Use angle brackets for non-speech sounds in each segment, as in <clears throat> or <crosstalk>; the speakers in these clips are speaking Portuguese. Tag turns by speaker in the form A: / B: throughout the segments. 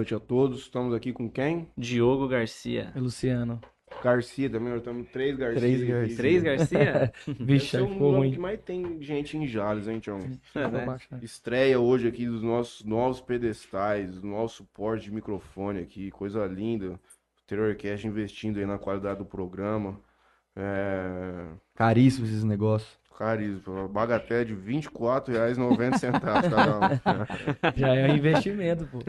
A: noite a todos. Estamos aqui com quem?
B: Diogo Garcia.
C: É Luciano.
A: Garcia também, nós estamos três Garcia.
C: Três
A: aqui.
C: Garcia.
B: Três
A: <laughs>
B: Garcia? <laughs> Né?
C: Vixe,
A: Esse é
C: aí
A: o
C: ficou
A: nome que
C: ruim.
A: mais tem gente em Jales, hein, Tião?
C: Dá pra
B: né?
C: baixar.
A: Estreia hoje aqui dos nossos novos pedestais, do nosso suporte de microfone aqui, coisa linda. O Terrorcast investindo aí na qualidade do programa. É...
D: Caríssimo esses negócios.
A: Carisma, bagatela de R$ 24,90
C: <laughs>
A: cada um.
C: Já é um investimento, pô.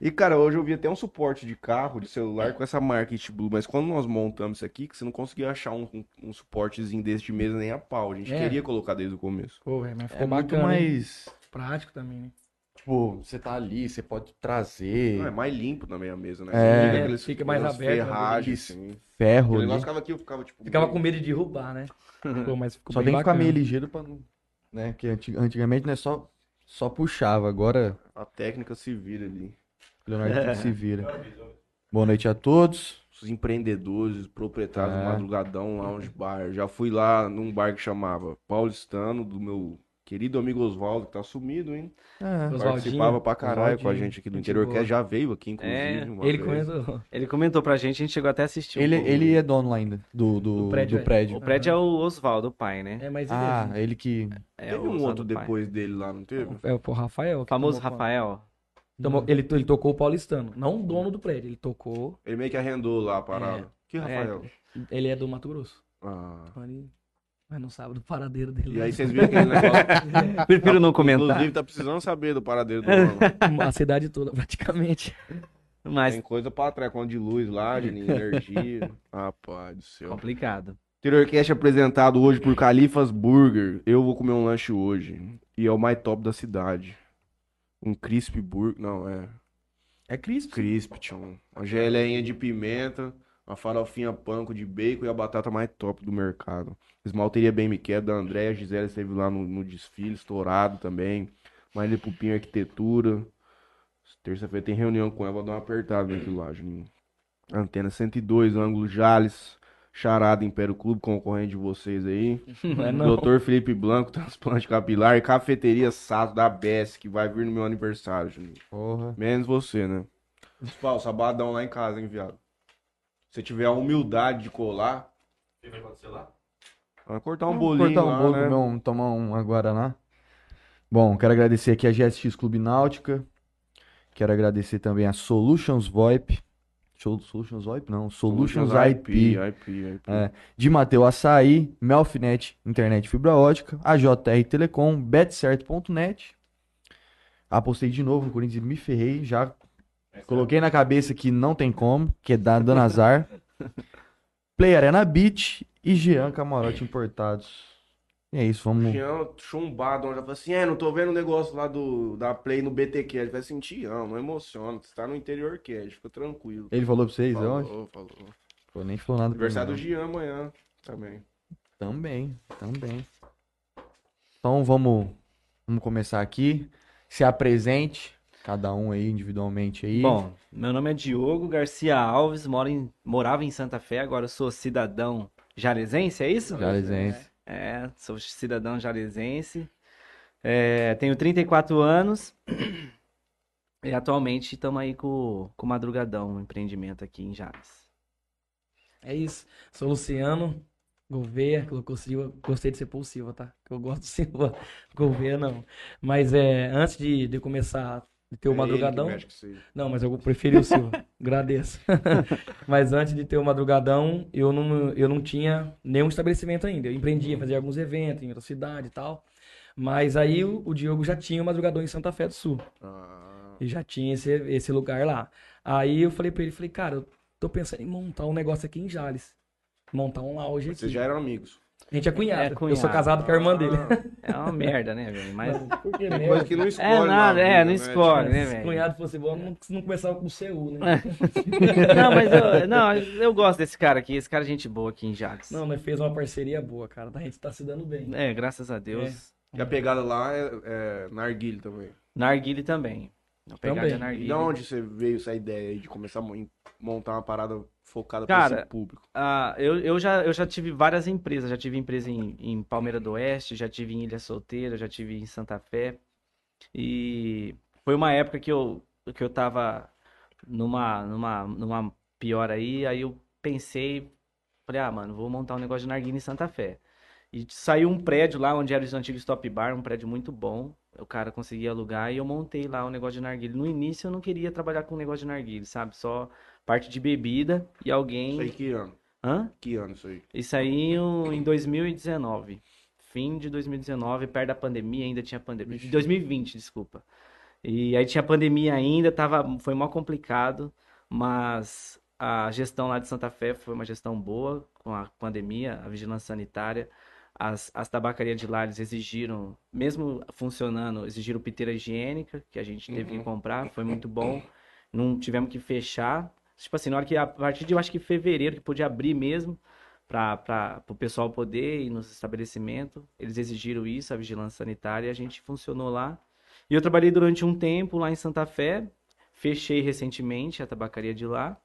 A: E, cara, hoje eu vi até um suporte de carro, de celular, com essa marca It Blue, mas quando nós montamos isso aqui, que você não conseguia achar um, um, um suportezinho desse de mesa nem a pau. A gente
C: É.
A: queria colocar desde o começo.
C: Pô, velho, mas ficou
D: É muito
C: bacana. hein?
D: mais.
C: Prático também, né?
D: Tipo, você tá ali, você pode
A: Não, é
D: trazer
A: mais limpo também a mesa, né?
D: É.
A: Você liga aqueles-
C: Fica mais
A: aquelas
C: aberto, né?
A: ferragens, assim. O
D: ferro.
A: negócio
D: ali.
A: ficava aqui, eu ficava tipo.
C: Ficava com medo de derrubar, né? <laughs> Pô, mas ficou
D: Só
C: bem
D: tem que ficar
C: bacana.
D: meio ligeiro pra não. Né? Porque anti- antigamente né, só, só puxava, agora
A: A técnica se vira ali.
D: o Leonardo que se vira. Boa noite a todos.
A: Os empreendedores, os proprietários do
D: É.
A: Madrugadão Lounge Bar. Já fui lá num bar que chamava Paulistano, do meu querido amigo Oswaldo, que tá sumido, hein?
D: É.
C: Oswaldinho.
A: Participava pra caralho com a
C: Oswaldinho.
A: gente aqui do
C: Gente
A: interior,
C: boa.
A: que já veio aqui, inclusive.
B: É,
A: uma
C: Ele
A: vez.
C: começou.
B: Ele comentou pra gente, a gente chegou até a assistir. um
D: Ele,
B: pouco.
D: ele é dono lá ainda, do, do,
C: Do
D: do
C: prédio,
D: prédio.
C: é.
B: O prédio é o Oswaldo, o pai, né?
C: É, mas ele
D: Ah,
C: é,
D: ele que.
B: É
A: Teve
B: o
A: um outro
B: Oswaldo pai.
A: depois dele lá, não teve?
C: é o pô, Rafael.
B: O
C: que
B: famoso
C: tomou-
B: Rafael.
C: tomou- ele, ele tocou o paulistano. Não o dono do prédio, ele tocou.
A: Ele meio que arrendou lá a parada. Que Rafael?
C: Ele é do Mato Grosso.
A: Ah.
C: Então ele- Mas não sabe do paradeiro dele.
A: E
C: <laughs>
A: aí vocês viram aquele negócio.
B: Prefiro não comentar.
A: Ah, Inclusive, tá precisando saber do paradeiro do mano.
C: A cidade toda, praticamente.
B: Mas
A: Tem coisa pra trás, quando de luz lá, de energia. Rapaz do céu.
B: complicado.
A: Terrorcast é apresentado hoje
D: Hum.
A: por Califas Burger. Eu vou comer um lanche hoje. E é o mais top da cidade. Um crisp burger. Não, é.
D: É Crisp.
A: Crisp, tchum. Uma geleinha de pimenta, uma farofinha panko de bacon e a batata mais top do mercado. Esmalteria bem me quer, da Andréa Gisele esteve lá no, no desfile, estourado também. Marília Pupinho Arquitetura. Terça-feira tem reunião com ela, vou dar uma apertada naquilo lá, Juninho. Antena 102, ângulo Jales. Charada Império Clube, concorrente de vocês aí.
C: Não é não.
A: Doutor Felipe Blanco, <laughs> transplante capilar e cafeteria Sato da Bess, que vai vir no meu aniversário, Juninho.
D: Porra.
A: Menos você, né? Pau, sabadão lá em casa, hein, viado? Se tiver a humildade de colar. O que vai acontecer lá? Vai cortar um bolinho
D: Cortar um
A: lá,
D: bolo,
A: né?
D: comer um- tomar um Guaraná. Bom, quero agradecer aqui a GSX Clube Náutica. Quero agradecer também a Solutions VoIP. Sol- Solutions VoIP? Não, Solutions, IP.
A: IP, IP.
D: É. De Mateu Açaí, Melfinet, Internet Fibra Ótica, AJR Telecom, Betcerto.net. Apostei de novo no Corinthians e me ferrei. Já coloquei na cabeça que não tem como, que é da dando azar. Play Arena Beach e Jean Camarote Importados. E é isso, vamos.
A: Tinha um chumbado, já falou assim: é, não tô vendo o negócio lá do, da Play no BTQ. Ele vai sentir, não, não emociona. Você tá no interior cash, fica tranquilo.
D: Ele falou pra vocês, ó.
A: Falou, falou.
D: Pô, nem falou nada. pra
A: Aniversário
D: mim,
A: do Jean amanhã também.
D: não. Também, também. Então vamos, vamos começar aqui. Se apresente, cada um aí individualmente aí.
B: Bom, meu nome é Diogo Garcia Alves, moro em- morava em Santa Fé, agora eu sou cidadão jalesense, é isso?
D: Jalesense.
B: É, sou cidadão jalesense. É, tenho 34 anos. E atualmente estamos aí com, com o Madrugadão, um empreendimento aqui em Jales.
C: É isso. Sou Luciano Gouveia, colocou Silva. Gostei de ser Paul Silva, tá? Que Eu gosto do Silva Gouveia, não. Mas é, antes de, de começar de ter o
A: É
C: madrugadão.
A: ele que mexe com isso aí.
C: Não, mas eu preferi
A: <laughs>
C: o Silva. Agradeço. <laughs> mas antes de ter o madrugadão, eu não, eu não tinha nenhum estabelecimento ainda. Eu empreendia, fazia alguns eventos em outra cidade e tal. Mas aí o, o Diogo já tinha o madrugadão em Santa Fé do Sul.
A: Ah,
C: E já tinha esse, esse lugar lá. Aí eu falei pra ele, falei, cara, eu tô pensando em montar um negócio aqui em Jales. Montar um lounge aqui.
A: vocês já eram amigos.
C: A gente é cunhado.
B: É
C: Eu
B: cunhado.
C: sou casado com a irmã dele.
A: Ah,
B: É
C: <laughs>
B: uma merda, né, velho? Mas
C: Por que
A: tem coisa que não escolhe.
B: É
A: na
B: nada, é,
A: vida,
B: não
A: né?
B: escolhe. né,
C: Se
B: velho? É.
C: cunhado fosse bom, não, não começava com o CU, né?
B: <laughs> Não, mas
C: <laughs>
B: eu, não, eu gosto desse cara aqui. Esse cara é gente boa aqui em Jales.
C: Não, mas fez uma parceria boa, cara. A gente tá se dando bem.
B: É, graças a Deus.
A: E a pegada lá é, é narguile também.
B: Narguile também. A pegada
C: Também.
B: é
A: E
B: narguile.
A: de onde você veio essa ideia aí de começar a mon- montar uma parada focada
B: Cara,
A: pra esse público?
B: Ah, eu, eu, já, eu já tive várias empresas. Já tive empresa em, em Palmeira do Oeste, já tive em Ilha Solteira, já tive em Santa Fé. E foi uma época que eu, que eu tava numa, numa, numa pior aí, aí eu pensei, falei, ah, mano, vou montar um negócio de narguilha em Santa Fé. E saiu um prédio lá onde era os antigos Stop Bar, um prédio muito bom. O cara conseguia alugar e eu montei lá um negócio de narguilha. No início eu não queria trabalhar com negócio de narguilha, sabe? Só parte de bebida e alguém.
A: Isso aí que ano?
B: Hã?
A: Que ano isso aí?
B: Isso aí o- em 2019. Fim de 2019, perto da pandemia, ainda tinha pandemia. De 2020, desculpa. E aí tinha pandemia ainda, tava, foi mó complicado, mas a gestão lá de Santa Fé foi uma gestão boa com a pandemia, a vigilância sanitária. As, as tabacarias de lá, eles exigiram, mesmo funcionando, exigiram piteira higiênica, que a gente teve que comprar, foi muito bom. Não tivemos que fechar. Tipo assim, na hora que, a partir de, eu acho que fevereiro, que podia abrir mesmo, para o pessoal poder ir nos estabelecimentos. Eles exigiram isso, a vigilância sanitária, e a gente funcionou lá. E eu trabalhei durante um tempo lá em Santa Fé, fechei recentemente a tabacaria de lá.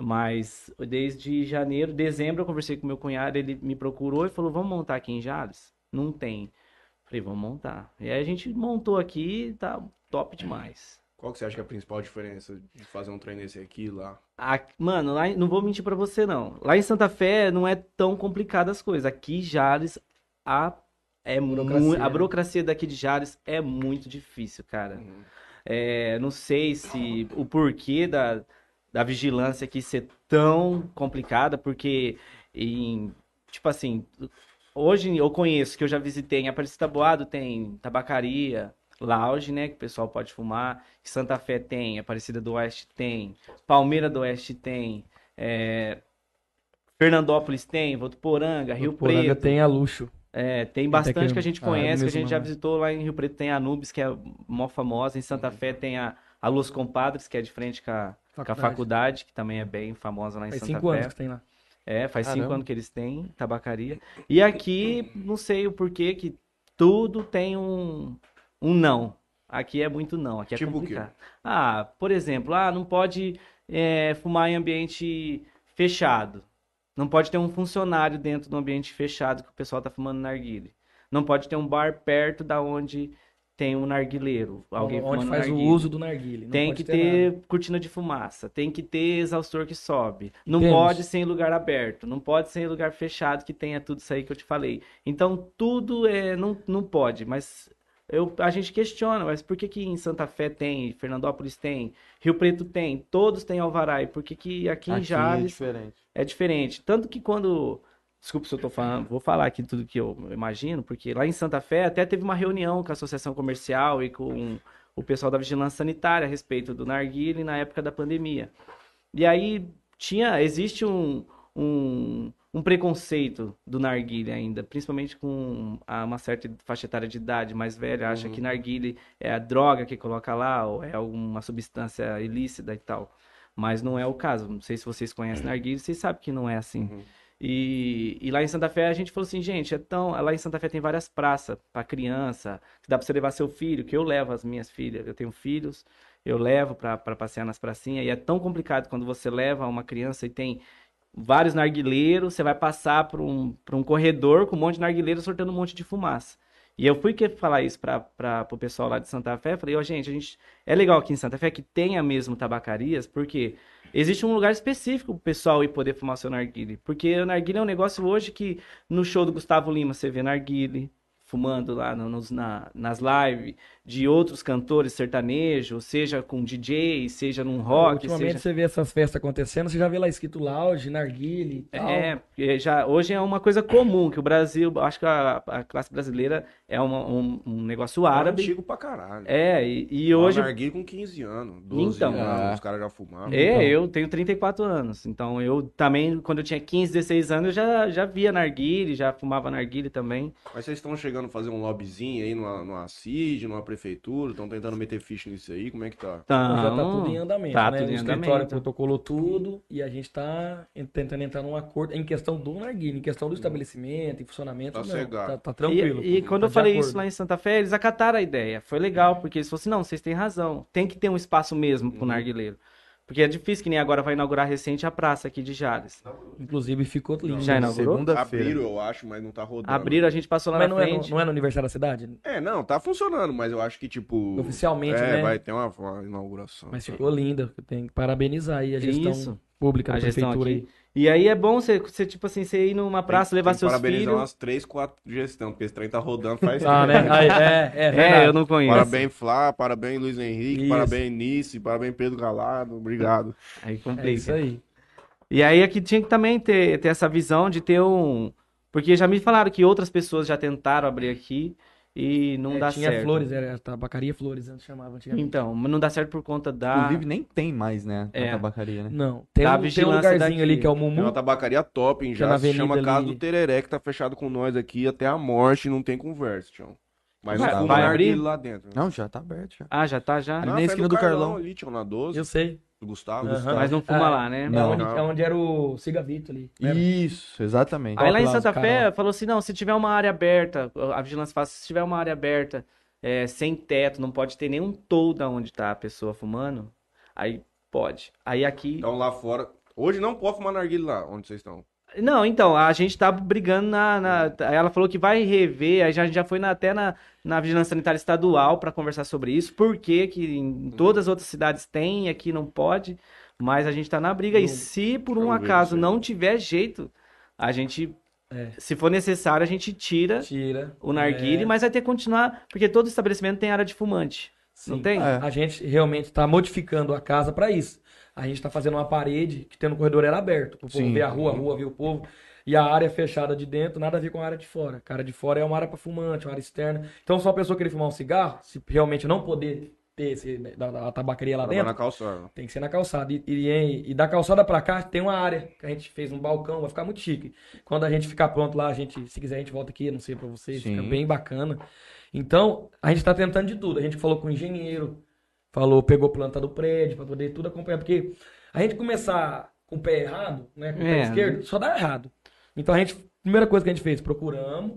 B: Mas desde janeiro, dezembro, eu conversei com meu cunhado, ele me procurou e falou: Vamos montar aqui em Jales? Não tem. Falei: Vamos montar. E aí a gente montou aqui, tá top demais.
A: Qual que você acha que é a principal diferença de fazer um trem desse aqui e lá?
B: A- Mano, lá, em- não vou mentir pra você, não. Lá em Santa Fé não é tão complicado as coisas. Aqui, em Jales, a, é mu-
C: Burocracia, né?
B: a burocracia daqui de Jales é muito difícil, cara.
A: Uhum.
B: É, não sei se o porquê da, da vigilância aqui ser tão complicada, porque em, tipo assim, hoje eu conheço que eu já visitei em Aparecida Boado tem tabacaria, lounge, né, que o pessoal pode fumar, que Santa Fé tem, Aparecida do Oeste tem, Palmeira do Oeste tem, é, Fernandópolis tem, Votuporanga, Rio
C: Poranga
B: Preto.
C: tem a luxo.
B: É, tem
C: Até
B: bastante
C: que-
B: que a gente
C: ah,
B: conhece, que a
C: mesmo
B: gente já
C: nome.
B: visitou lá em Rio Preto, tem a Anubis, que é mó famosa, em Santa Fé tem a, a Los Compadres, que é de frente com a, com a faculdade, que também é bem famosa lá em
C: Faz
B: Santa
C: cinco
B: Fé.
C: anos que tem lá.
B: É, faz cinco
D: Caramba.
B: anos que eles têm tabacaria. E aqui, não sei o porquê que tudo tem um, um não. Aqui é muito não, aqui é
A: Tipo o quê?
B: complicado. Ah, por exemplo, ah, não pode é, fumar em ambiente fechado. Não pode ter um funcionário dentro do ambiente fechado que o pessoal tá fumando narguile. Não pode ter um bar perto da onde tem um narguileiro, alguém
C: onde
B: fumando
C: faz o
B: narguilé.
C: uso do narguile. Não
B: Tem
C: pode
B: que
C: nada.
B: ter cortina de fumaça, tem que ter exaustor que sobe. Não
C: temos.
B: pode ser em lugar aberto, não pode ser em lugar fechado que tenha tudo isso aí que eu te falei. Então tudo é não, não pode, mas eu, a gente questiona, mas por que que em Santa Fé tem, Fernandópolis tem, Rio Preto tem, todos têm alvará e por que que aqui em
D: Aqui é
B: Jales
D: diferente.
B: é diferente. Tanto que quando. Desculpa se eu tô falando, vou falar aqui tudo que eu imagino, porque lá em Santa Fé até teve uma reunião com a Associação Comercial e com o pessoal da Vigilância Sanitária a respeito do narguile na época da pandemia. E aí tinha, existe um, um, um preconceito do narguile ainda, principalmente com a- uma certa faixa etária de idade mais velha, acha que narguile é a droga que coloca lá, ou é alguma substância ilícita e tal. Mas não é o caso. Não sei se vocês conhecem narguilha, vocês sabem que não é assim.
A: Uhum.
B: E, e lá em Santa Fé a gente falou assim, gente, então, lá em Santa Fé tem várias praças para criança, que dá para você levar seu filho, que eu levo as minhas filhas, eu tenho filhos, eu levo para passear nas pracinhas, e é tão complicado quando você leva uma criança e tem vários narguileiros, você vai passar por um, por um corredor com um monte de narguileiro soltando um monte de fumaça. E eu fui que falar isso para o pessoal lá de Santa Fé, falei, ó, gente, a gente é legal aqui em Santa Fé que tenha mesmo tabacarias, porque existe um lugar específico pro pessoal ir poder fumar seu narguile. Porque o narguile é um negócio hoje que no show do Gustavo Lima você vê narguile fumando lá no- nos- na- nas lives de outros cantores sertanejos, seja com DJ, seja num rock,
C: Ultimamente
B: seja...
C: você vê essas festas acontecendo, você já vê lá escrito lounge, narguile e tal.
B: É, porque já, hoje é uma coisa comum que o Brasil, acho que a, a classe brasileira é uma- um, um negócio
C: É
B: árabe.
A: Antigo pra caralho.
B: É, e, e hoje
A: Eu larguei com 15 anos, 12
B: Então.
A: anos,
D: Ah.
A: os caras já fumavam.
B: É,
C: Então.
B: eu tenho 34 anos. Então eu também, quando eu tinha 15, 16 anos, eu já, já via narguile, já fumava narguile também.
A: Mas vocês estão chegando a fazer um lobbyzinho aí numa, numa CID, numa prefeitura, estão tentando meter ficha nisso aí, como é que tá?
B: Então,
C: Já tá tudo em andamento,
B: tá
C: né?
B: tudo
C: o
B: em
C: escritório
B: andamento.
C: protocolou tudo e a gente tá en- tentando entrar num acordo em questão do narguilé, em questão do estabelecimento, em funcionamento,
A: Hum. Tá
C: não,
A: sossegado.
C: tá, tá tranquilo.
B: E, e quando
C: tá
B: eu
C: de
B: falei
C: acordo. É.
B: isso lá em Santa Fé, eles
C: Uhum.
B: acataram a ideia. Foi legal, porque eles falaram assim, não, vocês têm razão. Tem que ter um espaço mesmo pro narguileiro. Porque é difícil que nem agora vai inaugurar recente a praça aqui de Jales.
C: Inclusive ficou lindo.
B: Já É, inaugurou?
A: Abriram,
D: Segunda-feira.
A: eu acho, mas não tá rodando.
B: Abriram, a gente passou lá
C: Mas
B: na
C: não é, no,
B: frente.
C: não é no aniversário da cidade?
A: É, não, tá funcionando, mas eu acho que, tipo.
C: Oficialmente,
A: é,
C: né?
A: vai ter uma, uma inauguração.
C: Mas ficou linda. Tem que parabenizar aí a gestão
B: Isso.
C: pública
B: A
C: da
B: gestão
C: prefeitura aí.
B: aqui. E aí é bom você, você, tipo assim, você ir numa
C: um
B: praça, levar
A: Tem que
B: seus
A: parabenizar
B: filhos.
A: umas 3, 4 gestão, porque esse trem tá
C: <laughs>
A: rodando faz
C: Ah,
A: tempo.
B: <laughs>
C: né? Aí, é, é, verdade.
B: É, eu não conheço.
A: Parabéns, Flá, parabéns, Luiz Henrique,
C: Isso.
A: parabéns, Nice, parabéns, Pedro Galado, obrigado.
B: Aí
C: É isso
B: complica.
C: aí.
B: e aí aqui tinha que também ter, ter essa visão de ter um. Porque já me falaram que outras pessoas já tentaram abrir aqui e não
C: É,
B: dá
C: tinha
B: certo.
C: flores, era a tabacaria flores, antes chamava antigamente.
B: Então, mas não dá certo por conta da.
D: Inclusive, nem tem mais, né?
B: É.
D: A tabacaria, né?
C: Não. Tem
B: Da
C: um, tem um
B: vigilância
C: lugarzinho
B: daqui. tá-
C: ali que é o
A: Tem uma
C: Mumu.
A: tabacaria top, hein?
C: Que é
A: Já
C: na
A: se chama
C: avenida
A: Casa
C: ali.
A: do Tereré, que tá fechado com nós aqui até a morte, não tem conversa, Tião. Mas
D: Vai-
A: não fuma
D: vai
A: narguile
B: abrir?
A: lá dentro.
D: Não, já tá aberto já.
B: Ah, já tá já.
D: ali
A: Ah,
D: na
A: foi
D: esquina
A: no
D: do Carlão.
A: ali, Tião, na 12,
C: Eu sei.
A: do Gustavo.
C: Aham.
A: Gustavo. Então,
B: Mas não fuma
C: Ah,
B: lá, né?
C: É
D: Não.
C: onde, é onde era o Cigavito ali.
D: É.
C: Era.
D: Isso, exatamente.
B: Aí lá em
C: Plaza,
B: Santa Fé
C: Carol.
B: falou assim: não, se tiver uma área aberta, a vigilância fala, se tiver uma área aberta, é, sem teto, não pode ter nenhum toldo onde tá a pessoa fumando, aí pode. Aí aqui.
A: Então lá fora. Hoje não pode fumar narguile lá, onde vocês estão.
B: Não, então, a gente tá brigando na. na- aí Ela falou que vai rever, aí já, a gente já foi na- até na, na Vigilância Sanitária Estadual para conversar sobre isso, por que que em todas as outras cidades tem e aqui não pode, mas a gente tá na briga. E
C: Não.
B: se por
A: Vamos
B: um
A: ver isso
B: acaso
A: aí.
B: não tiver jeito, a gente.
C: É.
B: Se for necessário, a gente tira.
C: Tira.
B: o narguile,
C: É,
B: mas vai ter que continuar, porque todo estabelecimento tem área de fumante.
C: sim.
B: Não tem?
D: É.
C: A gente realmente tá modificando a casa pra isso. A gente tá fazendo uma parede que tem no corredor era aberto. O povo
D: Sim.
C: vê a rua, a rua vê o povo. E a área fechada de dentro, nada a ver com a área de fora. A área de fora é uma área pra fumante, uma área externa. Então, se uma pessoa querer fumar um cigarro, se realmente não poder ter esse, da, da- da tabacaria lá
A: Agora
C: dentro,
A: na calçada.
C: Tem que ser na calçada. E, e, e da calçada pra cá tem uma área que a gente fez um balcão, vai ficar muito chique. Quando a gente ficar pronto lá, a gente, se quiser, a gente volta aqui, não sei pra vocês, fica
D: Sim.
C: bem bacana. Então, a gente tá tentando de tudo. A gente falou com o engenheiro, falou, pegou planta do prédio pra poder tudo acompanhar, porque a gente começar com o pé errado, né, com o pé
B: É.
C: esquerdo, só dá errado. Então a gente, primeira coisa que a gente fez, procuramos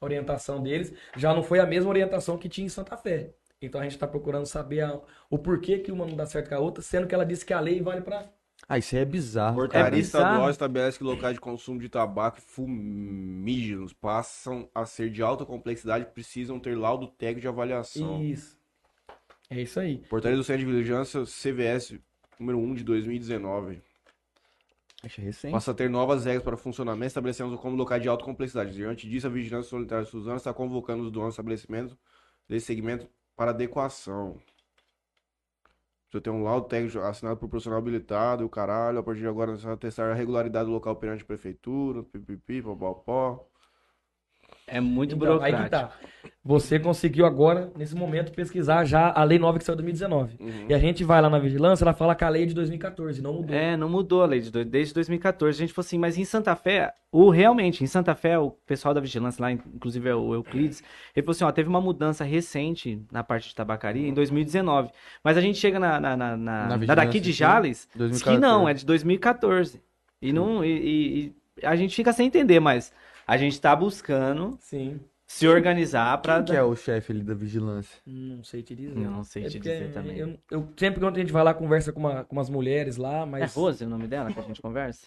C: a orientação deles, já não foi a mesma orientação que tinha em Santa Fé. Então a gente está procurando saber a- o porquê que uma não dá certo com a outra, sendo que ela disse que a lei vale para.
D: Ah, isso aí é bizarro.
A: Portaria
B: bizarro.
A: estadual estabelece que locais de consumo de tabaco e fumígenos passam a ser de alta complexidade e precisam ter laudo técnico de avaliação.
C: Isso. É isso aí.
A: Portaria do Centro de Vigilância CVS número 1 de 2019.
D: Acho é recente.
A: Passa a ter novas regras para funcionamento, estabelecemos como local de alta complexidade. Diante disso, a Vigilância Solitária Suzana está convocando os donos de estabelecimentos desse segmento para adequação. Precisa ter um laudo técnico assinado por profissional habilitado, e o caralho. A partir de agora, nós vamos testar a regularidade do local perante a prefeitura, pipipi, popopó.
B: É muito
C: Então, aí que
B: burocrático.
C: tá. Você conseguiu agora, nesse momento, pesquisar já a lei nova que saiu em 2019.
A: Uhum.
C: E a gente vai lá na vigilância, ela fala que a lei é de 2014 não mudou.
B: É, não mudou a lei de dois, desde 2014. A gente falou assim, mas em Santa Fé, o realmente, em Santa Fé, o pessoal da vigilância lá, inclusive é o Euclides, ele falou assim, ó, teve uma mudança recente na parte de tabacaria em 2019. Mas a gente chega na, na, na, na- na
D: vigilância,
B: daqui de
D: sim.
B: Jales, diz que
D: 2014.
B: não, é de 2014. E não, e- e- e a gente fica sem entender, mas a gente tá buscando
C: Sim.
B: se organizar para
D: Quem que é o chefe ali da vigilância?
C: Não sei te dizer.
B: Não sei
C: É
B: te
C: porque
B: dizer também.
C: Eu, eu- sempre que a gente vai lá, conversa com, uma- com umas mulheres lá,
B: É
C: mas.
B: Rose o nome dela que a gente conversa?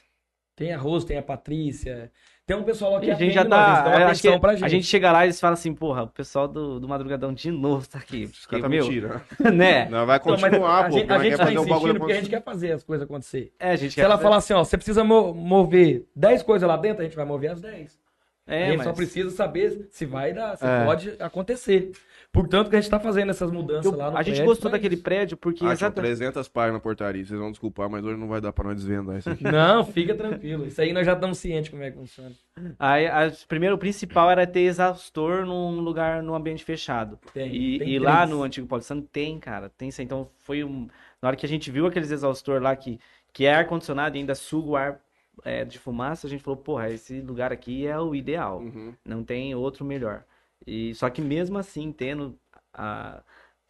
C: Tem a Rose, tem a Patrícia. Tem um pessoal lá que
B: E a gente já
C: atende nós, eles
B: tá. eu
C: dão
B: acho que
C: atenção pra
B: A gente chega lá e eles falam assim, porra, o pessoal do, do Madrugadão de novo tá aqui.
A: Os
B: Porque,
A: caras tá
B: meu,
C: <laughs>
A: mentindo.
B: <laughs> né?
A: Não, vai
C: Não, mas
A: continuar,
C: a
A: pô.
C: gente, a
A: porque nós
C: gente tá
A: quer fazer o bagulho
C: insistindo porque a gente
A: acontecer.
C: quer fazer as coisas acontecer.
B: É, a gente
C: Se
B: quer
C: ela
B: fazer-
C: falar assim, ó, você precisa mo- mover 10 coisas lá dentro, a gente vai mover as 10. a
B: É,
C: gente
B: mas...
C: só precisa saber se vai dar, se
D: É.
C: pode acontecer. Portanto, que a gente tá fazendo essas mudanças
B: eu-
C: lá no
B: a gente
C: prédio
B: gostou
C: pra
B: daquele
C: isso.
B: prédio
A: Ah,
B: porque
A: tinha
B: exatamente.
A: 300 páginas na portaria. Vocês vão desculpar, mas hoje não vai dar pra nós desvendar isso aqui.
C: Não, fica tranquilo. Isso aí nós já estamos cientes como é que funciona.
B: Aí, as- primeiro, o principal era ter exaustor num lugar, num ambiente fechado.
C: Tem,
B: e
C: tem
B: e lá
C: três.
B: no antigo Paulistano tem, cara, tem isso. aí. Então foi um. Na hora que a gente viu aqueles exaustor lá que, que é ar-condicionado e ainda suga o ar é, de fumaça, a gente falou, porra, esse lugar aqui é o ideal.
A: Uhum.
B: Não tem outro melhor. E só que mesmo assim, tendo a-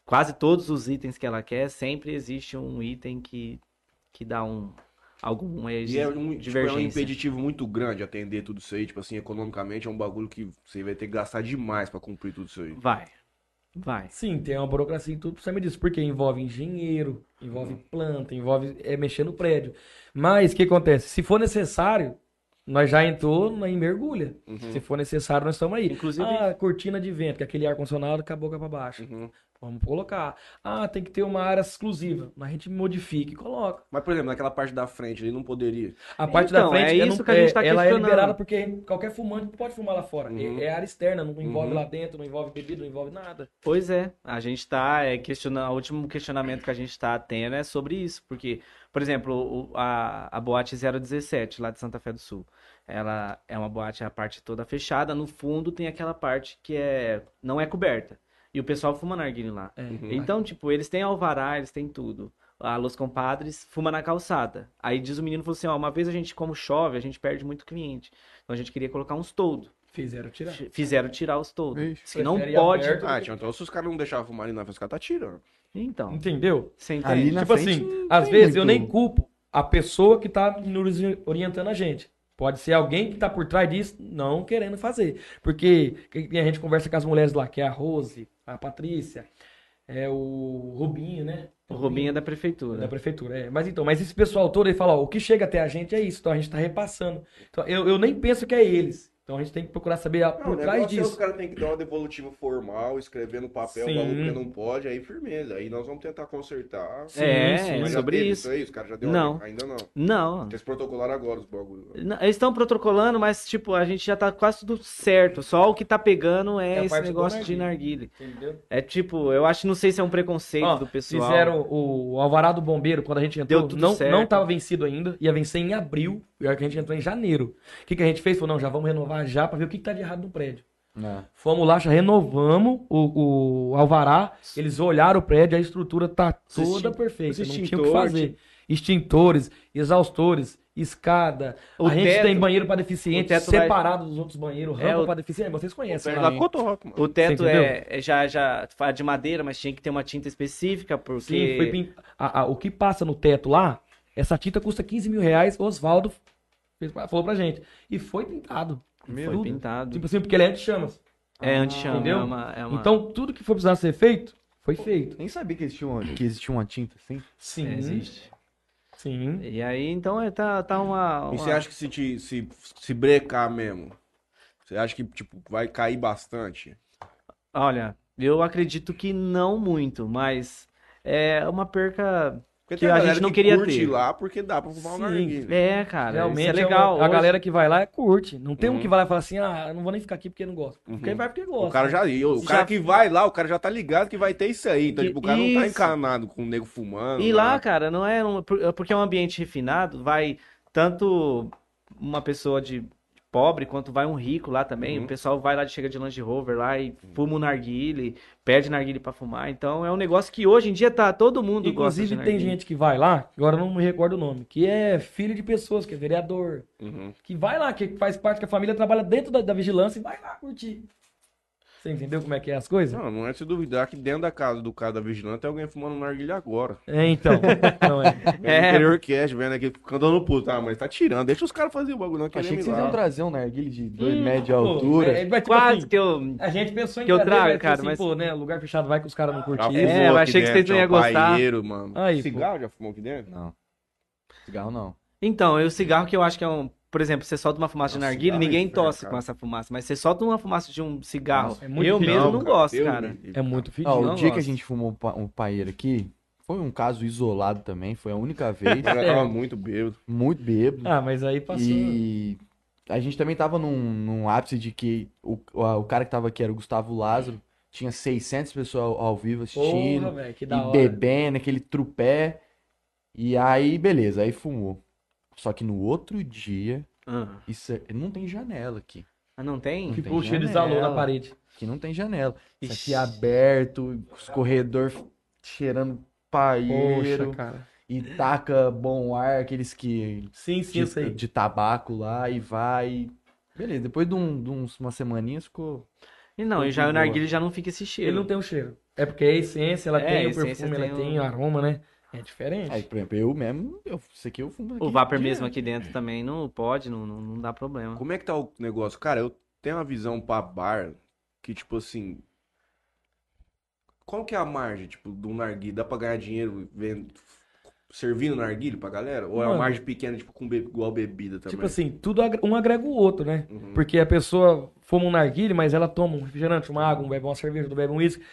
B: quase todos os itens que ela quer, sempre existe um item que, que dá um algum
A: E é um, tipo, é um
B: divergência.
A: impeditivo muito grande atender tudo isso aí, tipo assim, economicamente é um bagulho que você vai ter que gastar demais pra cumprir tudo isso aí.
B: Vai. Vai.
C: Sim, tem uma burocracia e tudo por cima disso, porque envolve engenheiro,
B: Uhum.
C: envolve planta, envolve é, mexer no prédio. Mas o que acontece? Se for necessário, nós já entrou, nós mergulha.
B: Uhum.
C: Se for necessário, nós estamos aí.
B: Inclusive-
C: Ah, cortina de vento, que é aquele ar-condicionado com a boca para baixo.
A: Uhum.
C: Vamos colocar. Ah, tem que ter uma área exclusiva. Mas a gente modifica e coloca.
A: Mas, por exemplo, naquela parte da frente ali não poderia.
C: A parte
B: Então,
C: da frente
B: é
C: eu
B: isso
C: não-
B: que a gente tá
C: ela é
B: questionando.
C: liberada porque qualquer fumante pode fumar lá fora.
A: Uhum.
C: É, é área externa, não envolve
A: Uhum.
C: lá dentro, não envolve bebida, não envolve nada.
B: Pois é, a gente tá é, questionando, o último questionamento que a gente tá tendo é sobre isso, porque, por exemplo, o- a, a boate 017 lá de Santa Fé do Sul, ela é uma boate, a parte toda fechada, no fundo tem aquela parte que é, não é coberta, e o pessoal fuma narguilé lá.
C: É.
B: Então, tipo, eles têm alvará, eles têm tudo. A Los Compadres fuma na calçada. Aí diz o menino, falou assim, ó, uma vez a gente, como chove, a gente perde muito cliente, então a gente queria colocar uns toldo.
C: Fizeram tirar.
B: Fizeram tirar os toldos.
D: Ixi.
B: Diz que não
C: Prefere
B: pode...
C: aberto.
A: Ah, então se os caras não deixavam fumar ali na frente, os caras tá tirando.
B: Então,
C: Entendeu?
B: você
D: Ali
B: entende?
D: na
C: tipo
D: frente
C: assim,
D: não
C: às
D: tem
C: vezes eu
D: muito-
C: nem culpo a pessoa que tá nos orientando a gente. Pode ser alguém que tá por trás disso não querendo fazer. Porque que- que a gente conversa com as mulheres lá, que é a Rose, a Patrícia, é o Rubinho, né?
B: O Rubinho é da prefeitura.
C: Da prefeitura, é. Mas então, mas esse pessoal todo, ele fala, ó, o que chega até a gente é isso, então a gente tá repassando. Então, eu, eu nem penso que é eles. Então a gente tem que procurar saber ah, por trás
A: os
C: disso.
A: caras têm que dar uma devolutiva formal, escrever no papel,
C: Sim.
A: o bagulho que não pode, aí firmeza. Aí nós vamos tentar consertar.
C: Sim,
B: é,
C: sim.
B: é
A: Mas já
B: sobre
A: teve
B: isso.
A: aí, os caras já deu
B: Não.
A: uma- Ainda não.
B: Não.
A: Eles protocolaram agora os bagulhos.
B: Não, Eles estão protocolando, mas, tipo, a gente já tá quase tudo certo. Só o que tá pegando
C: É
B: é,
C: a
B: esse
C: parte do
B: negócio de narguile.
C: Entendeu?
B: É tipo, eu acho, não sei se é um preconceito
C: Ó,
B: do pessoal.
C: Fizeram o o Alvará do Bombeiro, quando a gente
B: Deu
C: entrou,
B: tudo
C: não,
B: certo.
C: não tava vencido ainda, ia vencer em abril, e a gente entrou em janeiro. O que, que a gente fez? Falou, não, já vamos renovar já pra ver o que, que tá de errado no prédio.
D: É.
C: Fomos lá, já renovamos o, o Alvará, eles olharam o prédio, a estrutura tá toda
B: extin-
C: perfeita,
B: os
C: não tinha o que
B: extintores.
C: fazer. Extintores, exaustores, escada,
B: O
C: a gente
B: teto-
C: tem banheiro pra deficiente,
B: o teto vai-
C: separado dos outros banheiros,
B: É,
C: rampa
B: o-
C: pra deficiente, vocês conhecem.
A: Perde
C: né?
A: lá cotorroco, mano.
B: O teto
C: Você entendeu?
B: é, é já, já fala de madeira, mas tinha que ter uma tinta específica, porque.
C: Sim, foi pin- a- a- o que passa no teto lá, essa tinta custa 15 mil reais, o Oswaldo fez- falou pra gente. E foi pintado.
B: Foi
C: Tudo.
B: pintado.
C: Tipo assim, porque ele é anti-chamas.
B: É anti-chama.
C: Entendeu?
B: É uma, é uma-
C: Então, tudo que for precisar ser feito, foi feito.
D: Nem sabia que existia uma, que existia uma tinta assim.
C: Sim.
B: É, existe.
C: Sim.
B: E aí, então, é, tá, tá uma.
A: E
B: uma-
A: você acha que se, te- se, se brecar mesmo, você acha que tipo, vai cair bastante?
B: Olha, eu acredito que não muito, mas é uma perca.
A: Porque
B: Que
A: tem
B: a
A: galera
B: gente não
A: que
B: queria
A: curte
B: ter.
A: lá porque dá pra fumar um
C: Sim.
A: narguilé.
B: É, cara,
C: Realmente,
B: isso é
C: é
B: legal.
C: uma- a
B: Hoje-
C: galera que vai lá é curte. Não tem um
A: Uhum.
C: que vai lá e fala assim, ah, não vou nem ficar aqui porque não gosto.
A: Uhum.
C: Quem vai porque gosta.
A: O cara já, o
B: Já-
A: cara que vai lá, o cara já tá ligado que vai ter isso aí. Então,
B: Que-
A: tipo, o cara não tá
B: isso.
A: encanado com o nego fumando.
B: E lá, cara, não é um- por- porque é um ambiente refinado, vai tanto uma pessoa de pobre quanto vai um rico lá também.
A: Uhum.
B: O pessoal vai lá, chega de Land Rover lá e fuma um narguile, pede narguile pra fumar. Então é um negócio que hoje em dia tá todo mundo gosta né? de
C: Inclusive, tem
B: narguile.
C: gente que vai lá, agora eu não me recordo o nome, que é filho de pessoas, que é vereador,
A: Uhum.
C: que vai lá, que faz parte que a família trabalha dentro da, da vigilância e vai lá curtir. Você entendeu como é que é as coisas?
A: Não, não é de se duvidar que dentro da casa do cara da vigilante tem alguém fumando um narguilé
B: <laughs>
A: agora.
C: É, então. <laughs> Não é.
A: É. No interior cast, vendo aqui, cantando puto. Ah, mas tá tirando. Deixa os caras fazerem o bagulho, não querem
D: Achei que
A: me
D: vocês
A: lá.
D: iam trazer um narguilho de 2
B: Hum,
D: metros de
C: Pô,
D: altura.
C: é, vai, tipo
B: Quase
C: assim,
B: que eu.
C: a gente pensou em
B: que eu
C: cadeira,
B: trago,
C: vai ser
B: cara,
C: assim,
B: mas-
C: Pô, né, lugar fechado vai que os caras não
A: Já
C: né? curtiram.
A: fumou
B: É, eu
A: aqui
B: achei que vocês
A: dentro,
B: não iam
A: é um
B: gostar.
A: paieiro, mano.
C: Aí, pô.
A: Cigarro já fumou aqui dentro?
D: Não. Cigarro não.
B: Então, e o cigarro que eu acho que é um. Por exemplo, você solta uma fumaça de
A: Nossa,
B: narguile,
A: cigarro é
B: ninguém
A: inferno,
B: tosse
A: cara.
B: com essa fumaça, mas você solta uma fumaça de um cigarro.
C: Nossa, é muito
B: eu
C: fedido.
B: mesmo não gosto,
A: Deus
B: cara.
A: me livre.
C: É muito
D: Ó,
C: fedido.
D: o
B: não
D: dia que a
B: gosto.
D: gente fumou um, pa um paeiro aqui, foi um caso isolado também, foi a única
B: <laughs>
D: vez.
A: Eu já tava muito bêbado.
D: muito bêbado.
C: Ah, mas aí passou.
D: E a gente também tava num, num ápice de que o, o cara que tava aqui era o Gustavo Lázaro, tinha 600 pessoas ao, ao vivo assistindo,
C: Porra, velho, que da
D: e
C: hora.
D: bebendo, aquele trupé. E aí, beleza, aí fumou. Só que no outro dia,
B: Ah,
D: isso é- não tem janela aqui.
B: Ah, não tem?
D: Que
C: Ficou o Um cheiro de salão na parede.
D: Aqui não tem janela. Isso aqui é
B: Ixi.
D: aberto, os corredor cheirando paeiro
C: Poxa, cara.
D: e taca bom ar, aqueles que
C: Sim, sim, eu
D: de,
C: sei.
D: de tabaco lá e vai. Beleza, depois de, um, de uns, umas semaninhas ficou.
B: E não, e já o narguilé já não fica esse cheiro.
C: Ele não tem o cheiro. É porque a essência, ela
B: É,
C: tem
B: a
C: o
B: essência
C: perfume,
B: tem um
C: ela
B: o-
C: tem o aroma, né? É diferente.
D: Aí, por exemplo, eu mesmo, eu, isso aqui eu fumo.
B: O
D: aqui
B: vapor
D: direto.
B: mesmo aqui dentro também não pode, não, não, não dá problema.
A: Como é que tá o negócio? Cara, eu tenho uma visão pra bar que, tipo assim. Qual que é a margem, tipo, do narguilho? Dá pra ganhar dinheiro vendo, servindo narguilho pra galera? Ou é uma
C: Mano.
A: margem pequena, tipo, com be- igual bebida também?
C: Tipo assim, tudo agre- um agrega o outro, né?
A: Uhum.
C: Porque a pessoa fuma um narguile, mas ela toma um refrigerante, uma água, um bebe uma cerveja, outro bebe um uísque.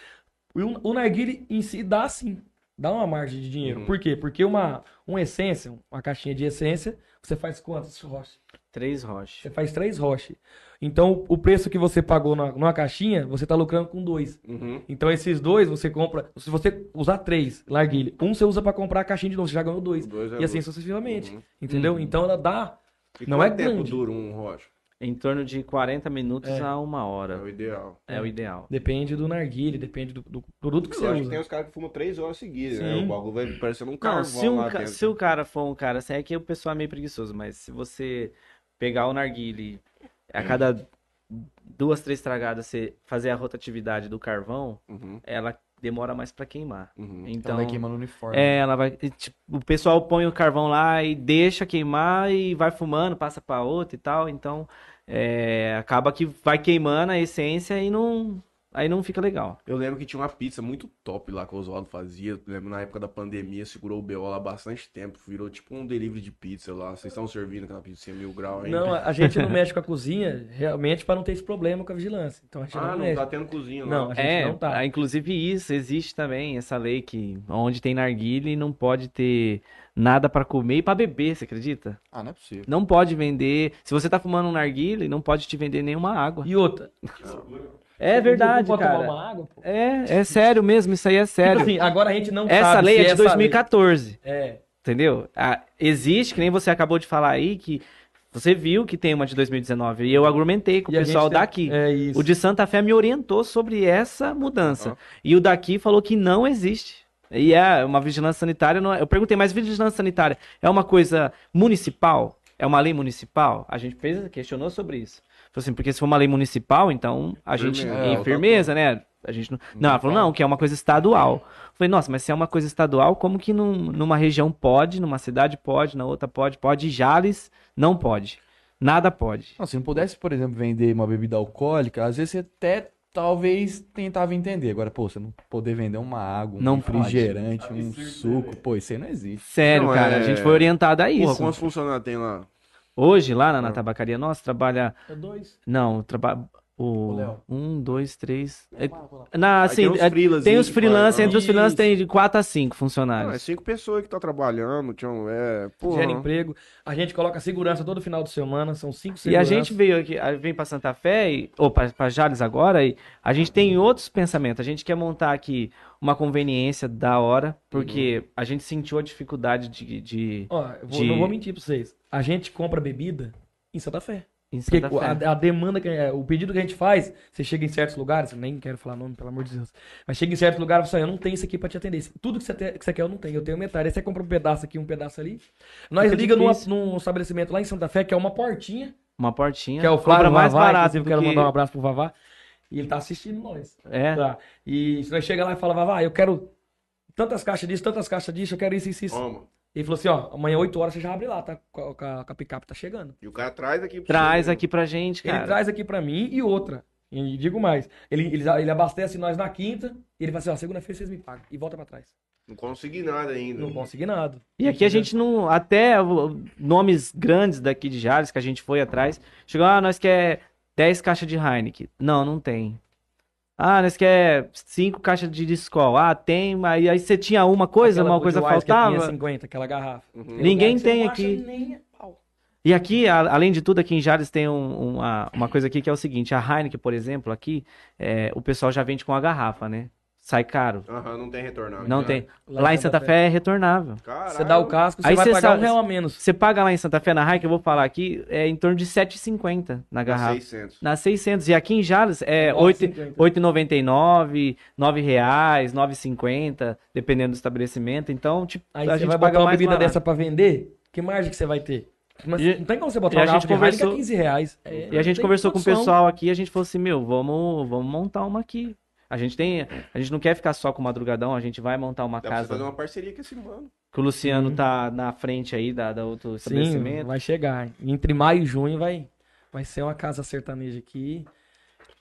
C: E o, o narguile em si dá sim, dá uma margem de dinheiro.
A: Uhum.
C: Por quê? Porque uma, uma essência, uma caixinha de essência, você faz quantas rochas?
B: Três rochas.
C: Você faz três rochas. Então, o preço que você pagou na, numa caixinha, você tá lucrando com dois.
A: Uhum.
C: Então, esses dois você compra. Se você usar três, larguilha. Um você usa pra comprar a caixinha de novo, você já ganhou dois.
A: Dois é
C: E assim
A: dois.
C: sucessivamente.
A: Uhum.
C: Entendeu?
D: Uhum.
C: Então, ela dá.
A: E
C: não é
A: quanto tempo
C: grande.
A: dura um rocha?
B: Em torno de 40 minutos a uma
A: É
B: hora.
A: o ideal.
B: É o ideal.
C: Depende do narguile, depende do, do produto que você
A: Lógico que
C: usa.
A: tem os caras que fumam três horas seguidas, né?
C: Sim.
A: O bagulho vai parecendo um carvão
B: Não, se, um
A: lá
B: ca-
A: dentro.
B: se o cara for um cara assim, é que o pessoal é meio preguiçoso, mas se você pegar o narguile a cada duas, três tragadas, você fazer a rotatividade do carvão,
A: Uhum,
B: ela demora mais pra queimar.
A: uhum.
D: Então
B: Então,
D: vai queimando o uniforme.
B: é, ela vai. e, tipo, o pessoal põe o carvão lá e deixa queimar e vai fumando, passa pra outra e tal. Então, é, acaba que vai queimando a essência e não. Aí não fica legal.
A: Eu lembro que tinha uma pizza muito top lá que o Oswaldo fazia. Eu lembro na época da pandemia, segurou o BO lá bastante tempo. Virou tipo um delivery de pizza lá. Vocês estão servindo aquela pizza mil grau ainda?
C: Não, a a gente não mexe com a cozinha realmente para não ter esse problema com a vigilância. Então a gente
A: Ah,
C: não
A: não
C: mexe.
A: tá tendo cozinha lá.
C: Não, a gente
B: É,
C: não tá.
B: ah, inclusive isso, existe também essa lei que onde tem narguile não pode ter nada pra comer e pra beber, você acredita?
D: Ah, não é possível.
B: Não pode vender. Se você tá fumando um narguile, não pode te vender nenhuma água.
C: E outra.
B: É
C: você
B: verdade,
C: não pode
B: cara.
C: Tomar uma água, pô?
B: É, é sério mesmo, isso aí é
C: Tipo
B: sério.
C: assim, agora a gente não
B: essa
C: sabe
B: lei
C: se
B: é de
C: essa
B: 2014.
C: lei- É.
B: Entendeu? Ah, existe, que nem você acabou de falar aí, que você viu que tem uma de 2019. E eu argumentei com o
C: E a
B: pessoal
C: gente tem-
B: daqui.
C: É isso.
B: O de Santa Fé me orientou sobre essa mudança. E o daqui falou que não existe. E é uma vigilância sanitária. Não é... Eu perguntei, mas vigilância sanitária é uma coisa municipal? É uma lei municipal? A gente fez, questionou sobre isso. Falou assim, porque se for uma lei municipal, então a gente.
A: Firmeza.
B: em
A: É,
B: firmeza, né? A gente não. Não, ela falou, não, que é uma coisa estadual. Eu falei, nossa, mas se é uma coisa estadual, como que num- numa região pode, numa cidade pode, na outra pode, pode, e Jales não pode. Nada pode.
D: Não, se não pudesse, por exemplo, vender uma bebida alcoólica, às vezes você até talvez tentava entender. Agora, pô, você não poder vender uma água, um
B: Não pode.
D: refrigerante, um suco, pô, isso aí não existe.
B: Sério,
A: Não,
B: cara,
A: é-
B: a gente foi orientado a isso.
A: Porra, quantos funcionários tem lá?
B: Hoje, lá na, na
A: Ah.
B: tabacaria nossa, trabalha.
C: É dois.
B: Não, trabalha. O.
D: Léo.
B: um, dois, três. é-
C: Léo.
B: na,
A: Aí
B: assim, é-
A: tem uns freelas
B: tem
A: aí
B: os
A: que
B: freelancers,
A: fazem,
B: entre os
C: Isso.
B: freelancers tem de 4 a 5
A: não. Não, é
B: funcionários.
A: cinco pessoas que tá trabalhando, tchau, é... Porra.
C: Gera emprego. A gente coloca segurança todo final de semana. São cinco
B: E a
C: seguranças.
B: gente veio aqui, a- vem pra Santa Fé, e, ou pra pra Jales agora, e a gente tem outros pensamentos. A gente quer montar aqui uma conveniência da hora, porque
C: Uhum.
B: a gente sentiu a dificuldade de. de
C: Ó, eu vou-
B: de-
C: não vou mentir pra vocês. A gente compra bebida em Santa Fé.
B: em
C: Porque
B: Santa Fé.
C: a, a demanda, que é- o pedido que a gente faz, você chega em certos lugares, eu nem quero falar nome, pelo amor de Deus, mas chega em certos lugares e fala assim, "Ó, eu não tenho isso aqui pra te atender. Isso- Tudo que você, te- que você quer eu não tenho, eu tenho metade. Aí você compra um pedaço aqui, um pedaço ali. Nós
B: Fica
C: liga numa-
B: difícil.
C: num estabelecimento lá em Santa Fé, que é uma portinha,
B: Uma portinha.
C: que é o
B: Cobra
C: Flávio
B: mais
C: Vavá,
B: barato.
C: inclusive,
B: do
C: quero
B: que-
C: mandar um abraço pro Vavá. E ele tá assistindo nós.
B: É.
C: Tá. E se nós chega lá e fala, Vavá, eu quero tantas caixas disso, tantas caixas disso, eu quero isso, isso, isso.
A: Toma.
C: Ele falou assim, ó, amanhã 8 horas você já abre lá, tá? Com a, com a- com a picape tá chegando.
A: E o cara traz aqui pra você,
B: Traz
A: né?
B: aqui pra gente,
C: Ele
B: cara.
C: traz aqui pra mim e outra. E digo mais. Ele, ele, ele abastece nós na quinta e ele fala assim, ó, segunda-feira vocês me pagam. E volta pra trás.
A: Não consegui nada ainda.
C: Não consegui nada.
B: E aqui a gente não. Até o- nomes grandes daqui de Jales que a gente foi atrás. Chegou, ah, nós quer 10 caixas de Heineken. Não, não tem. Ah, nós quer 5 caixas de Discol. Ah, tem, mas aí você tinha uma coisa,
C: Aquela
B: uma coisa
C: Budweiser que
B: faltava.
C: tinha assim. 50, aquela garrafa.
A: Uhum.
C: lugar
B: Ninguém
C: que você
B: tem
C: não acha
B: aqui.
C: nem a pau.
B: E aqui, a- além de tudo, aqui em Jales tem um- uma, uma coisa aqui que é o seguinte: a Heineken, por exemplo, aqui, é, o pessoal já vende com a garrafa, né? Sai caro.
A: Aham, não tem retornado.
B: Não tem. Lá em Santa Fé é retornável.
A: Caralho.
C: Você dá o casco, você
B: Aí
C: vai
B: você
C: pagar
B: sabe-
C: um real a menos.
B: Você paga lá em Santa Fé, na Heineken, eu vou falar aqui, é em torno de 7,50
A: Dá
B: na garrafa.
A: 600.
B: Na 600. E aqui em Jales é
C: Nove e
B: oito-
C: cinquenta.
B: 8,99, R$ reais, 9,50, dependendo do estabelecimento. Então, tipo,
C: Aí
B: a
C: você
B: gente
C: vai
B: paga
C: pagar uma
B: mais
C: bebida
B: barato.
C: dessa pra vender, que margem que você vai ter? Mas
B: E-
C: não tem como você
B: e
C: botar
B: a
C: uma garrafa
B: gente
C: de Heineken
B: conversou-
C: a 15 reais. É,
B: E a
C: não
B: gente
C: tem
B: conversou com o
C: condição.
B: pessoal aqui, a gente falou assim, meu, vamos, vamos montar uma aqui. A gente tem, a gente não quer ficar só com o madrugadão, a gente vai montar uma
A: Dá pra você
B: casa.
A: fazer uma parceria com esse mano.
B: Que o Luciano tá na frente aí da, da outro
C: Uhum. Sim,
B: estabelecimento.
C: vai chegar. Entre maio e junho vai, vai ser uma casa sertaneja aqui.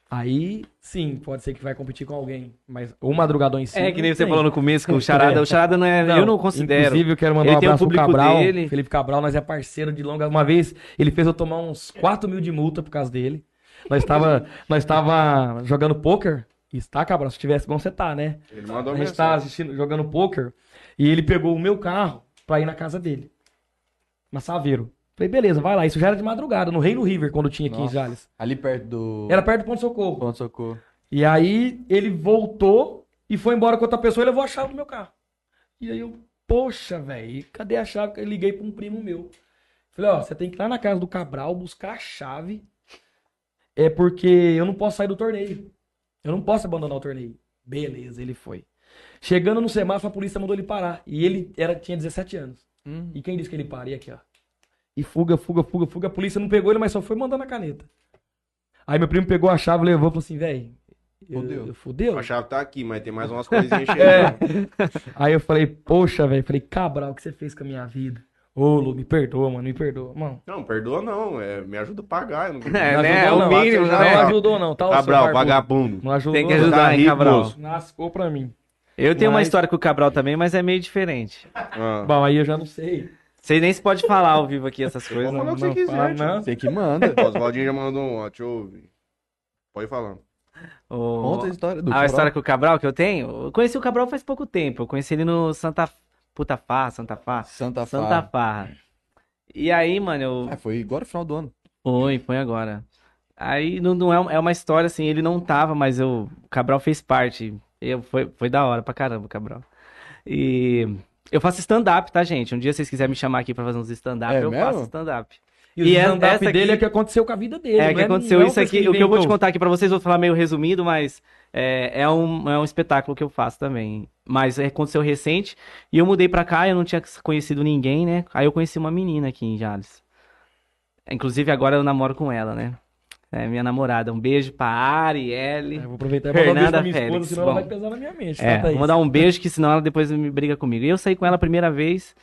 C: Aí, sim, pode ser que vai competir com alguém. Mas o madrugadão em si.
B: É que nem
C: não
B: você
C: tem.
B: falou no começo
C: <laughs>
B: com o Charada. O Charada não é. eu não considero.
C: Inclusive, eu quero mandar
B: Ele
C: um
B: tem um
C: abraço pro
B: público
C: Cabral.
B: dele.
C: Felipe Cabral, nós é parceiro de longa. Uma vez ele fez eu tomar uns 4 mil de multa por causa dele. Nós estava <laughs> nós tava jogando pôquer. E Está, Cabral, se tivesse bom, você tá, né?
A: Ele mandou
C: A gente
A: mensagem.
C: tava assistindo, jogando pôquer e ele pegou o meu carro pra ir na casa dele. Na Saveiro. Falei, beleza, vai lá. Isso já era de madrugada, no Rei do River, quando tinha aqui em
D: Nossa.
C: Jales.
D: Ali perto do.
C: Era perto do ponto-socorro.
D: Ponto socorro.
C: E aí ele voltou e foi embora com outra pessoa e levou a chave do meu carro. E aí eu, poxa, velho, cadê a chave? Eu liguei pra um primo meu. Falei, ó, você tem que ir lá na casa do Cabral buscar a chave. É porque eu não posso sair do torneio. Eu não posso abandonar o torneio. Beleza, ele foi. Chegando no semáforo, a polícia mandou ele parar. E ele era, tinha 17 anos.
D: Hum.
C: E quem disse que ele para? E aqui, ó. E fuga, fuga, fuga, fuga. A polícia não pegou ele, mas só foi mandando a caneta. Aí meu primo pegou a chave, levou e falou assim, velho.
D: Fudeu.
C: Fudeu.
A: A chave tá aqui, mas tem mais
B: <laughs>
A: umas coisinhas
B: É.
A: chegando.
C: Aí eu falei, poxa, velho. Falei, Cabral, o que você fez com a minha vida? Ô, Lu, me perdoa, mano, me perdoa. Mano,
A: Não, perdoa não. É, me ajuda a pagar. Eu não...
B: <laughs> É,
C: não
B: né?
C: ajudou,
B: o
C: não.
B: mínimo,
C: não
B: né?
C: ajudou, não. Tá o seu
A: Cabral,
C: barbudo.
A: vagabundo.
C: Não ajudou.
B: Tem que
C: não.
B: ajudar,
A: Tá
B: hein,
A: rico,
B: Cabral.
A: moço.
C: Lascou pra mim.
B: Eu tenho uma
C: Mas-
B: história com o Cabral também, mas é meio diferente.
A: Ah.
C: Bom, aí eu já não sei.
B: Você nem se pode falar ao vivo
A: <laughs>
B: aqui essas coisas.
A: Pode falar o que
C: não,
A: você quiser,
C: fala,
A: tio.
D: Você
B: <laughs>
D: que manda.
A: O Ah, Oswaldinho já mandou um, ó, deixa eu ouvir. Pode falar.
B: O-
D: Conta a história do
B: Ah, a
D: Cabral.
B: história com o Cabral que eu tenho? Eu conheci o Cabral faz pouco tempo. Eu conheci ele no Santa... Puta Farra, Santa Farra.
D: Santa Fá.
B: Santa Farra. E aí, mano, eu...
D: Ah, foi agora no final do ano.
B: Foi, foi agora. Aí não, não é, é uma história assim, ele não tava, mas eu, o Cabral fez parte. Eu, foi, foi da hora pra caramba, Cabral. E eu faço stand-up, tá, gente? Um dia se vocês quiserem me chamar aqui pra fazer uns stand-up,
D: É
B: eu
D: mesmo?
B: faço stand-up.
C: E o
B: E é-
C: stand-up
B: essa aqui-
C: dele é o que aconteceu com a vida dele.
B: É,
C: não
B: que
C: não
B: aconteceu
C: é uma
B: isso
C: coisa
B: aqui.
C: ele
B: o que eu vou te
C: inventou.
B: contar aqui pra vocês, vou falar meio resumido, mas é, é um, é um espetáculo que eu faço também. Mas é, aconteceu recente e eu mudei pra cá, eu não tinha conhecido ninguém, né? Aí eu conheci uma menina aqui em Jales. Inclusive agora eu namoro com ela, né? É minha namorada. Um beijo pra
C: É,
B: Arielle.
C: eu vou aproveitar e mandar um beijo pra
B: Fernanda
C: minha esposa,
B: Félix,
C: senão ela
B: bom.
C: vai pesar na minha mente.
B: É,
C: tá, Thaís?
B: vou mandar um beijo que senão ela depois me briga comigo. E eu saí com ela a primeira vez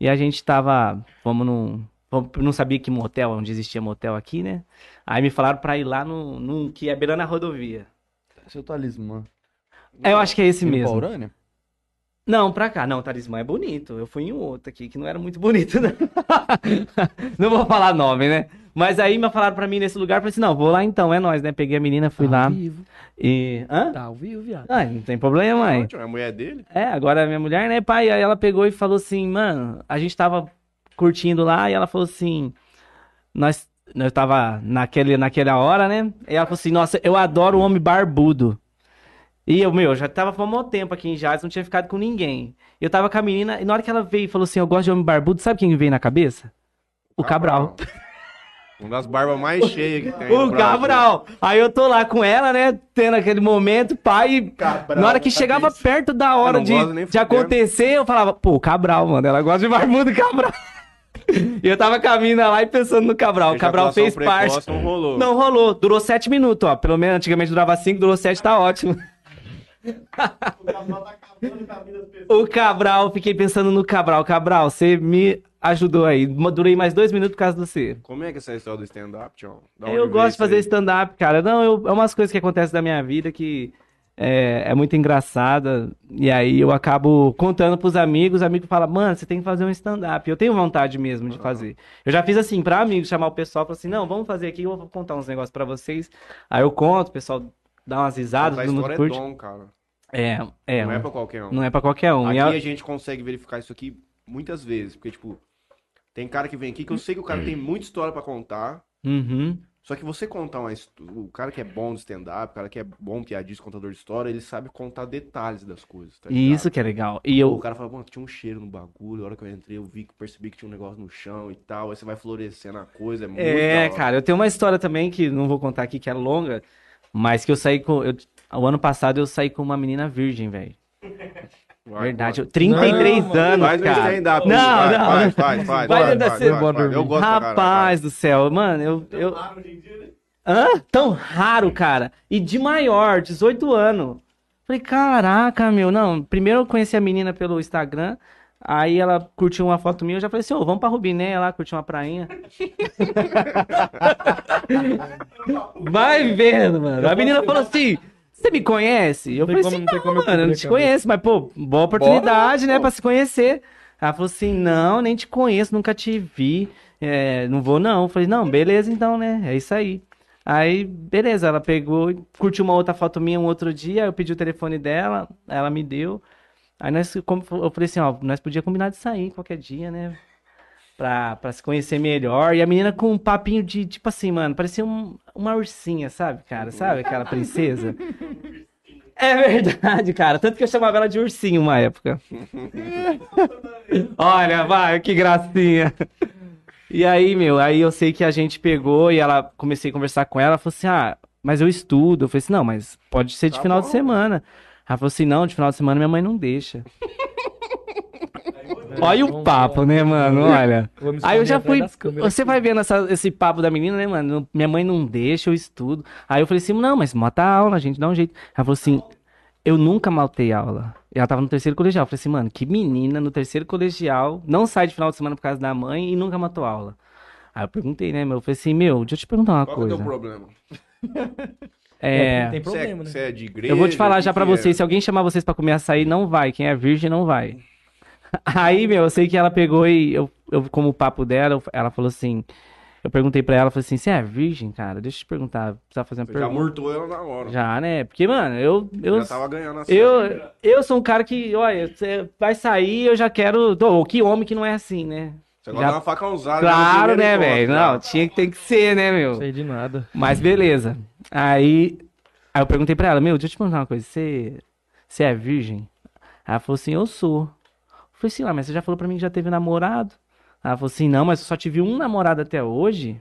B: e a gente tava, vamos num, vamos- não sabia que motel, onde existia motel aqui, né? Aí me falaram pra ir lá no, num que é beirando a rodovia.
D: Seu talismã.
B: É, eu acho que é esse mesmo.
D: Paurânia?
B: Não, pra cá. Não, Talismã é bonito. Eu fui em um outro aqui que não era muito <laughs> bonito, né? Não vou falar nome, né? Mas aí me falaram pra mim nesse lugar, eu falei assim, não, vou lá então, é nóis, né? Peguei a menina, fui
C: Tá
B: lá
C: ao vivo.
B: e... Hã?
C: Tá ao vivo, viado.
B: Ah, não tem problema, mãe.
A: Ótimo, é a mulher dele?
B: É, agora a minha mulher, né, pai? Aí ela pegou e falou assim, mano, a gente tava curtindo lá e ela falou assim, nós, nós tava naquele, naquela hora, né? E ela falou assim, nossa, eu adoro o homem barbudo. E eu, meu, já tava há um tempo aqui em Jales, não tinha ficado com ninguém. Eu tava com a menina e na hora que ela veio e falou assim, eu gosto de homem barbudo, sabe quem me veio na cabeça? O Cabral.
A: Uma das barbas mais cheias que tem.
B: O
A: no Brasil.
B: Cabral. Aí eu tô lá com ela, né? Tendo aquele momento, pai.
A: Cabral,
B: na hora que chegava
A: cabeça.
B: perto da hora
A: não
B: de,
A: gosto nem
B: de
A: fudendo.
B: acontecer, eu falava, pô, Cabral, mano. Ela gosta de barbudo Cabral. <laughs> E eu tava caminhando lá e pensando no Cabral. O Cabral
A: Ejaculação
B: fez
A: um precoce um
B: parte.
A: Não rolou.
B: Não rolou. Durou sete minutos, ó. Pelo menos antigamente durava cinco, durou sete, tá ótimo. <laughs> O Cabral, fiquei pensando no Cabral. Cabral, você me ajudou aí. Durei mais dois minutos por causa do você.
A: Como é que é essa história do stand-up, Tião? Da onde
B: Eu
A: veio
B: gosto de
A: isso
B: fazer
A: um aí?
B: stand-up, cara. Não, eu- é umas coisas que acontecem da minha vida que é, é muito engraçada. E aí eu acabo contando pros amigos. O amigo fala, mano, você tem que fazer um stand-up. Eu tenho vontade mesmo de fazer. Eu já fiz assim, pra amigos, chamar o pessoal, falar assim, não, vamos fazer aqui, eu vou contar uns negócios pra vocês. Aí eu conto, o pessoal dá umas risadas,
A: Contar
B: todo mundo
A: história
B: curte.
A: é dom, cara.
B: É, é,
A: não é pra qualquer um.
B: qualquer um.
A: Aqui
B: E
A: a
B: eu-
A: gente consegue verificar isso aqui muitas vezes, porque, tipo, tem cara que vem aqui que eu sei que o cara tem muita história pra contar,
B: Uhum.
A: só que você contar uma his- o cara que é bom de stand-up, o cara que é bom piadista, contador de história, ele sabe contar detalhes das coisas, tá
B: E
A: ligado?
B: isso que é legal. E
A: Pô, O
B: eu.
A: cara fala, mano, tinha um cheiro no bagulho, a hora que eu entrei, eu vi que percebi que tinha um negócio no chão e tal, aí você vai florescendo a coisa, é muito
B: É,
A: da hora.
B: cara, eu tenho uma história também que não vou contar aqui, que é longa, mas que eu saí com. eu- o ano passado eu saí com uma menina virgem, velho.
A: Vai,
B: Verdade.
A: vai.
B: eu- 33
C: Não, mano.
B: anos,
A: Faz um
B: cara.
A: stand-up,
B: Não,
A: vai,
B: não.
A: Faz, faz, faz,
B: Vai
A: vai,
B: tentar
A: vai,
B: ser
A: vai,
C: bom
A: vai. Eu
C: dormir.
A: gosto pra caralho,
B: Rapaz do céu, mano, eu. eu... Hã? Tão raro, cara. E de maior, 18 anos. Falei, caraca, meu. Não, primeiro eu conheci a menina pelo Instagram. Aí ela curtiu uma foto minha, eu já falei assim, ô, vamos pra Rubiné lá, curtir uma prainha. Vai vendo, mano. A menina falou assim, você me conhece? Eu
C: Não
B: falei
C: tem
B: assim,
C: como- não tem como eu
B: mano, eu não te
C: complicar,
B: conheço, mas, pô, boa oportunidade, né, pra se conhecer. Ela falou assim, não, nem te conheço, nunca te vi, é, não vou não. Eu falei, não, beleza então, né, é isso aí. Aí, beleza, ela pegou, e curtiu uma outra foto minha um outro dia, eu pedi o telefone dela, ela me deu. Aí nós, como, eu falei assim, ó, nós podíamos combinar de sair qualquer dia, né? Pra, pra se conhecer melhor. E a menina com um papinho de, tipo assim, mano, parecia um- uma ursinha, sabe, cara? Sabe aquela princesa? É verdade, cara. Tanto que eu chamava ela de ursinho uma época. <laughs> Olha, vai, que gracinha. E aí, meu, aí eu sei que a gente pegou e ela comecei a conversar com ela, ela falou assim: "Ah, mas eu estudo". Eu falei assim: "Não, mas pode ser de
A: Tá
B: final de
A: bom.
B: semana". Ela falou assim: "Não, de final de semana minha mãe não deixa". Olha o papo, né, mano? Olha.
C: Vou me esconder
B: Aí eu já
C: atrás
B: fui.
C: das câmeras
B: Você
C: aqui.
B: vai vendo essa- esse papo da menina, né, mano? Minha mãe não deixa, eu estudo. Aí eu falei assim: não, mas mata a aula, a gente dá um jeito. Ela falou assim: eu nunca maltei aula. E Ela tava no terceiro colegial. Eu falei assim, mano, que menina no terceiro colegial não sai de final de semana por causa da mãe e nunca matou aula. Aí eu perguntei, né, meu? Eu falei assim, meu, deixa eu te perguntar uma
A: Qual que é o teu
B: coisa.
A: problema?
B: É.
C: Tem problema,
A: você, é,
C: né?
A: você é de igreja?
B: Eu vou te falar
A: Que
B: já pra
A: que é?
B: vocês, se alguém chamar vocês pra comer açaí, não vai. Quem é virgem, não vai. <laughs> Aí, meu, eu sei que ela pegou e eu, eu como o papo dela, eu- ela falou assim. Eu perguntei pra ela, eu falei assim, você é virgem, cara? Deixa eu te perguntar, precisa fazer uma
A: Você já
B: pergunta.
A: murtou ela na hora.
B: Já, né? Porque, mano, eu. eu
A: Já tava ganhando a
B: eu, eu sou um cara que, olha, você vai sair, eu já quero. Ô, que homem que não é assim, né?
A: Você gosta de
B: já-
A: uma faca usada. já no
B: Claro,
A: primeiro
B: né,
A: encontro,
B: velho?
A: né?
B: Não, tinha que tem que ser, né, meu?
C: Não sei é de nada.
B: Mas beleza. Aí, aí eu perguntei pra ela, meu, deixa eu te perguntar uma coisa, você, você é virgem? Ela falou assim, eu sou. Eu falei assim, ah, mas você já falou pra mim que já teve namorado? Ela falou assim, não, mas eu só tive um namorado até hoje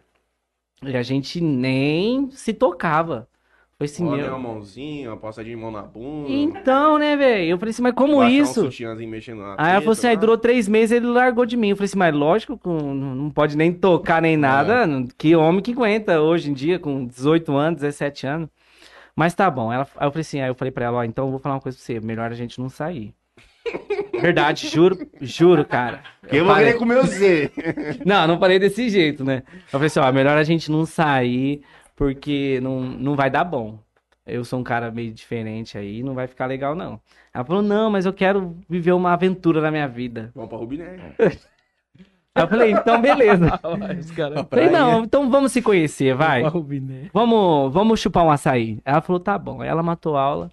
B: e a gente nem se tocava. Eu falei assim,
A: Olha é um
B: meu...
A: uma mãozinha, uma passadinha de mão na bunda.
B: Então, né, velho? Eu falei assim, mas como
A: baixar um
B: isso?
A: sutiãzinho mexendo na
B: Aí ela falou assim,
A: teta,
B: aí
A: né?
B: durou três meses ele largou de mim. Eu falei assim, mas lógico, com- não não pode nem tocar nem
A: É.
B: nada. não- Que homem que aguenta hoje em dia, com 18 anos, 17 anos. Mas tá bom. Ela, aí eu falei assim, aí eu falei pra ela, ó, então eu vou falar uma coisa pra você, melhor a gente
A: <laughs>
B: não sair. Verdade, juro, juro, cara.
A: Que eu vou
B: falei.
A: querer comer você.
B: Não, não falei desse jeito, né? Eu falei assim, ó, melhor a gente não sair, porque não, não vai dar bom. Eu sou um cara meio diferente aí, não vai ficar legal, não. Ela falou, não, mas eu quero viver uma aventura na minha vida.
A: <laughs> Vamos pra
B: Tá
A: Rubiné.
B: Aí eu falei, então
C: <laughs>
B: beleza.
C: <laughs> Ah, vai, os caras. né?
B: Falei, não, então vamos se conhecer, vai.
C: Pra Rubiné.
B: Vamos, vamos chupar um açaí. Ela falou, tá bom. Aí ela matou a aula.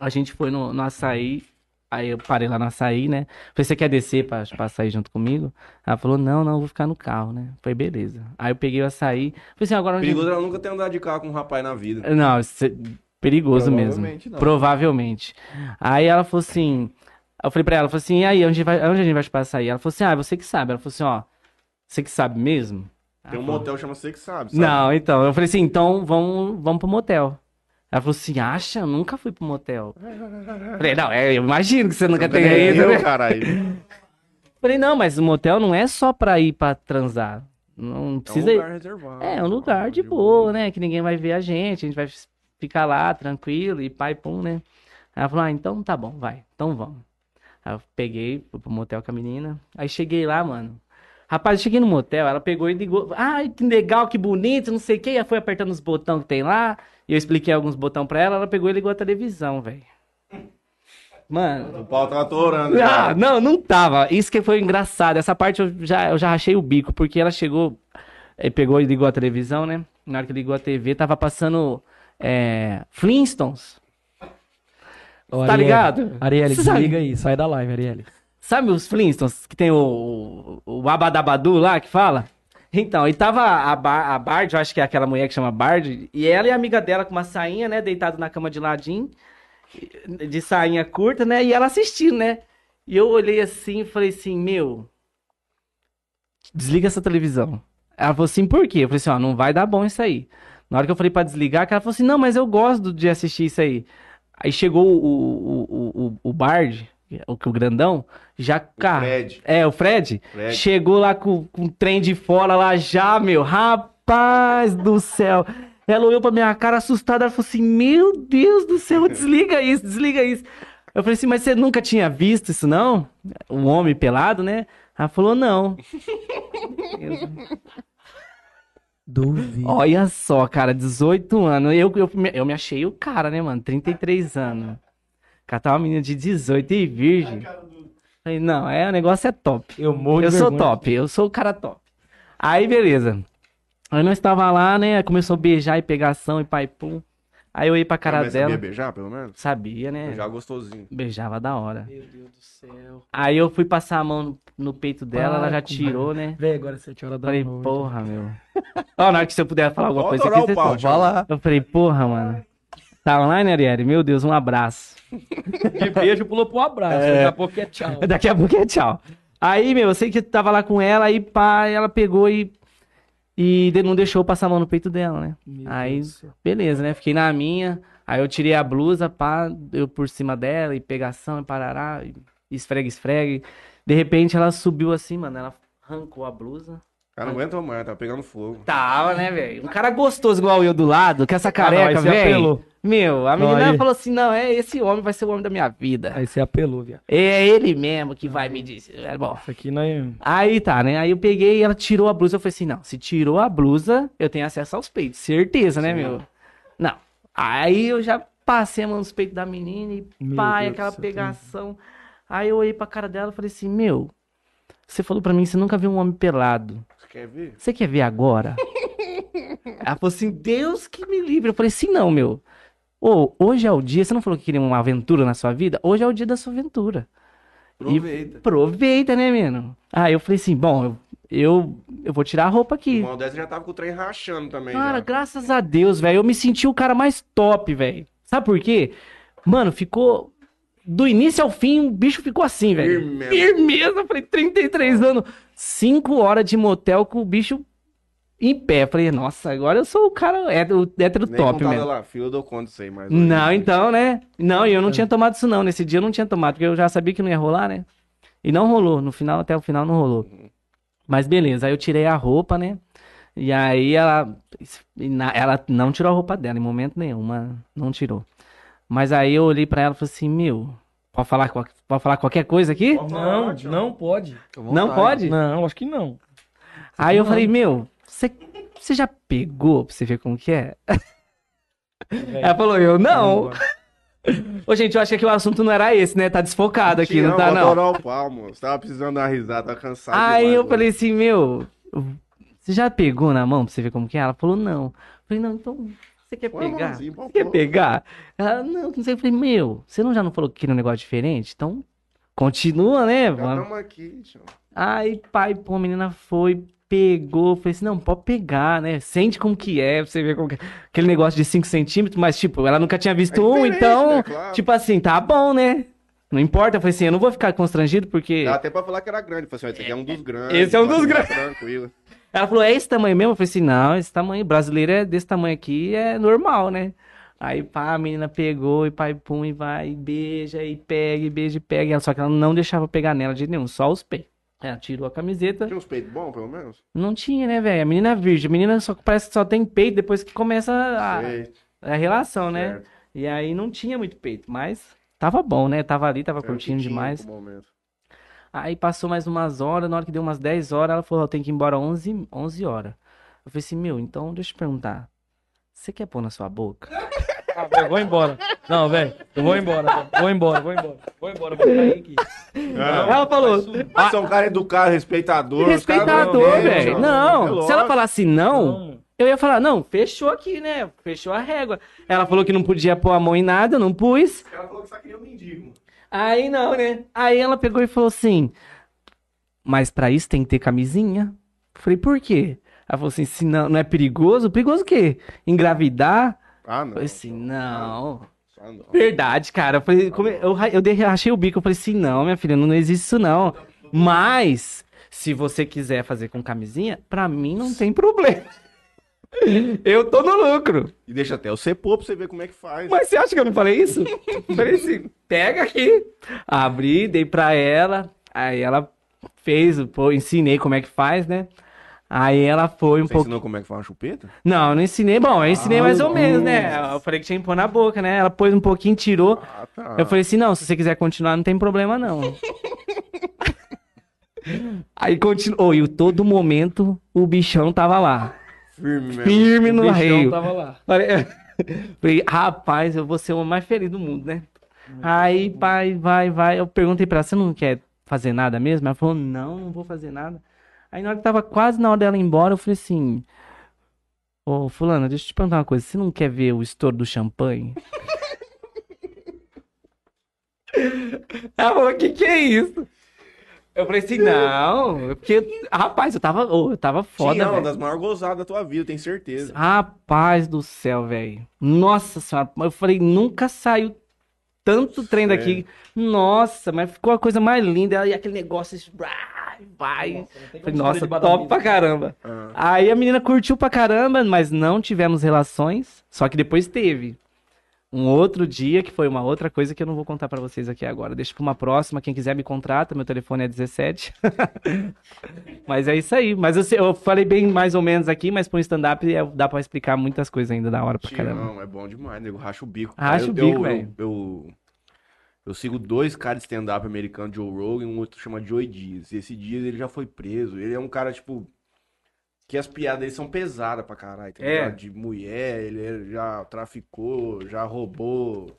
B: A gente foi no, no açaí. Aí eu parei lá no açaí, né? Falei, você quer descer pra, pra sair junto comigo? Ela falou, não, não, eu vou ficar no carro, né? Falei, beleza. Aí eu peguei o açaí. Falei assim, agora onde...
A: Perigoso ela nunca ter andado de carro com um rapaz na vida.
B: Não, isso é perigoso mesmo.
D: Provavelmente não.
B: Provavelmente. Aí ela falou assim. Eu falei pra ela, eu falei assim, e aí, onde, vai, onde a gente vai chupar açaí? Ela falou assim, ah, você que sabe. Ela falou assim, ó, você que sabe mesmo?
A: Tem um
B: Ela falou,
A: motel chama você que sabe, sabe?
B: Tá não, então, eu falei assim, então vamos, vamos pro motel. Ela falou assim, acha? Eu nunca fui pro motel. Falei, não, é, eu imagino que você nunca tenha
A: Tem
B: ido,
A: eu,
B: né?
A: caralho.
B: Falei, não, mas o motel não é só pra ir pra transar. Não precisa...
A: É um lugar reservado.
B: É, um lugar de boa, né? Que ninguém vai ver a gente, a gente vai ficar lá tranquilo e pai pum, né? Aí ela falou, ah, então tá bom, vai, então vamos. Aí eu peguei, fui pro motel com a menina. Aí cheguei lá, mano. Rapaz, eu cheguei no motel, ela pegou e ligou. Ai, que legal, que bonito, não sei o quê. E ela foi apertando os botões que tem lá. E eu expliquei alguns botões pra ela, ela pegou e ligou a televisão, velho. Mano.
A: O pau tava atorando.
B: Ah, não, não tava. Isso que foi engraçado. Essa parte eu já, eu já rachei o bico, porque ela chegou, eh, pegou e ligou a televisão, né? Na hora que ligou a TV, tava passando eh, Flintstones.
C: Ó,
B: Tá
C: Arielle,
B: ligado?
C: Arielle,
B: Você sabe-
C: desliga aí. Sai da live, Arielle.
B: Sabe os Flintstones, que tem o, o, o Abadabadu lá, que fala? Então, e tava a, Bar, a Bard, eu acho que é aquela mulher que chama Bard, e ela e a amiga dela com uma sainha, né, deitado na cama de ladinho, de sainha curta, né, e ela assistindo, né? E eu olhei assim e falei assim, meu, desliga essa televisão. Ela falou assim, por quê? Eu falei assim, ó, não vai dar bom isso aí. Na hora que eu falei pra desligar, que ela falou assim, não, mas eu gosto de assistir isso aí. Aí chegou o, o, o, o, o Bard, o, o grandão, já
A: Cara.
B: carregou. É, o Fred,
A: Fred.
B: chegou lá com, com o trem de fora lá já, meu. Rapaz do céu. Ela olhou pra minha cara assustada, ela falou assim: Meu Deus do céu, desliga isso, desliga isso. Eu falei assim, mas você nunca tinha visto isso, não? Um homem pelado, né? Ela falou, não.
C: Duvido.
B: Olha só, cara, 18 anos. Eu, eu, eu me achei o cara, né, mano? 33 anos. Catar uma menina de 18 e virgem. Falei, não, é, o negócio é top.
C: Eu morro de
B: Eu sou
C: vergonha.
B: top, eu sou o cara top. Aí, beleza. Aí nós estava lá, né? Começou a beijar e pegação e pai pum. Aí eu ia pra cara
A: Mas
B: dela.
A: sabia beijar, pelo menos?
B: Sabia, né?
A: Beijar gostosinho.
B: Beijava da hora.
C: Meu Deus do céu.
B: Aí eu fui passar a mão no, no peito dela, ela
C: Para
B: já
C: com-
B: tirou, né?
C: Véi, agora é 7 horas da
B: Falei,
C: noite.
B: porra, meu. <laughs> Ó, na hora que se eu puder falar alguma
A: Pode
B: coisa aqui,
A: adorar
B: vocês
A: o pau,
B: falam.
D: Vai lá.
B: Eu falei, porra, mano. Tá online, Ariel? Meu Deus, um abraço.
C: De beijo pulou pro abraço. Daqui a pouco
B: <laughs>
C: é tchau.
B: Daqui a pouco é tchau. Aí, meu, eu sei que eu tava lá com ela, aí pá, ela pegou e. E de- não deixou eu passar a mão no peito dela, né?
C: Meu
B: Aí,
C: Deus do céu.
B: beleza, né? Fiquei na minha. Aí eu tirei a blusa, pá, eu por cima dela, e pegação, e parará, e esfregue, esfregue. De repente ela subiu assim, mano. Ela arrancou a blusa.
A: O cara não aguenta mais, tá pegando fogo.
B: Tava, né, velho? Um cara gostoso igual eu do lado, com essa
C: Ah, não,
B: careca,
C: aí você
B: velho.
C: apelou.
B: Meu, a menina
C: aí-
B: falou assim: não, é esse homem vai ser o homem da minha vida.
C: Aí você apelou, viado.
B: É ele mesmo que vai me dizer. É bom.
C: Isso aqui não é...
B: Aí tá, né? Aí eu peguei e ela tirou a blusa. Eu falei assim: não, se tirou a blusa, eu tenho acesso aos peitos. Certeza, né, meu? Não. Aí eu já passei a mão nos peitos da menina e
C: Meu
B: pai,
C: Deus do
B: aquela
C: céu,
B: pegação. Aí eu olhei pra cara dela e falei assim: meu, você falou pra mim que você nunca viu um homem pelado.
A: Você quer ver?
B: Você quer ver
C: <laughs>
B: agora? Ela falou assim: Deus que me livre. Eu falei assim: não, meu. Ô, hoje é o dia. Você não falou que queria uma aventura na sua vida? Hoje é o dia da sua aventura.
A: Aproveita.
B: Aproveita, né, menino? Aí eu falei assim: bom, eu, eu, eu vou tirar a roupa
A: O
B: aqui.
A: Maldés já tava com o trem rachando também.
B: Ah, Cara,
A: já.
B: graças a Deus, velho. Eu me senti o cara mais top, velho. Sabe por quê? Mano, ficou. Do início ao fim, o bicho ficou assim, velho.
A: Firmeza.
B: Firmeza. Eu Falei, 33 anos. Cinco horas de motel com o bicho em pé. Eu Falei, nossa, agora eu sou o cara hétero, hétero
A: Nem
B: top,
A: contada
B: mesmo.
A: lá, filho, eu dou conta disso aí, mas...
B: Não, então, né? Não, e eu não tinha tomado isso, não. Nesse dia eu não tinha tomado, porque eu já sabia que não ia rolar, né? E não rolou. No final, até o final, não rolou. Mas beleza, aí eu tirei a roupa, né? E aí ela. e na- Ela não tirou a roupa dela em momento nenhum, mano. Não tirou. Mas aí eu olhei pra ela e falei assim: Meu, pode falar, qual- pode falar qualquer coisa aqui?
A: Pode falar,
C: Não,
A: tchau.
C: não pode.
B: Não pode?
C: Não, acho que não.
B: Aí eu
C: Não.
B: falei: Meu, você você já pegou pra você ver como que é? Ela falou: Eu
C: É,
B: não. Ô, gente, eu acho que aqui o assunto não era esse, né? Tá desfocado aqui, não tá,
A: vou
B: não.
A: adorar o pau, moço. Tava precisando dar risada, tava cansado
B: Aí
A: demais,
B: eu
A: né?
B: falei assim, meu, você já pegou na mão pra você ver como que é? Ela falou, não. Eu falei, não, então, você quer
A: Põe a
B: pegar?
A: mãozinha, por
B: Você quer
A: favor.
B: pegar? Ela, não, não sei. Eu falei, meu, você não já não falou que queria um negócio diferente? Então, continua, né?
A: Já
B: mano?
A: tamo aqui, tio. É
B: Aí, pai, pô, a menina foi, pegou, falei assim, não, pode pegar, né? Sente como que é, pra você ver como que é. Aquele negócio de 5 centímetros, mas, tipo, ela nunca tinha visto
A: É
B: um,
A: diferente,
B: então,
A: né? Claro.
B: tipo assim, tá bom, né? Não importa, eu falei assim, eu não vou ficar constrangido porque...
A: Dá até pra falar que era grande. Falei assim, ó, esse aqui é um dos grandes.
B: Esse é um
A: pode
B: dos
A: ficar Tranquilo.
B: Ela falou, é esse tamanho mesmo? Eu falei assim, não, esse tamanho, brasileiro é desse tamanho aqui, é normal, né? Aí, pá, a menina pegou, e pai, pum, e vai, e beija, e pega, e beija, e pega. E ela- Só que ela não deixava eu pegar nela de jeito nenhum, só os peitos. Ela tirou a camiseta,
A: Tinha uns peitos bons, pelo menos?
B: não tinha, né, velho? A menina é virgem, a menina só, parece que só tem peito depois que começa a,
A: Sei,
B: a relação, Ah, né?
A: certo.
B: E aí não tinha muito peito, mas tava bom, né? Tava ali, tava
A: Era um
B: curtindo
A: tiquinho
B: demais.
A: pro momento.
B: Aí passou mais umas horas, na hora que deu umas 10 horas, ela falou, ó, tem que ir embora 11, 11 horas. Eu falei assim, meu, então deixa eu te perguntar, você quer pôr na sua boca?
C: Ah, velho, vou embora. Não, velho. Eu vou embora. velho. Vou embora, vou embora. Vou embora, vou cair aqui.
B: É. Ela falou,
A: É. Mas você é um cara educado, respeitador. os caras não deixam.
B: respeitador, velho. Não, se ela falasse não,
C: Não.
B: eu ia falar, não, fechou aqui, né? Fechou a régua. Ela falou que não podia pôr a mão em nada, eu não pus.
A: Ela falou que só queria um mendigo.
B: Aí não, né? Aí ela pegou e falou assim: Mas pra isso tem que ter camisinha? Eu Falei, por quê? Ela falou assim: se não, não é perigoso, perigoso o quê? Engravidar?
A: Ah,
B: Eu
A: não.
B: falei assim: não.
A: Ah, não.
B: Verdade, cara. Eu, falei, como- eu, ra- eu dei- rachei o bico. Eu falei assim: não, minha filha, não, não existe isso não. Mas, se você quiser fazer com camisinha, pra mim não tem problema. <laughs> Eu tô no lucro.
A: E deixa até o cepô pra você ver como é que faz.
B: Mas um você acha que eu não falei isso? falei assim, pega aqui. Abri, dei pra ela. Aí ela fez, pô, ensinei como é que faz, né? Aí ela foi um
A: Você
B: pouco.
A: ensinou como é que fala chupeta?
B: Não, eu não ensinei. Bom, eu ensinei
D: Ah,
B: mais ou menos,
D: Deus.
B: né? Eu falei que tinha que pôr na boca, né? Ela pôs um pouquinho, tirou.
A: Ah, tá.
B: Eu falei assim: não, se você quiser continuar, não tem problema, não.
C: <laughs>
B: Aí continuou. E o todo momento o bichão tava lá.
A: Firme mesmo.
B: Firme
C: O
B: no
C: bichão
B: arreio.
C: tava lá.
B: Falei, <laughs> falei, rapaz, eu vou ser o homem mais feliz do mundo, né? Aí, pai, vai, vai. Eu perguntei pra ela, você não quer fazer nada mesmo? Ela falou, não, não vou fazer nada. Aí na hora que tava quase na hora dela ir embora, eu falei assim, ô fulano, deixa eu te perguntar uma coisa, você não quer ver o estouro do champanhe? Ela falou, o que que é isso? Eu falei assim, não, porque, rapaz, eu tava, ô, eu tava foda,
A: Tinha uma
B: velho.
A: das maiores gozadas da tua vida, tenho certeza.
B: Rapaz do céu, velho. Nossa senhora, eu falei, nunca saiu tanto trem daqui. Nossa, mas ficou a coisa mais linda. E aquele negócio, esse- brá, vai. Falei, nossa, top pra caramba.
A: Ah.
B: Aí a menina curtiu pra caramba, mas não tivemos relações. Só que depois teve. Um outro dia, que foi uma outra coisa que eu não vou contar pra vocês aqui agora. Deixa pra uma próxima. Quem quiser me contrata, meu telefone é 17. <laughs> mas é isso aí. Mas eu, sei- eu falei bem mais ou menos aqui, mas pra um stand-up é- dá pra explicar muitas coisas ainda da hora pra Ah, caramba.
A: Não, é bom demais, nego. Racha o bico.
B: Racha
A: Eu-
B: o bico,
A: eu-
B: velho.
A: Eu, eu, eu sigo dois caras de stand-up americano, Joe Rogan, e um outro chama Joey Dias. E esse Dias ele já foi preso. Ele é um cara, tipo. Que as piadas dele são pesadas pra caralho. tá
B: É.
A: ligado? De mulher, ele é, já traficou, já roubou,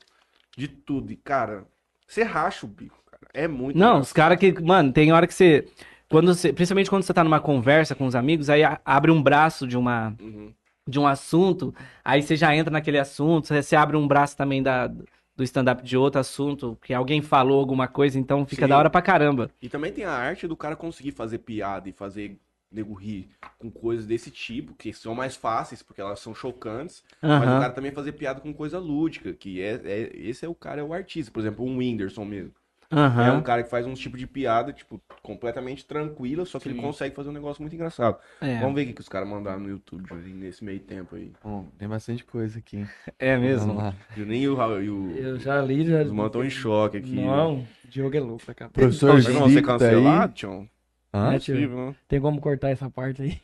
A: de tudo. E, cara, você racha o bico, cara. É muito.
B: Não, os
A: engraçado.
B: caras que. Mano, tem hora que você. Quando você, principalmente quando você tá numa conversa com os amigos, aí a- abre um braço de uma.
A: Uhum.
B: de um assunto, aí você já entra naquele assunto, você você abre um braço também da, do stand-up de outro assunto, que alguém falou alguma coisa, então fica
A: Sim.
B: da hora pra caramba.
A: E também tem a arte do cara conseguir fazer piada e fazer nego rir com coisas desse tipo, que são mais fáceis, porque elas são chocantes. Mas o
B: Aham.
A: cara também é fazer piada com coisa lúdica, que é, é- esse é o cara, é o artista. Por exemplo, o Whindersson mesmo. É um
B: Aham.
A: cara que faz um tipo de piada, tipo, completamente tranquila, só que ele
D: Sim.
A: consegue fazer um negócio muito engraçado.
B: É.
A: Vamos ver o que, que os caras mandaram no YouTube, Juninho, nesse meio tempo aí.
D: Bom, tem bastante coisa aqui. hein?
B: É
D: Vamos lá.
A: Juninho e o... Raul- E o
C: Eu já li, já.
A: Os mano estão em choque aqui. né?
C: Não, o Diogo é louco, tá, cara.
D: Professor
A: Será que vão ser
D: Zico tá aí.
A: cancelados, Tchon?
D: Hã?
C: É, tio,
A: Possível, né?
C: tem como cortar essa parte aí?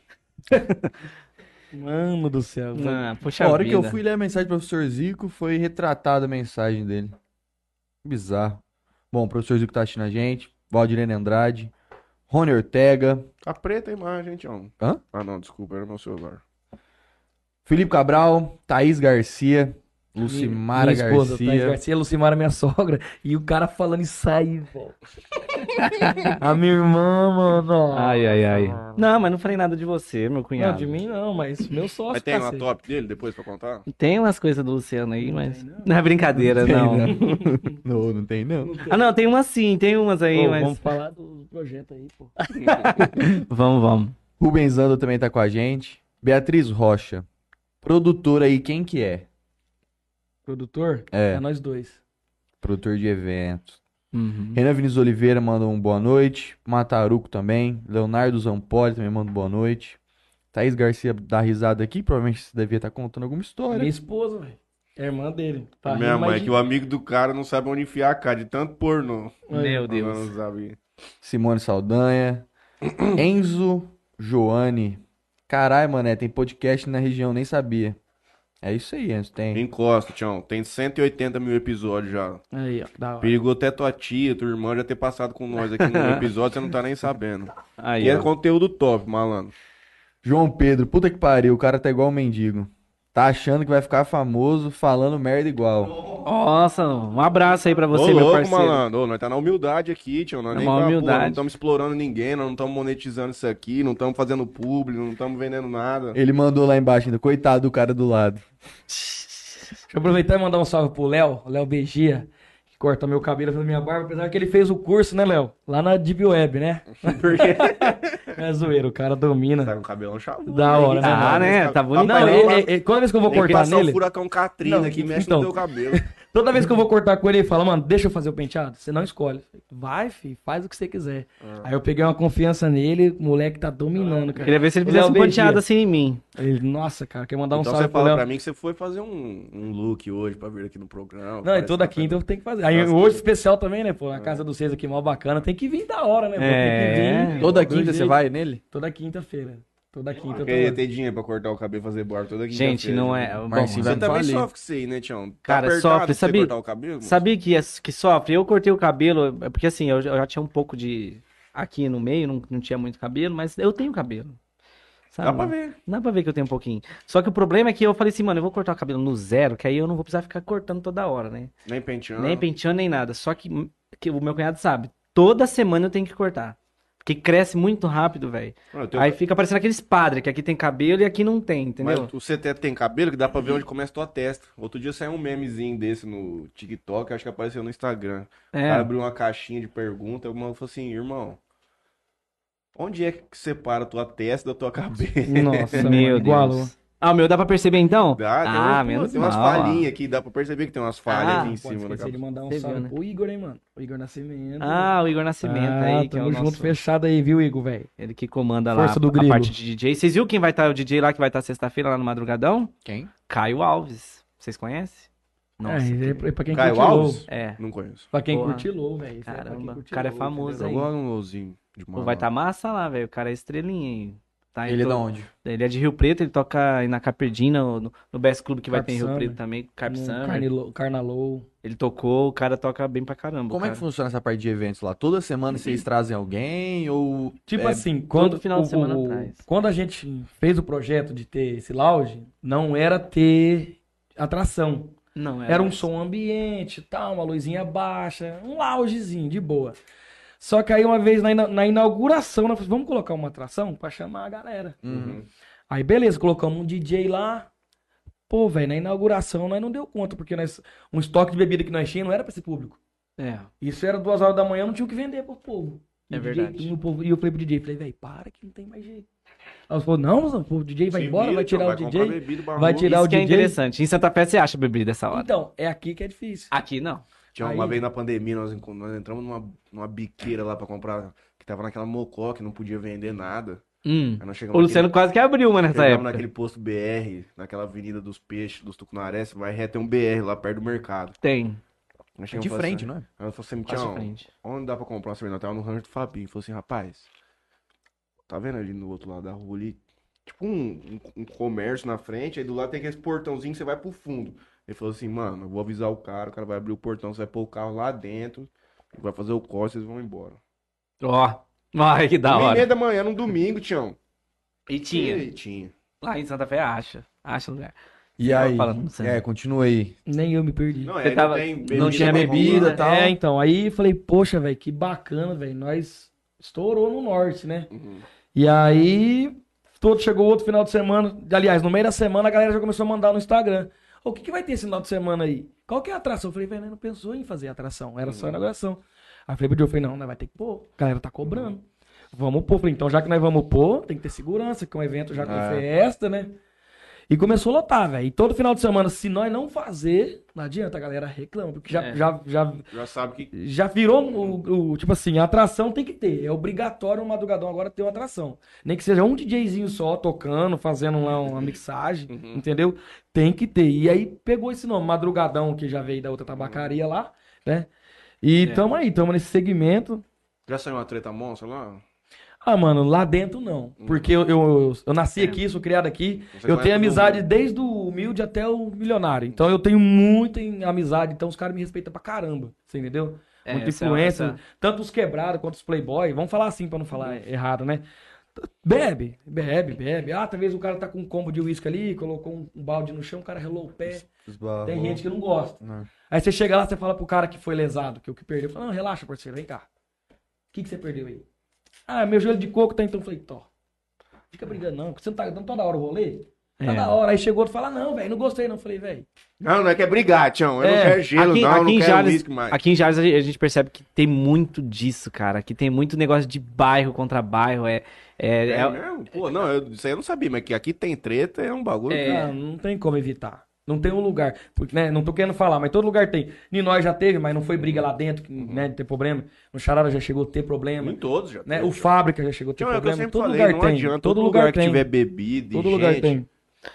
C: Mano do céu.
B: Ah, poxa
D: A hora que eu
B: vida.
D: fui ler a mensagem do professor Zico, foi retratada a mensagem dele. Bizarro. Bom, o professor Zico tá assistindo a gente. Valdirene Andrade. Rony Ortega.
A: Tá preta a imagem, Tchon.
D: Hã?
A: Ah, não, desculpa, era meu celular.
D: Felipe Cabral. Thaís Garcia.
C: Minha-
D: Lucimara
C: minha esposa, Thaís
D: Garcia.
C: Garcia, Lucimara, minha sogra. E o cara falando isso aí, velho.
D: A minha irmã, mano.
B: Ai, ai, ai. Não, mas não falei nada de você, meu
C: Não,
B: cunhado.
C: de mim não, mas meu sócio.
A: Mas tem uma
C: cacete.
A: top dele depois pra contar?
B: Tem umas coisas do Luciano aí, mas. Não é brincadeira, não.
D: né? <laughs> não, não tem não.
B: Ah, não, tem umas sim, tem umas aí,
C: Ô,
B: mas.
C: Vamos falar do projeto aí, pô.
B: Vamos, vamos.
D: Rubens Ando também tá com a gente. Beatriz Rocha. Produtora aí, quem que é?
C: Produtor?
D: É.
C: nós dois.
D: Produtor de eventos.
C: Então,
B: Uhum.
D: Renan Vinícius Oliveira manda um boa noite. Mataruco também. Leonardo Zampoli também manda um boa noite. Thaís Garcia dá risada aqui. Provavelmente você devia estar contando alguma história.
C: Minha esposa, velho. É irmã dele. Tá
A: Minha
C: rindo,
A: mãe,
C: mas
A: que o amigo do cara não sabe onde enfiar a cara, de tanto pornô.
B: <laughs> Meu Deus.
A: Não sabe.
D: Simone Saldanha. Enzo Joane. Caralho, mané, tem podcast na região, nem sabia. É isso aí, Enzo. Tem.
A: Encosta, Tião. Tem 180 mil episódios já.
C: Aí, ó. Da hora.
A: Perigou até tua tia, tua irmã já ter passado com nós aqui
B: <laughs>
A: no episódio, você não tá nem sabendo.
B: Aí,
A: E é
B: ó.
A: conteúdo top, malandro.
D: João Pedro, puta que pariu, o cara tá igual um mendigo. Tá achando que vai ficar famoso falando merda igual.
B: Nossa, um abraço aí pra
A: Ô,
B: você, meu
A: louco,
B: parceiro.
A: malandro. Ô, nós tá na humildade aqui, tio. Nós
B: Na
A: nem
B: maior
A: tá, porra,
B: humildade.
A: não estamos explorando ninguém, nós não estamos monetizando isso aqui, não estamos fazendo público, não estamos vendendo nada.
D: Ele mandou lá embaixo ainda, coitado do cara do lado.
C: Deixa eu aproveitar e mandar um salve pro Léo, Léo Begia, que corta meu cabelo, faz minha barba, apesar que ele fez o curso, né, Léo? Lá na Deep
A: <laughs>
C: Web, né?
A: Porque
C: <laughs> É zoeiro, o cara domina.
A: tá com o cabelão chavudo.
C: Da hora, né,
B: Ah,
C: mano?
B: né? Tá bonito.
C: Não, ele, ele- ele- toda vez que eu vou
A: Tem que
C: cortar
A: passar o
C: nele,
A: furacão Katrina
C: Não,
A: que mexe
C: então.
A: no teu
C: <laughs>
A: cabelo.
C: toda vez que eu vou cortar com ele, ele fala, mano, deixa eu fazer o penteado. Você não escolhe. Vai, filho, faz o que você quiser.
A: Ah.
C: Aí eu peguei uma confiança nele, o moleque tá dominando, cara.
B: Queria ver se ele
C: O
B: fizesse
C: Léo
B: um
C: Begia.
B: penteado assim em mim.
C: Ele, nossa, cara, quer mandar um
A: então
C: salve
A: você
C: pro
A: fala pra
C: Léo.
A: mim que você foi fazer um, um look hoje pra vir aqui no programa.
C: Não, é
A: parece
C: toda
A: que tá
C: quinta eu tenho que fazer. Aí
A: Nossa,
C: hoje especial também, né, pô? A casa do César aqui, mal bacana. Tem que vir da hora, né? pô? Tem que
B: É.
C: vir.
D: Toda
C: Do
D: quinta você
C: jeito-
D: vai nele?
C: Toda quinta-feira. Toda quinta eu tô
A: Queria
C: lá.
A: ter dinheiro pra cortar o cabelo e fazer barba toda quinta-feira. né?
B: Gente, não é. Bom,
D: Marcinho vai
A: Você
D: me
A: também
D: falir.
A: sofre com isso aí, né, Tião? Tá
B: Cara,
A: apertado
B: sofre,
A: pra você
B: sabe-
A: cortar o cabelo? moço?
B: Sabia que, as- que sofre? Eu cortei o cabelo, é porque assim, eu, já- eu já tinha um pouco de. Aqui no meio, não, não tinha muito cabelo, mas eu tenho cabelo. Sabe?
A: Dá pra ver.
B: Dá pra ver que eu tenho um pouquinho. Só que o problema é que eu falei assim, mano, eu vou cortar o cabelo no zero, que aí eu não vou precisar ficar cortando toda hora, né?
A: Nem penteando.
B: Nem penteando, nem nada. Só que, que o meu cunhado sabe, toda semana eu tenho que cortar. Porque cresce muito rápido, velho.
A: Mano, eu tenho-
B: Aí fica parecendo aqueles padres, que aqui tem cabelo e aqui não tem,
A: Mas
B: entendeu?
A: você até tem cabelo que dá pra ver onde começa a tua testa. Outro dia saiu um memezinho desse no TikTok, acho que apareceu no Instagram.
B: É.
A: O cara abriu uma caixinha de pergunta, o maluco falou assim, irmão, onde é que separa a tua testa da tua cabeça? <laughs>
C: Nossa, mano,
B: Meu
C: igualou.
B: Deus. Ah, o meu dá pra perceber então?
A: Dá, tem,
B: ah,
A: umas,
B: menos
A: tem umas
B: mal, ó.
A: falhinhas aqui, dá pra perceber que tem umas falhas
B: Ah,
A: aqui em
C: Não pode
A: cima da
C: esquecer de
A: cabeça.
C: mandar um
B: Você viu,
C: salve
B: né?
C: pro Igor, hein, mano? O Igor Nascimento.
B: Ah, o Igor Nascimento
C: Ah,
B: aí, que é
C: tamo
B: o
C: junto,
B: nosso...
C: fechado aí, viu, Igor, velho?
B: Ele que comanda
C: Força
B: lá
C: do
B: a
C: grilo.
B: parte de DJ. Vocês viram quem vai estar o DJ lá que vai estar sexta-feira lá no Madrugadão?
D: Quem?
B: Caio Alves. Vocês conhecem? Nossa,
C: é,
B: que-
C: é pra quem
A: Caio
C: curte low.
A: Alves?
B: É.
A: Não conheço.
C: Pra quem
B: Porra.
C: curte low, velho. Isso é pra quem
B: Caramba,
C: curte
B: o cara é
C: low,
B: famoso
C: entendeu?
A: Eu
B: aí.
A: gosto de um LOLzinho de
B: Pô,
A: mano.
B: vai tá estar massa lá, velho. O cara é estrelinha, hein? Tá em
D: Ele é
B: to-
D: da onde?
B: Ele é de Rio Preto, ele toca aí na Caperdina, no, no Best Club que vai ter em Rio
C: Carp Hum,
B: Preto
C: Summer.
B: também, Carp
C: No
B: Summer.
C: Carnilo- Carnalow.
B: Ele tocou, o cara toca bem pra caramba.
D: Como é que
B: cara.
D: funciona essa parte de eventos lá? Toda semana vocês trazem alguém ou.
C: Tipo
D: É,
C: assim, quando
B: final de
C: o-
B: semana
C: o-
B: atrás.
C: Quando a gente fez o projeto de ter esse lounge, não era ter atração.
B: Não, é-
C: Era um som ambiente, tal, uma luzinha baixa, um loungezinho de boa. Só que aí uma vez na, ina- na inauguração, nós falamos, vamos colocar uma atração pra chamar a galera.
D: um
A: Uhum.
C: Aí beleza, colocamos um DJ lá. Pô, velho, na inauguração nós não deu conta, porque nós, um estoque de bebida que nós tínhamos não era pra esse público.
B: É.
C: Isso era duas horas da manhã, não tinha o que vender pro povo. E
B: É
C: o DJ
B: verdade.
C: e o povo- e eu falei pro DJ, falei, velho, para que não tem mais jeito. Aí os falou, não, mozão, o DJ vai
A: Se
C: embora,
A: vira,
C: vai tirar
A: tio,
C: o
A: comprar
C: DJ.
A: bebida,
C: vai
A: barulho.
C: tirar
B: Isso
C: o
B: que é
C: DJ.
B: interessante. Em Santa Fé você acha bebida essa hora.
C: Então, é aqui que é difícil.
B: Aqui não.
A: Tinha
C: Aí-
A: uma vez na pandemia, nós, encon- nós entramos numa, numa biqueira lá pra comprar, que tava naquela mocó, que não podia vender nada.
B: Hum.
A: Aí nós chegamos
B: O Luciano quase que abriu uma nessa
D: é
A: naquele, chegamos
D: um
B: época.
A: naquele posto BR, naquela avenida dos peixes, dos tucunarés, vai reto tem um BR lá perto do mercado.
B: Tem.
A: Nós
D: É de
A: chegamos e falamos
D: frente, não é?
A: assim, Aí eu falei assim,
B: Quase de
A: Tião,
B: frente.
A: Onde dá pra comprar uma cerveja? Tava no rancho do Fabinho. Falou assim, rapaz, tá vendo ali no outro lado da rua ali? Tipo um, um- um comércio na frente, aí do lado tem aquele portãozinho que você vai pro fundo. Ele falou assim, mano, eu vou avisar o cara, o cara vai abrir o portão, você vai pôr o carro lá dentro, vai fazer o corte, vocês vão embora.
B: Ó. Ai, que da
A: Uma e meia
B: hora.
A: da manhã, num domingo, Tião.
B: E tinha.
A: E tinha.
B: Lá em Santa Fé acha. Acha lugar.
D: E
B: Tava
D: aí?
B: falando, não sei.
D: É, continua aí.
C: Nem eu me perdi.
A: Não,
B: Você
A: é,
B: tava-
A: não tem
B: não
A: bebida
B: tinha
A: pra
D: bebida,
A: rolar.
D: tal.
C: É, então, aí falei, poxa, velho, que bacana, velho, nós estourou no norte, né?
A: Uhum.
C: E aí, todo chegou outro final de semana, aliás, no meio da semana a galera já começou a mandar no Instagram. "Ô, O que, que vai ter esse final de semana aí? Qual que é a atração? Eu falei, velho, não pensou em fazer atração, era só inauguração. Aí eu falei pro Diogo, eu falei, não, nós vai ter que pôr, a galera tá cobrando. Vamos pôr, Eu falei, então já que nós vamos pôr, tem que ter segurança, que é um evento já com
A: É.
C: festa, né? E começou a lotar, velho. E todo final de semana, se nós não fazer, não adianta, a galera reclama, porque já,
B: É.
C: já, já,
A: Já sabe que...
C: já virou o, o- tipo assim, a atração tem que ter. É obrigatório o madrugadão agora ter uma atração. Nem que seja um DJzinho só tocando, fazendo lá uma mixagem,
A: Uhum.
C: <laughs> entendeu? Tem que ter. E aí pegou esse nome, madrugadão, que já veio da outra tabacaria lá, né? E
B: É.
C: tamo aí, tamo nesse segmento.
A: Já saiu uma treta monstra lá?
C: Ah, mano, lá dentro não. Porque eu, eu, eu nasci
B: É.
C: aqui, sou criado
A: Uhum.
C: aqui.
A: Você
C: Eu
A: conhece
C: tenho
A: todo
C: amizade
A: mundo.
C: desde o humilde até o milionário. Então eu tenho muita em- amizade. Então os caras me respeitam pra caramba. Você entendeu?
B: É,
C: Muita
B: essa-
C: influência.
B: essa-
C: Tanto os quebrados quanto os playboy. Vamos falar assim pra não falar errado, né? Bebe, bebe, bebe. Ah, talvez o cara tá com um combo de uísque ali, colocou um um balde no chão, o cara relou o pé.
D: Esbarrou.
C: Tem gente que não gosta.
D: Não.
C: Aí você chega lá, você fala pro cara que foi lesado, que o que perdeu. Fala, não, relaxa, parceiro, vem cá. O que, que você perdeu aí? Ah, meu joelho de coco tá então. Eu Falei, Tó, fica brigando não, porque você não tá dando toda hora o rolê? Tá
B: É.
C: da hora. Aí chegou outro e fala, não, velho, não gostei não. Eu Falei, velho,
A: Não, não é que é brigar, Tião. Eu
C: É,
A: não quero gelo,
B: aqui,
A: não, eu
B: aqui
A: não
B: em
A: quero
B: Jales,
A: uísque mais.
B: Aqui em Jales a gente- a gente percebe que tem muito disso, cara. Que tem muito negócio de bairro contra bairro. É, é,
A: É,
B: é-
A: mesmo? Pô, não, eu, isso aí eu não sabia, mas que aqui tem treta é um bagulho.
B: É.
C: não, não tem como evitar. Não tem um lugar, porque, né, não tô querendo falar, mas todo lugar tem. Ninóis já teve, mas não foi briga lá dentro,
A: Uhum.
C: que, né, de ter problema. No Charada já chegou a ter
A: que
C: problema.
A: Em todos já.
C: Né?
A: tem,
C: O
A: já.
C: Fábrica já chegou a ter
A: Tião, é o que eu
C: problema.
A: sempre
C: Todo
A: falei,
C: lugar
A: não
C: tem.
A: adianta. um
C: Todo lugar
A: que
C: tem.
A: tiver bebida
C: Todo
A: e
C: lugar
A: gente,
C: tem.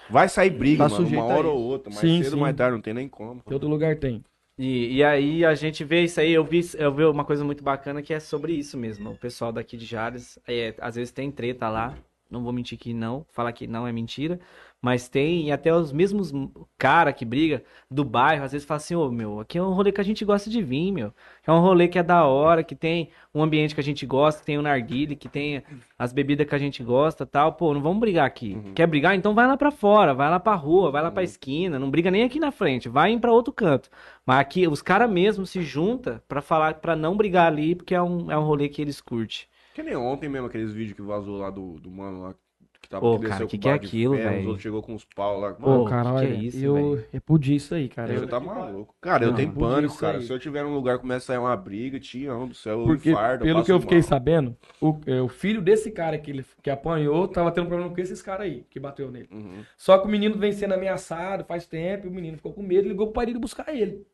A: vai sair briga,
D: Tá
A: mano,
D: sujeito
A: uma
D: a
A: hora
D: isso.
A: ou outra. Mais
C: Sim,
A: cedo
C: sim.
A: mais tarde, não tem nem como.
C: Todo lugar tem.
B: E, e aí a gente vê isso aí, eu vi, eu vi uma coisa muito bacana que é sobre isso mesmo. O pessoal daqui de Jales, é, às vezes tem treta lá, Não vou mentir que não. Falar que não é mentira. Mas tem, e até os mesmos cara que briga do bairro, às vezes fala assim, ô meu, aqui é um rolê que a gente gosta de vir, meu. É um rolê que é da hora, que tem um ambiente que a gente gosta, que tem o narguile, que tem as bebidas que a gente gosta tal. Pô, não vamos brigar aqui.
A: Uhum.
B: Quer brigar? Então vai lá pra fora, vai lá pra rua, vai lá pra
A: Uhum.
B: esquina. Não briga nem aqui na frente, vai pra outro canto. Mas aqui, os caras mesmo se juntam pra falar, pra não brigar ali, porque é um, é um rolê que eles curtem.
A: Que nem ontem mesmo, aqueles vídeos que vazou lá do, do mano lá que tava
B: Ô,
A: que desceu
B: cara,
A: com
B: que
A: o
B: que é
A: barco de
B: aquilo,
A: ferro,
B: velho?
A: Os outros chegou com uns pau lá.
B: Pô,
C: Pô,
A: Mano,
C: cara,
B: que
C: olha,
B: é isso,
C: eu
B: velho?
C: repudio isso aí, cara.
A: você
C: Eu-
A: tá maluco. Cara, eu
B: Não,
A: tenho
C: não podia
A: pânico,
C: isso
A: cara.
C: aí.
A: Se eu tiver num lugar que começa a sair uma briga, te amo do céu, eu
C: Porque,
A: infarto,
C: pelo que eu
A: passo
C: fiquei
A: mal.
C: sabendo, o, é, o filho desse cara que, ele, que apanhou tava tendo problema com esses caras aí, que bateu nele.
A: Uhum.
C: Só que o menino vem sendo ameaçado faz tempo, e o menino ficou com medo, ligou pro pai dele buscar ele.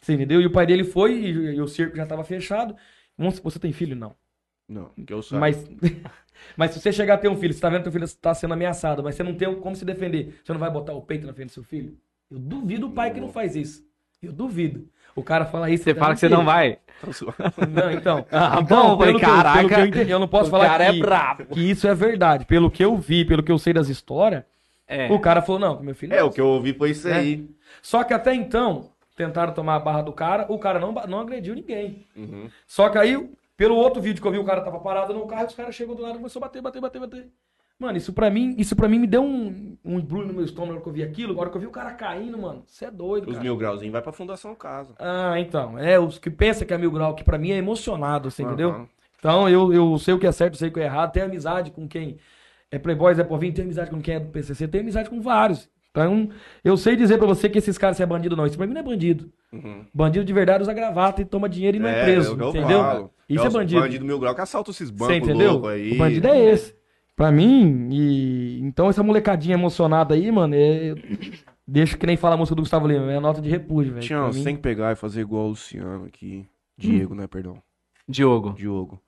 C: Você entendeu? E o pai dele foi, e, e o circo já tava fechado. Vamos, você tem filho? Não.
A: Não, que eu saiba.
C: Mas, <laughs> mas se você chegar a ter um filho, você tá vendo que teu filho tá sendo ameaçado, mas você não tem como se defender, você não vai botar o peito na frente do seu filho? Eu duvido o pai que não faz isso. Eu duvido. O cara fala isso. tá
B: Você fala que você não vai.
C: Não, então.
B: <laughs> Ah,
C: Então,
B: bom, eu falei,
C: pelo que eu-
B: caraca,
C: pelo que eu, entendi, eu não posso
B: o
C: falar
B: cara é
C: que,
B: brabo.
C: que isso é verdade. Pelo que eu vi, pelo que eu sei das histórias,
B: É.
C: o cara falou: não, meu filho.
A: É,
C: não.
A: o que eu ouvi foi isso
C: Né?
A: aí.
C: Só que até então, tentaram tomar a barra do cara, o cara não, ba- não agrediu ninguém.
A: Uhum.
C: Só que aí, pelo outro vídeo que eu vi, o cara tava parado no carro, os caras chegou do lado e começou a bater, bater, bater, bater. Mano, isso pra mim, isso pra mim me deu um, um embrulho no meu estômago na hora que eu vi aquilo, na hora que eu vi o cara caindo, mano. Você é doido,
A: Os
C: cara.
A: mil grauzinhos vai pra Fundação Casa.
C: Ah, então. É, os que pensa que é mil grau, que pra mim é emocionado, você entendeu?
A: Aham.
C: Então, eu, eu sei o que é certo, eu sei o que é errado. Tenho amizade com quem é Playboy, Zé Povinho, tenho amizade com quem é do PCC, tenho amizade com vários. Então, eu sei dizer pra você que esses caras se é bandido ou não. Isso pra mim não é bandido.
A: Uhum.
C: Bandido de verdade usa gravata e toma dinheiro e não é,
A: o
C: preso,
A: que eu
C: entendeu?
A: falo.
C: Isso é
A: os
C: bandido.
A: Bandido mil grau que assalta esses
C: Você
A: bancos
C: entendeu?
A: loucos aí.
C: O bandido é esse. Pra mim, e então essa molecadinha emocionada aí, mano, é... deixa que nem fala a música do Gustavo Lima, é nota de repúdio, velho.
A: Tião,
C: Pra
A: você
C: mim-
A: tem que pegar e fazer igual o Luciano aqui. Diego, né, perdão.
B: Diogo.
A: Diogo.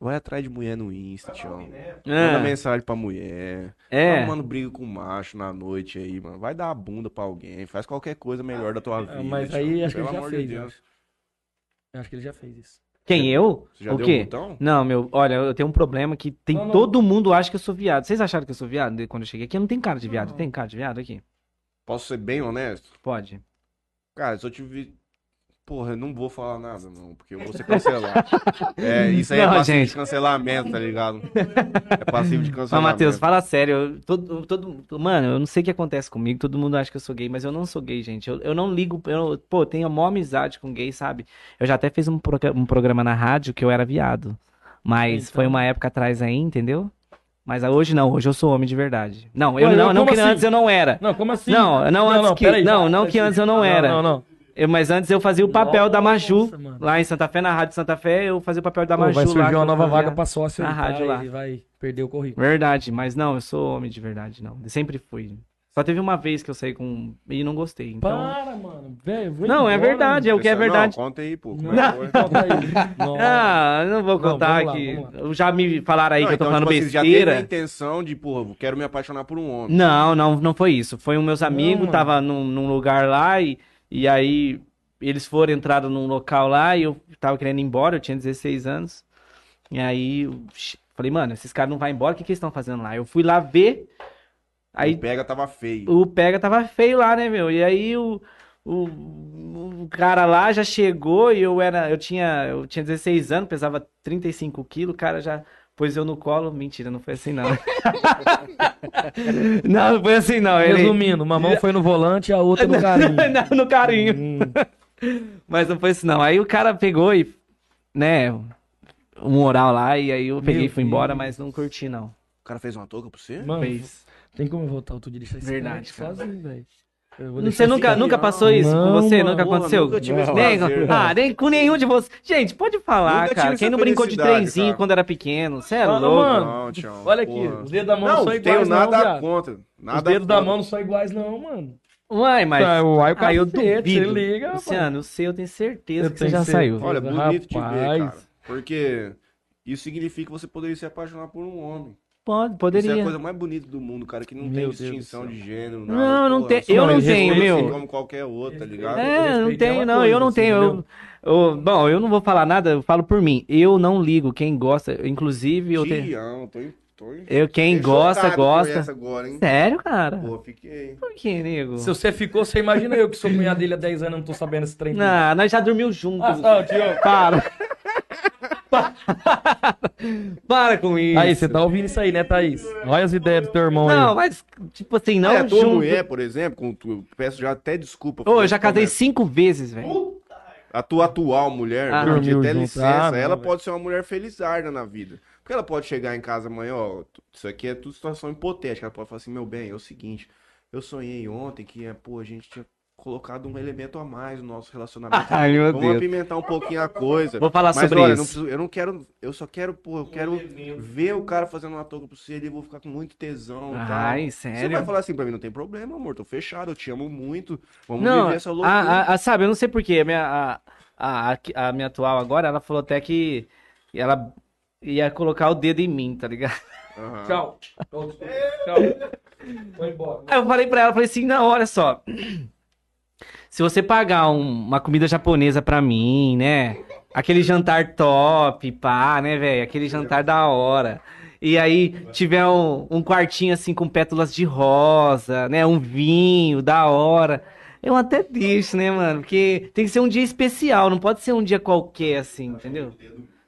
A: Vai atrás de mulher no Insta, Tião. Manda
B: É.
A: mensagem pra mulher.
B: É.
A: Tá arrumando briga com macho na noite aí, mano. Vai dar a bunda pra alguém. Faz qualquer coisa melhor da tua vida.
C: É, Ah, mas
A: Tião.
C: aí acho que
A: Pelo
C: ele já
A: amor
C: fez,
A: de
C: eu
A: Deus.
C: Eu acho que ele já fez isso.
B: Quem eu?
A: Você já
B: o
A: deu
B: quê?
A: um botão?
B: Não, meu, olha, eu tenho um problema que tem
C: Não, não.
B: todo mundo acha que eu sou viado. Vocês acharam que eu sou viado de- quando eu cheguei aqui? Eu não tenho cara de viado.
C: Não.
B: Tem cara de viado aqui?
A: Posso ser bem honesto?
B: Pode.
A: Cara, se eu te vi. Porra, eu não vou falar nada, não, porque eu vou ser
B: <laughs>
A: cancelado. É, isso aí é
B: Não,
A: passivo
B: gente.
A: de cancelamento, tá ligado? É passivo de
B: Mas,
A: cancelamento.
B: Matheus, fala sério. eu- todo, todo, mano, eu não sei o que acontece comigo. Todo mundo acha que eu sou gay, mas eu não sou gay, gente. Eu, eu não ligo. Eu, pô, eu tenho a maior amizade com gay, sabe? Eu já até fiz um, progra- um programa na rádio que eu era viado. Mas
C: Então.
B: foi uma época atrás aí, entendeu? Mas ah, hoje não, hoje eu sou homem de verdade. Não, eu
C: Ué,
B: não,
C: eu-
B: não
C: como
B: que
C: assim?
B: antes eu não era.
C: Não, como assim?
B: Não, não, antes que-
C: peraí.
B: não, não que antes eu não era.
C: Não, não.
B: Eu- mas antes eu fazia o papel da Maju.
C: Nossa, mano.
B: Lá em Santa Fé, na Rádio Santa Fé, eu fazia o papel da
C: Pô,
B: Maju
C: vai
B: lá,
C: surgir
B: que
C: uma
B: eu
C: nova
B: fazia.
C: vaga pra sócio
B: na
C: aí,
B: rádio
C: vai,
B: lá.
C: vai perder o currículo.
B: Verdade, mas não, eu sou homem de verdade, não. Eu sempre fui. Só teve uma vez que eu saí com. um e não gostei. Então.
C: Para, mano, velho. vou
B: Não, é
C: embora,
B: verdade, é o que é
A: Pensa-
B: verdade.
A: Não, conta aí, pô. Como
C: mano.
A: é que
C: Não,
A: foi?
C: então tá aí. Nossa.
B: <laughs> Ah, eu não vou
C: Não,
B: contar
C: vamos lá,
B: que.
C: vamos
B: Já me falaram aí
A: Não,
B: que eu tô
A: então,
B: falando
A: tipo assim, já teve a
B: besteira.
A: intenção de, porra, eu quero me apaixonar por um homem.
B: Não, não, não foi isso. Foi um meus amigos,
C: mano.
B: tava num, num lugar lá e, e aí eles foram entraram num local lá e eu tava querendo ir embora, eu tinha 16 anos. E aí eu ch- falei, mano, esses caras não vão embora, o que, que eles estão fazendo lá? Eu fui lá ver, aí
A: O pega tava feio.
B: o pega tava feio lá, né, meu? E aí o, o, o cara lá já chegou e eu era, eu tinha, eu tinha 16 anos, pesava 35 quilos, o cara já pôs eu no colo. Mentira, não foi
C: <laughs>
B: assim não. não, não foi assim não. Ele,
C: Resumindo, uma mão foi no volante e a outra no
B: <laughs>
C: carinho. Hum,
B: Não, no carinho. Mas não foi isso, não. Aí o cara pegou e, né, um oral lá, e aí eu peguei e fui
C: Deus.
B: embora, mas não curti, não.
A: O cara fez uma touca pra você?
C: Mano,
B: Fez.
C: tem como eu voltar outro dia e deixar esse
B: Verdade,
C: cara
B: cara.
C: aqui sozinho, velho. Eu vou deixar
B: Você
C: esse
B: nunca,
C: cara-
B: nunca passou isso com
C: Não,
B: você?
C: mano.
B: nunca
A: Porra,
B: aconteceu?
A: nunca tive esse
B: Nem-
A: prazer,
B: ah, nem com nenhum de vocês. Gente, pode falar,
A: Nunca tive
B: cara.
A: essa
B: Quem não brincou de
A: felicidade,
B: trenzinho
A: cara.
B: quando era pequeno? Você é
C: Fala,
B: louco.
C: mano.
A: Não, Tião.
C: Olha aqui,
A: porra.
C: os dedos da mão não,
A: Não,
C: são
A: não
C: iguais
A: tenho
C: não,
A: nada
C: viado.
A: contra. Nada
C: Os dedos da
A: contra.
C: mão não são iguais não, mano.
B: Uai, mas.
C: Tá, o ai, o
B: Ah, eu
C: cacete,
B: duvido.
C: você liga, rapaz.
B: Luciano, eu sei, eu tenho certeza
C: Eu
B: que você
C: tenho
B: já
C: certeza.
B: saiu.
A: Olha, bonito te ver, cara.
C: Rapaz.
A: Porque isso significa que você poderia se apaixonar por um homem.
B: Pode,
A: Isso é
B: poderia.
A: a coisa mais bonita do mundo, cara, que não
C: Meu
A: tem
C: Deus do
A: distinção
C: céu.
A: de gênero,
B: Não,
A: nada.
B: não
A: Porra,
B: tem-
A: sou
B: eu
C: não
A: respeito
C: tenho,
A: assim
C: meu.
A: como qualquer outro, tá ligado?
B: É, não
C: Respeito é
B: tenho,
C: uma
B: não,
C: coisa,
B: eu não
C: você
B: tenho. Eu,
C: entendeu?
B: eu- bom, eu não vou falar nada, eu falo por mim. Eu não ligo, quem gosta, inclusive eu tenho.
A: Tião, tô em Tô-
B: Eu, quem
A: fiquei
B: gosta,
A: chocado com
B: gosta.
A: essa agora, hein?
B: Sério, cara?
A: Pô, fiquei.
B: Por que, nego?
C: Se você ficou, você imagina eu que sou cunhado dele há 10 anos e não tô sabendo esse trem.
B: Não, nós já dormimos juntos.
C: Ah, não, Diogo.
B: Para. Para com isso.
C: Aí, você tá ouvindo isso aí, né, Thaís? Olha as ideias do teu irmão
B: Não,
C: aí.
B: mas, tipo assim, não
A: é, a tua
B: junto.
A: mulher, por exemplo, com tu, eu peço já até desculpa.
B: Ô,
A: por
B: eu já
A: esse
B: casei
A: comentário.
B: cinco vezes, velho.
A: A tua atual mulher,
B: Ah,
A: vou pedir
C: dormiu
A: até
C: junto.
A: licença,
C: Ah, não,
A: ela
C: velho.
A: pode ser uma mulher felizarda na vida. Porque ela pode chegar em casa amanhã, ó, tu- isso aqui é tudo situação hipotética. Ela pode falar assim, meu bem, é o seguinte, eu sonhei ontem que, é, pô, a gente tinha colocado um elemento a mais no nosso relacionamento.
B: Ai, Ah, meu
A: Vamos
B: Deus.
A: apimentar um pouquinho a coisa.
B: Vou falar
A: Mas
B: sobre
A: olha, não
B: isso.
A: preciso- eu não quero, eu só quero, pô, eu quero ver o cara fazendo uma touca pra você e eu vou ficar com muito tesão e tal.
B: Ai,
A: Você vai
B: sério?
A: falar assim pra mim, não tem problema, amor, tô fechado, eu te amo muito, vamos
B: Não,
A: viver essa
B: a,
A: loucura.
B: a- a- sabe, eu não sei porquê. A minha, a, a, a- a minha atual agora, ela falou até que ela ia colocar o dedo em mim, tá ligado?
A: Aham.
C: Tchau. Tchau. Tô embora.
B: Aí eu falei pra ela, falei assim, não, olha só. Se você pagar um- uma comida japonesa pra mim, né? Aquele jantar top, pá, né, velho? Aquele jantar da hora. E aí tiver um, um quartinho assim com pétalas de rosa, né? Um vinho, da hora. Eu até deixo, né, mano? Porque tem que ser um dia especial, não pode ser um dia qualquer, assim, entendeu?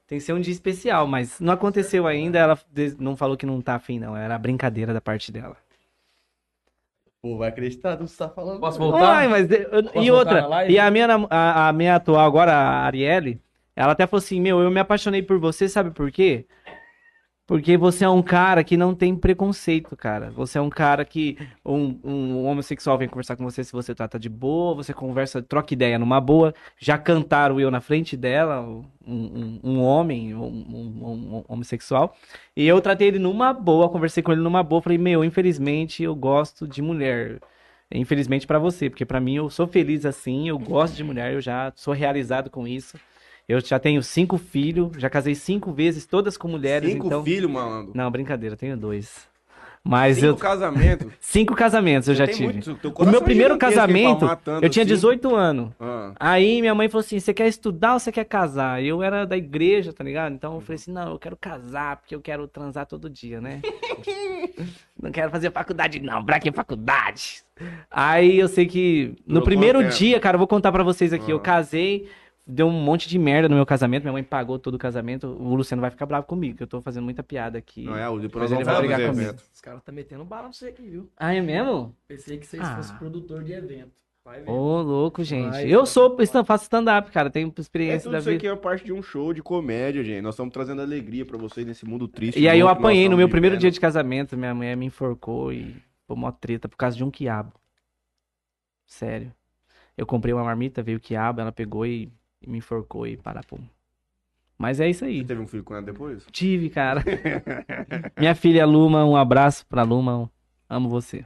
B: Tem que ser um dia especial, mas não aconteceu ainda. Ela des- não falou que não tá afim, não. Era brincadeira da parte dela.
D: Pô, vai acreditar do que você tá falando.
C: Posso
D: velho.
C: voltar?
B: Ai, mas eu-
C: Posso
B: e
C: voltar
B: outra,
C: na live?
B: e a minha, nam- a, a minha atual agora, a Arielle, ela até falou assim, meu, eu me apaixonei por você, sabe por quê? Porque você é um cara que não tem preconceito, cara. Você é um cara que um, um homossexual vem conversar com você se você trata de boa, você conversa, troca ideia numa boa. Já cantaram eu na frente dela, um, um- um homem, um- um- um homossexual. E eu tratei ele numa boa, conversei com ele numa boa, falei, meu, infelizmente eu gosto de mulher. Infelizmente pra você, porque pra mim eu sou feliz assim, eu gosto de mulher, eu já sou realizado com isso. Eu já tenho cinco filhos, já casei cinco vezes, todas com mulheres,
A: Cinco
B: então...
A: filhos, malandro.
B: Não, brincadeira, eu tenho dois. Mas
A: Cinco
B: eu...
A: casamentos.
B: Cinco casamentos eu já
A: Tem
B: tive.
A: muito- teu
B: O
A: coração
B: meu primeiro
A: é gigantesco, ele
B: casamento,
A: palmar tanto
B: eu tinha
A: assim.
B: 18 anos.
A: Ah,
B: Aí minha mãe falou assim: você quer estudar ou você quer casar? E Eu era da igreja, tá ligado? Então eu falei assim: não, eu quero casar, porque eu quero transar todo dia, né? não quero fazer faculdade, não. Pra que faculdade? Aí eu sei que no
A: Durou
B: primeiro
A: quanto tempo?
B: dia, cara, eu vou contar pra vocês aqui: eu
A: Ah.
B: casei, deu um monte de merda no meu casamento. Minha mãe pagou todo o casamento. O Luciano vai ficar bravo comigo, que eu tô fazendo muita piada aqui.
A: não é, o depois
B: Mas
A: nós vamos
B: ele vai
A: falar
B: brigar
A: dos
B: comigo.
A: eventos.
C: Os caras tá metendo bala pra você aqui, viu?
B: Ah, é mesmo?
C: Pensei que vocês
B: Ah.
C: fossem produtor de evento. Vai ver.
B: Ô, louco, gente.
C: Vai,
B: eu
C: vai.
B: sou, stand- faço stand-up, cara. Tenho
A: É
B: experiência
A: tudo
B: da
A: isso
B: vida.
A: aqui é parte de um show de comédia, gente. Nós estamos trazendo alegria pra vocês nesse mundo triste.
B: E aí eu
A: louco que nós
B: apanhei no
A: estamos
B: meu primeiro dia
A: vivendo.
B: de casamento, minha mulher me enforcou e foi mó treta por causa de um quiabo. Sério. Eu comprei uma marmita, veio o quiabo, ela pegou e, e me enforcou e parapum. Mas é isso aí. <laughs>
A: Você teve um filho com ela depois?
B: Tive, cara. Minha filha Luma, um abraço pra Luma. Amo você.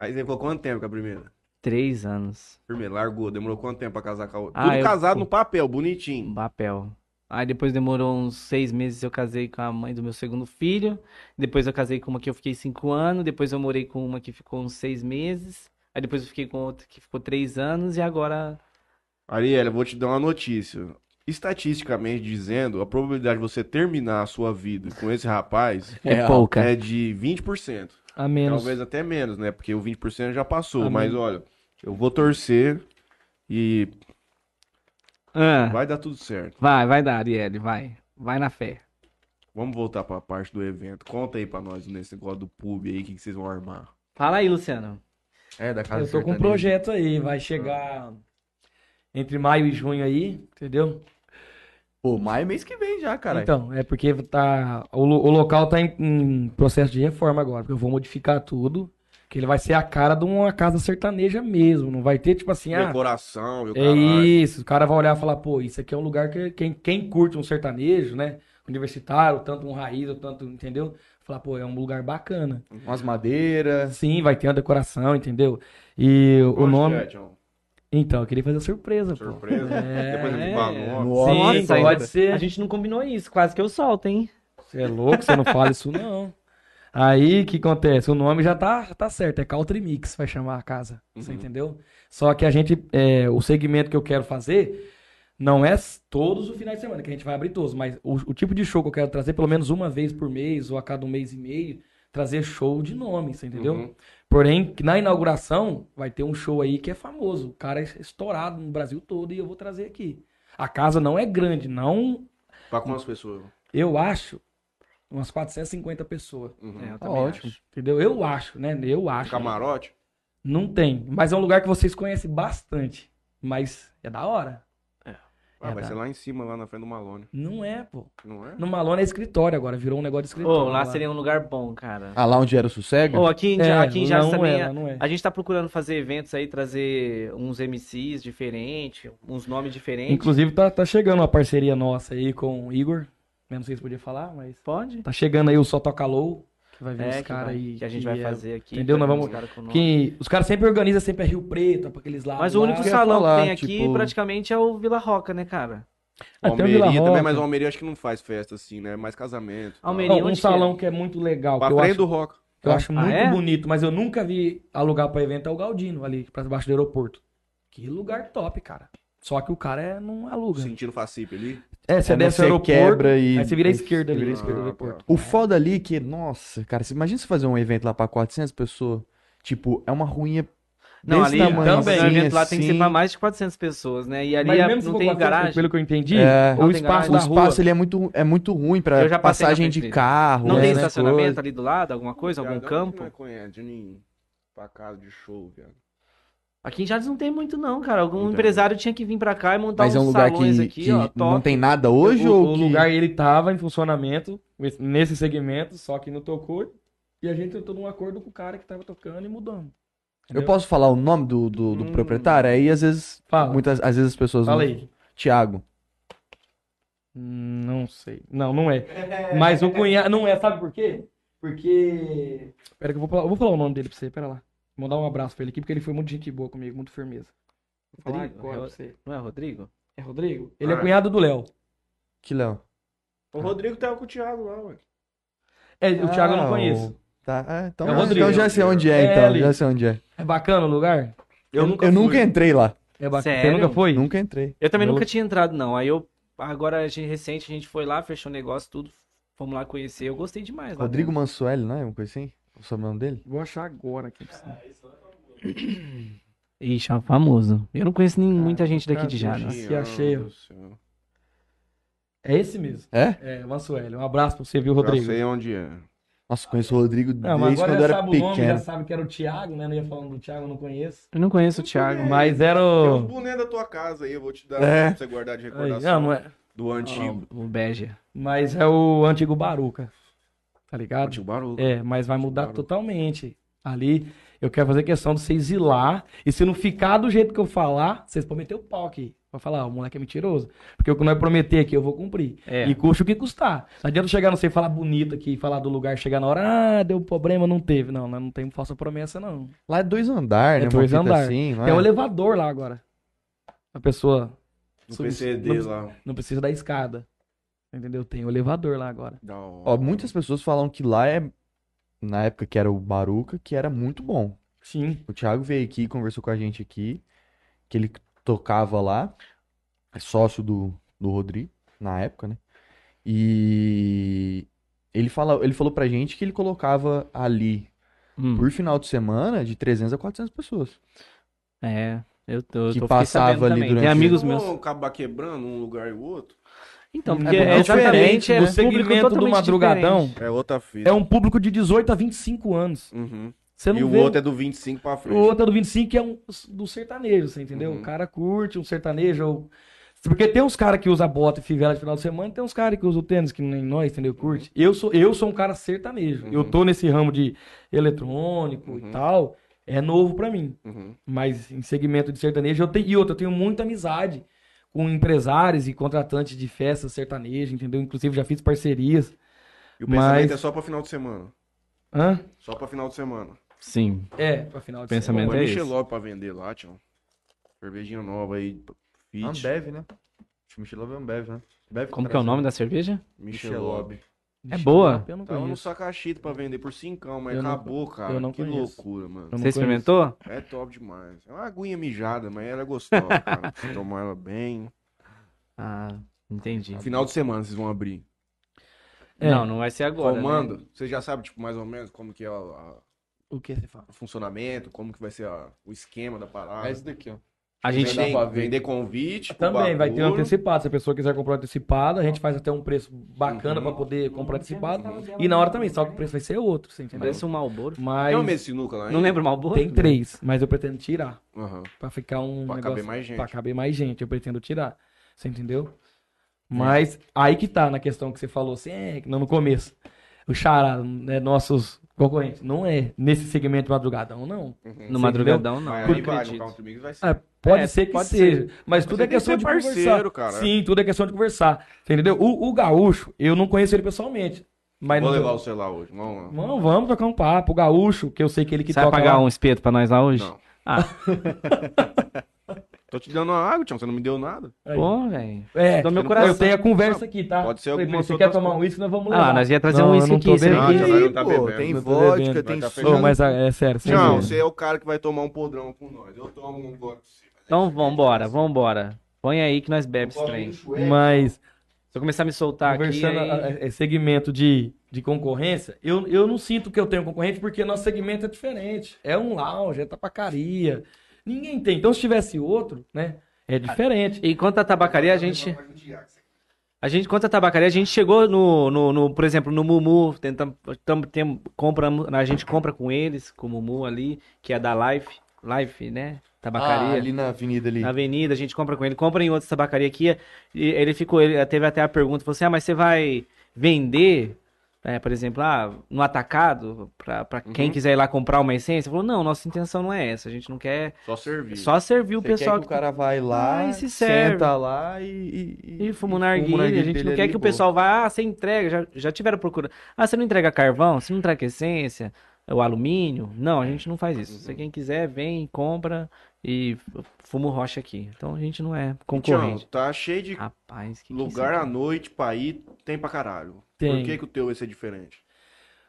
A: Aí você ficou quanto tempo com a primeira?
B: Três anos.
A: Primeiro, largou. Demorou quanto tempo pra casar com a outra?
B: Ah,
A: Tudo
B: eu-
A: casado no papel, bonitinho.
B: Papel. Aí depois demorou uns seis meses, eu casei com a mãe do meu segundo filho. Depois eu casei com uma que eu fiquei cinco anos. Depois eu morei com uma que ficou uns seis meses. Aí depois eu fiquei com outra que ficou três anos. E agora.
A: Ariela, eu vou te dar uma notícia. Estatisticamente dizendo, a probabilidade de você terminar a sua vida com esse rapaz
B: É
D: É,
B: pouca.
A: é de 20%.
C: A menos.
A: Talvez até menos, né? Porque o 20% já passou.
C: Amém.
A: Mas olha, eu vou torcer e
B: Ah,
A: vai dar tudo certo.
B: vai, vai dar, Arielle, vai. Vai na fé.
A: Vamos voltar pra parte do evento. Conta aí pra nós nesse negócio do pub aí, o que, que vocês vão armar.
B: Fala aí, Luciano.
D: É, da casa
C: Eu tô com um
D: sertaneja.
C: projeto aí, vai chegar entre maio e junho aí, entendeu?
D: Pô, maio é mês que vem já, cara.
C: Então, é porque tá o, lo- o local tá em, em processo de reforma agora, porque eu vou modificar tudo, que ele vai ser a cara de uma casa sertaneja mesmo, não vai ter tipo assim, ah,
A: Decoração e o
C: É
A: caralho.
C: isso, o cara vai olhar e falar, pô, isso aqui é um lugar que quem, quem curte um sertanejo, né? Universitário, tanto um raiz, ou tanto, entendeu? Falar, pô, é um lugar bacana.
D: Umas madeiras.
C: Sim, vai ter uma decoração, entendeu? E o
A: Onde
C: nome.
A: que é, Tião?
C: Então, eu queria fazer surpresa, pô.
A: Surpresa.
C: É.
A: Depois ele fala o nome.
D: Nossa,
C: Sim,
B: ainda-
C: pode ser.
B: A gente não combinou isso, quase que eu solto, hein?
C: Você é louco, você não fala isso não. Aí, o que acontece? O nome já tá, já tá certo, é Country Mix, vai chamar a casa, você
A: Uhum.
C: entendeu? Só que a gente, é, o segmento que eu quero fazer Não é s- todos os finais de semana que a gente vai abrir todos, mas o, o tipo de show que eu quero trazer, pelo menos uma vez por mês ou a cada um mês e meio, trazer show de nome, você entendeu?
A: Uhum.
C: Porém, que na inauguração vai ter um show aí que é famoso. O cara é estourado no Brasil todo e eu vou trazer aqui. A casa não é grande, não.
A: Pra quantas tá pessoas?
C: Eu acho umas 450 pessoas.
A: Uhum.
B: É, eu
D: Tá
B: também
D: ótimo.
B: acho.
C: Entendeu? Eu acho, né? Eu acho.
A: Camarote?
C: Não tem. Mas é um lugar que vocês conhecem bastante. Mas é da hora.
A: Ah,
C: É,
A: vai
C: tá.
A: ser lá em cima, lá na frente do Malone.
C: Não é, pô.
A: Não é?
C: No Malone é escritório agora, virou um negócio de
B: Ô,
C: escritório.
B: lá seria um lugar bom, cara.
D: Ah, lá onde era o sossego?
B: Ou aqui em,
C: É,
B: aqui em Jales
C: não
B: também.
C: é,
B: a-
C: lá não é.
B: A gente tá procurando fazer eventos aí, trazer uns MCs diferentes, uns nomes diferentes.
C: Inclusive, tá, tá chegando uma parceria nossa aí com o Igor. Eu não sei se podia falar, mas.
B: Pode.
C: Tá chegando aí o Só Toca Low, que vai vir
B: É,
C: os
B: que,
C: caras
B: vai-
C: aí.
B: que a gente vai
C: é-
B: fazer aqui.
C: entendeu? Nós
B: trazer uns
C: vamos-
B: cara com nome.
C: Que os caras sempre organizam, sempre é Rio Preto, pra aqueles lados.
B: Mas o
C: lá.
B: único
D: que eu ia
B: salão
D: falar,
B: que tem aqui
D: tipo-
B: praticamente é o Vila Roca, né, cara?
C: Ah, tem o Vila
A: Almeria também, é
C: Roca.
A: mas o Almeria acho que não faz festa assim, né? É mais casamento. e tal.
B: Almeria.
C: Ó,
B: onde
C: um
B: que
C: salão que é muito legal,
A: Pra
C: que eu
A: frente
C: acho,
A: do rock.
C: que eu acho
B: Ah,
C: muito
B: é?
C: bonito, mas eu nunca vi alugar pra evento é o Galdino, ali, pra baixo do aeroporto. Que lugar top, cara. Só que o cara é, não aluga.
A: Sentindo facipe ali.
C: É,
D: É,
C: você
D: não,
C: desce o
D: você
C: aeroporto,
D: quebra e-
C: aí você vira à
D: aí
C: esquerda ali.
D: vira à
C: esquerda do
A: esquerda.
C: aeroporto.
D: O foda ali é que, nossa, cara, você imagina você fazer um evento lá pra 400 pessoas? Tipo, é uma ruinha
B: Não,
D: desse
B: ali
D: tamanho,
B: também. O
D: assim,
B: evento lá tem que ser
D: assim.
B: pra mais de 400 pessoas, né? E ali
C: Mas
B: a-
C: mesmo se
B: não
C: for
B: tem
C: 400,
B: garagem.
C: Pelo que eu entendi,
D: É.
C: o
B: Não tem
C: espaço
B: garagem.
D: O
C: da rua...
D: espaço ele é muito, é muito ruim pra
B: Eu já passei na
D: passagem
B: frente
D: de
B: dele.
D: carro,
B: Não
D: né,
B: tem
D: né,
B: estacionamento
D: coisa.
B: ali do lado, alguma coisa, algum
A: Viado, onde
B: campo?
A: nós Conhece, Juninho. Pra casa de show, viado.
B: Aqui em Jales não tem muito não, cara. Algum
A: Não tem.
B: empresário tinha que vir pra cá e montar
D: Mas é um
B: uns
D: lugar
B: salões
D: que,
B: aqui,
D: que
B: ó,
D: não
B: top.
D: tem nada hoje
C: o,
D: ou
C: o
D: que...
C: lugar ele tava em funcionamento esse- nesse segmento, só que não tocou. E a gente entrou num acordo com o cara que tava tocando e mudando.
D: Eu posso falar o nome do, do, do
A: Hum.
D: proprietário? Aí às vezes,
C: Fala.
D: muitas às vezes as pessoas
C: Fala
D: não...
C: aí.
D: Tiago.
C: Hum, Não sei. Não, não é. Mas o cunhado. Não é, sabe por quê? Porque. Pera que eu vou falar, eu vou falar o nome dele pra você, pera lá. Vou Mandar um abraço pra ele aqui, porque ele foi muito gente boa comigo, muito firmeza. Vou falar
B: Rodrigo,
C: agora
B: é o-
C: pra você.
B: Não é, Rodrigo?
C: É Rodrigo? Ele é
A: Ah.
C: cunhado do Léo.
D: Que Léo?
A: O Rodrigo tava com o Thiago lá, ué.
C: É, o Thiago eu
D: Ah,
C: não
D: o-
C: conheço.
D: Tá, é, então,
C: É o
D: então
C: Rodrigo.
D: já sei onde é,
C: É
D: então.
C: ali.
D: Já sei onde é.
C: É bacana o lugar?
A: Eu nunca
D: eu
A: fui.
D: nunca entrei lá.
C: É bacana.
B: Sério?
C: Você nunca foi?
D: Nunca entrei.
B: Eu também
C: Eu-
B: nunca tinha entrado, não. Aí eu. Agora, a gente, recente, a gente foi lá, fechou o negócio, tudo. Fomos lá conhecer. Eu gostei demais. lá né?
D: Rodrigo
B: dentro.
D: Mansueli, não é? Uma coisa assim? O sobrenome dele?
C: Vou achar agora aqui pra você.
B: Ixi, é um famoso. É, Eu não conheço nem muita gente daqui de
C: cara,
B: Jales.
C: Nasci, achei, ó.
A: Meu Deus do céu.
C: É esse mesmo.
D: É?
C: É, Mansueli. Um abraço pra você, viu,
A: Eu
C: Rodrigo?
A: sei onde é.
D: Nossa, conheço o Rodrigo
C: Não, É, mas
D: desde
C: agora
D: quando eu
C: já
D: era
C: sabe o nome, já
D: pequeno.
C: sabe que era o Thiago, né? Não ia falando do Thiago, eu não conheço.
B: Eu não conheço o Thiago. Mas...
C: Mas era
A: É, Tem uns
C: o.
A: bonecos da tua casa aí, eu vou te dar
D: É.
A: pra você guardar de
C: Aí,
A: recordação.
C: não, não é.
A: Do antigo.
B: O Beja.
C: Mas é o antigo Baruca. Tá ligado?
A: Antigo barulho.
C: É, mas vai mudar
A: Baruca.
C: totalmente. Ali, eu quero fazer questão de vocês ir lá. E se não ficar do jeito que eu falar, vocês podem meter o pau aqui. Pra falar, ah, o moleque é mentiroso. Porque o que nós prometer aqui, eu vou cumprir.
B: É.
C: E custa o que custar. Não adianta eu chegar, não sei, falar bonito aqui, falar do lugar, chegar na hora, ah, deu problema, não teve. Não, nós não temos falsa promessa, não.
D: Lá é dois andares,
C: É
D: né?
C: dois
D: Uma fita
C: andar.
D: assim, não
C: Tem
D: é?
C: um elevador lá agora. A pessoa
A: Do
C: Sub-
A: PCD
C: não,
A: lá.
C: não precisa da escada. Entendeu? Tem um elevador lá agora.
A: Da hora.
D: Ó, muitas pessoas falam que lá é, na época que era o Baruca, que era muito bom.
C: Sim.
D: O Thiago veio aqui, conversou com a gente aqui, que ele tocava lá, é sócio do, do Rodrigo, na época, né? E ele, fala, ele falou pra gente que ele colocava ali,
B: Hum.
D: por final de semana, de 300 a 400 pessoas.
B: É, eu tô. eu
D: Que
B: tô- fiquei
D: passava
B: sabendo
D: ali
B: também.
C: É
D: durante-
B: Tem amigos
A: Vocês
B: meus.
A: não vão acabar quebrando um lugar e o outro?
B: Então,
C: É
B: porque
D: porque
B: é,
D: é
B: exatamente
D: diferente,
B: é
C: o
B: um público
C: segmento do
B: totalmente
C: madrugadão
B: diferente.
A: É outra fita.
C: é um público de 18 a 25 anos.
A: Uhum.
C: Você não
A: E o
C: vê...
A: outro é do 25 pra frente.
C: O outro é do 25 que é um do sertanejo, você entendeu?
A: Uhum.
C: O cara curte um sertanejo ou porque tem uns caras que usa bota e fivela de final de semana, tem uns caras que usam tênis que nem nós, entendeu? Curte. Eu sou eu sou um cara sertanejo.
A: Uhum.
C: Eu tô nesse ramo de eletrônico
A: Uhum.
C: e tal, é novo pra mim.
A: Uhum.
C: mas em segmento de sertanejo. Eu tenho, e outra, eu tenho muita amizade com empresários e contratantes de festas sertanejo, entendeu? Inclusive já fiz parcerias.
A: E o pensamento
C: Mas-
A: é só pra final de semana.
C: Hã?
A: Só pra final de semana.
B: Sim.
C: É, pra final de
B: Pensamento.
A: Pô,
B: é
A: Michel
B: esse.
A: Lopes pra vender lá, tio. Cervejinha nova aí. Fit.
D: Ambev, né? Michelov é Ambev, né? Ambev
B: Como que é o nome da cerveja?
A: Michel Lopes.
C: semana.
B: É boa?
C: Eu não
A: Tava no
C: conheço.
A: sacachito pra vender por cincão, mas
C: Eu não-
A: acabou, cara.
C: eu não
A: que
C: conheço.
A: loucura, mano.
C: Eu não
B: Você
C: conheço.
B: experimentou?
C: <laughs> Tá
A: É top demais. É uma aguinha mijada, mas ela é gostosa, cara. Você tomar ela bem.
B: Ah, entendi.
A: Final de semana vocês vão abrir.
C: É.
B: Não, não vai ser agora. né?
A: Comando, vocês já sabem, tipo, mais ou menos como que é a- a-
C: O que você fala?
A: o funcionamento, como que vai ser a- o esquema da parada.
D: Ah,
E: É isso daqui, ó.
B: A gente
A: Vender-
E: dá pra ver.
A: vender convite pro
C: Também vai ter um
A: bagulho.
C: antecipado. Se a pessoa quiser comprar antecipado, a gente faz até um preço bacana
A: Uhum.
C: pra poder comprar antecipado. E na hora também, só que o preço vai ser outro, você entendeu?
B: Parece um Malboro.
C: Mas
A: Tem um mês de sinuca lá, hein?
B: Não lembro o Malboro?
C: tem três, mas eu pretendo tirar
A: Aham.
C: Pra ficar um
A: né? Pra
C: negócio
A: caber mais gente. É.
C: pra caber mais gente, eu pretendo tirar. Você entendeu? Mas aí que tá na questão que você falou assim, é, que não no começo. O Xará, né, nossos concorrentes, não é nesse segmento madrugadão, não.
B: No
C: Você
B: madrugadão, não.
A: Mas
B: não
A: aí Uhum. vai, no
B: acredito.
A: Country Mix vai ser.
C: É, pode
B: É,
C: ser que
B: pode
C: seja, mas tudo
A: você
C: é
A: tem que
C: questão
A: ser
C: de
A: parceiro,
C: conversar.
A: cara.
C: Sim, tudo é questão de conversar, entendeu? O, o gaúcho, eu não conheço ele pessoalmente, mas
A: Vou
C: não-
A: levar o celular hoje, vamos lá.
C: Vamos, vamos tocar um papo. O gaúcho, que eu sei que ele que
B: Você vai
C: toca
B: pagar
C: lá.
B: um espeto pra nós lá hoje?
A: Não.
B: Ah,
A: Tô te dando uma água, Tião, você não me deu nada.
C: Aí.
B: um? pô, velho.
C: É,
B: do meu coração.
C: eu tenho a conversa aqui, tá?
A: Pode ser
C: Falei pra
A: algumas
C: ele, Você quer
A: outras
C: tomar um
A: coisas.
C: uísque, nós vamos
B: Ah,
C: levar.
B: nós ia trazer
C: Não,
B: um
C: eu
B: uísque
C: não tô né?
B: aqui. você
C: bebendo.
B: não
A: Ah,
D: E
A: já
B: quer?
A: vai-
D: aí,
A: não tá
D: pô,
A: bebendo,
D: tem
A: não
C: tá
D: vodka,
C: bebendo.
D: tem
A: Vai tá
D: suco.
C: Ô, mas ah, é sério, sem
A: Tião,
C: zoeira.
A: você é o cara que vai tomar um podrão com nós. Eu tomo um gole com você.
B: Então vambora, vambora. Põe aí que nós bebemos
A: um
B: esse trem. Se
A: é
C: Mas
B: eu começar a me soltar Tá aqui,
C: conversando
B: aí-
C: a- a- segmento de, de concorrência, eu, eu não sinto que eu tenho concorrente porque nosso segmento é diferente. É um lounge, é tapacaria. Ninguém tem. Então se tivesse outro, né? É diferente.
B: E quanto à tabacaria, a gente. A gente, quanto à tabacaria, a gente chegou no, no, no- por exemplo, no Mumu, tentamos, tam, tem, compramos, a gente compra com eles, com o Mumu ali, que é da Life, Life, né?
D: Ah,
B: Tabacaria.
D: ali na avenida ali.
B: na avenida, a gente compra com ele, compra em outras tabacaria aqui, e ele ficou, ele teve até a pergunta, falou assim, ah, mas você vai vender, é, por exemplo, ah, no atacado, pra, pra
D: Uhum.
B: quem quiser ir lá comprar uma essência? Falou, não, nossa intenção não é essa, a gente não quer
A: Só servir.
B: só servir o
D: Você
B: pessoal
D: quer que o cara vai lá,
B: Ah, e se serve.
D: senta lá e... E,
B: E fuma
D: o
B: um narguilha, a gente
D: dele
B: não quer
D: ali,
B: que o
D: pô.
B: pessoal vá, ah, você entrega, já, já tiveram procurando. Ah, você não entrega carvão, você não entrega essência, é o alumínio. Não, a
D: É.
B: gente não faz isso.
D: Uhum.
B: Se quem quiser, vem, compra e f- fuma o rocha aqui. Então a gente não é
A: Tião,
B: concorrente.
A: tá cheio de
B: Rapaz, que que é isso
A: lugar à
B: aqui?
A: noite pra ir, tem pra caralho.
C: Tem.
A: Por que, que o teu vai ser diferente?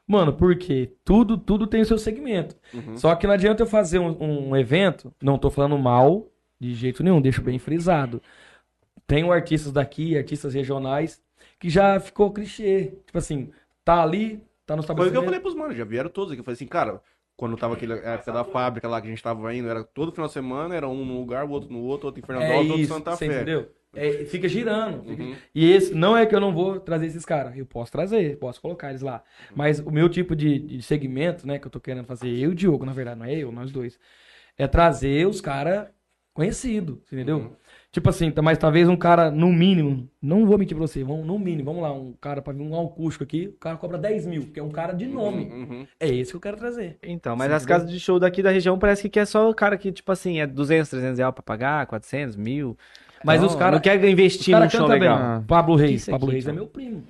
C: Mano, porque tudo, tudo tem o seu segmento.
A: Uhum.
C: Só que não adianta eu fazer um, um evento, não tô falando mal de jeito nenhum, deixo bem frisado. Tenho artistas daqui, artistas regionais, que já ficou clichê. Tipo assim, tá ali, tá no
A: Foi o que eu
C: estabelecimento.
A: falei pros manos, já vieram todos aqui. Eu falei assim, cara, quando tava aquele a época da fábrica lá que a gente tava indo, era todo final de semana, era um num lugar, o outro no outro, outro em Fernandópolis,
C: é
A: outro em
C: isso,
A: Santa
C: você
A: Fé.
C: entendeu? É, fica girando. fica-
A: Uhum.
C: E esse, não é que eu não vou trazer esses caras. Eu posso trazer, posso colocar eles lá. Mas o meu tipo de, de segmento, né, que eu tô querendo fazer, eu e o Diogo, na verdade, não é eu, nós dois, é trazer os caras conhecidos, entendeu?
A: Uhum.
C: Tipo assim, tá- mas talvez um cara, no mínimo, não vou mentir pra você, vamos, no mínimo, vamos lá, um cara pra vir um Alcusco aqui, o cara cobra 10 mil, que é um cara de nome.
A: Uhum.
C: É esse que eu quero trazer.
B: Então, mas
C: Você
B: as
C: entendeu?
A: né?
B: casas de show daqui da região parece que quer só o cara que, tipo assim, é 200, 300 reais pra pagar, 400, mil.
C: Mas
B: Então,
C: os caras.
B: Não quer investir num show legal.
D: Ah.
C: Pablo
B: Que
C: Reis.
B: isso
C: Pablo
B: aqui,
C: Reis é
B: João?
C: meu primo.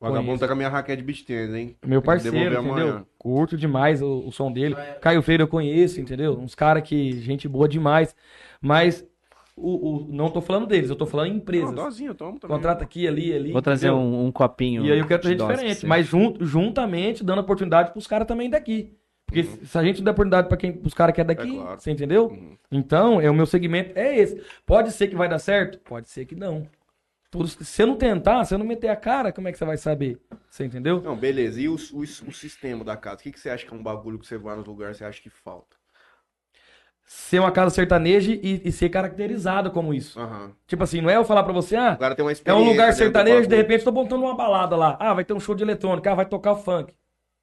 A: Vagabundo
C: Conheço.
A: tá com a minha raquete de beat tennis, hein? Tem
C: Meu
A: que
C: parceiro,
A: devolver amanhã.
C: entendeu? Curto demais o, o som dele. Caio Feira eu conheço, entendeu? Uns caras que, gente boa demais. Mas o, o- não tô falando deles, eu tô falando em
A: Não,
C: empresas.
A: dozinho, eu tomo também.
C: Contrata aqui, ali, ali.
B: Vou trazer
C: entendeu?
B: um, um copinho.
C: E aí eu quero
B: de
C: trazer
B: dose pra
C: diferente,
B: você.
C: mas jun- juntamente dando oportunidade pros caras também daqui. Porque se- se a gente der oportunidade pra quem, pros caras que é daqui,
A: Uhum. É claro.
C: você entendeu?
A: Uhum.
C: Então, é o meu segmento é esse. Pode ser que vai dar certo? Pode ser que não. Tudo- se você não tentar, se eu não meter a cara, como é que você vai saber? Você entendeu?
A: Não, beleza. E o, o, o sistema da casa? O que, que você acha que é um bagulho que você vai nos lugares e você acha que falta?
C: ser uma casa sertaneja e, e ser caracterizado como isso.
A: Aham.
C: Tipo assim, não é eu falar pra você, ah,
A: O cara tem uma
C: é
A: experiência.
C: um lugar
A: dentro do
C: sertanejo, de
A: bagulho.
C: repente tô montando uma balada lá. Ah, vai ter um show de eletrônica, ah, vai tocar o funk.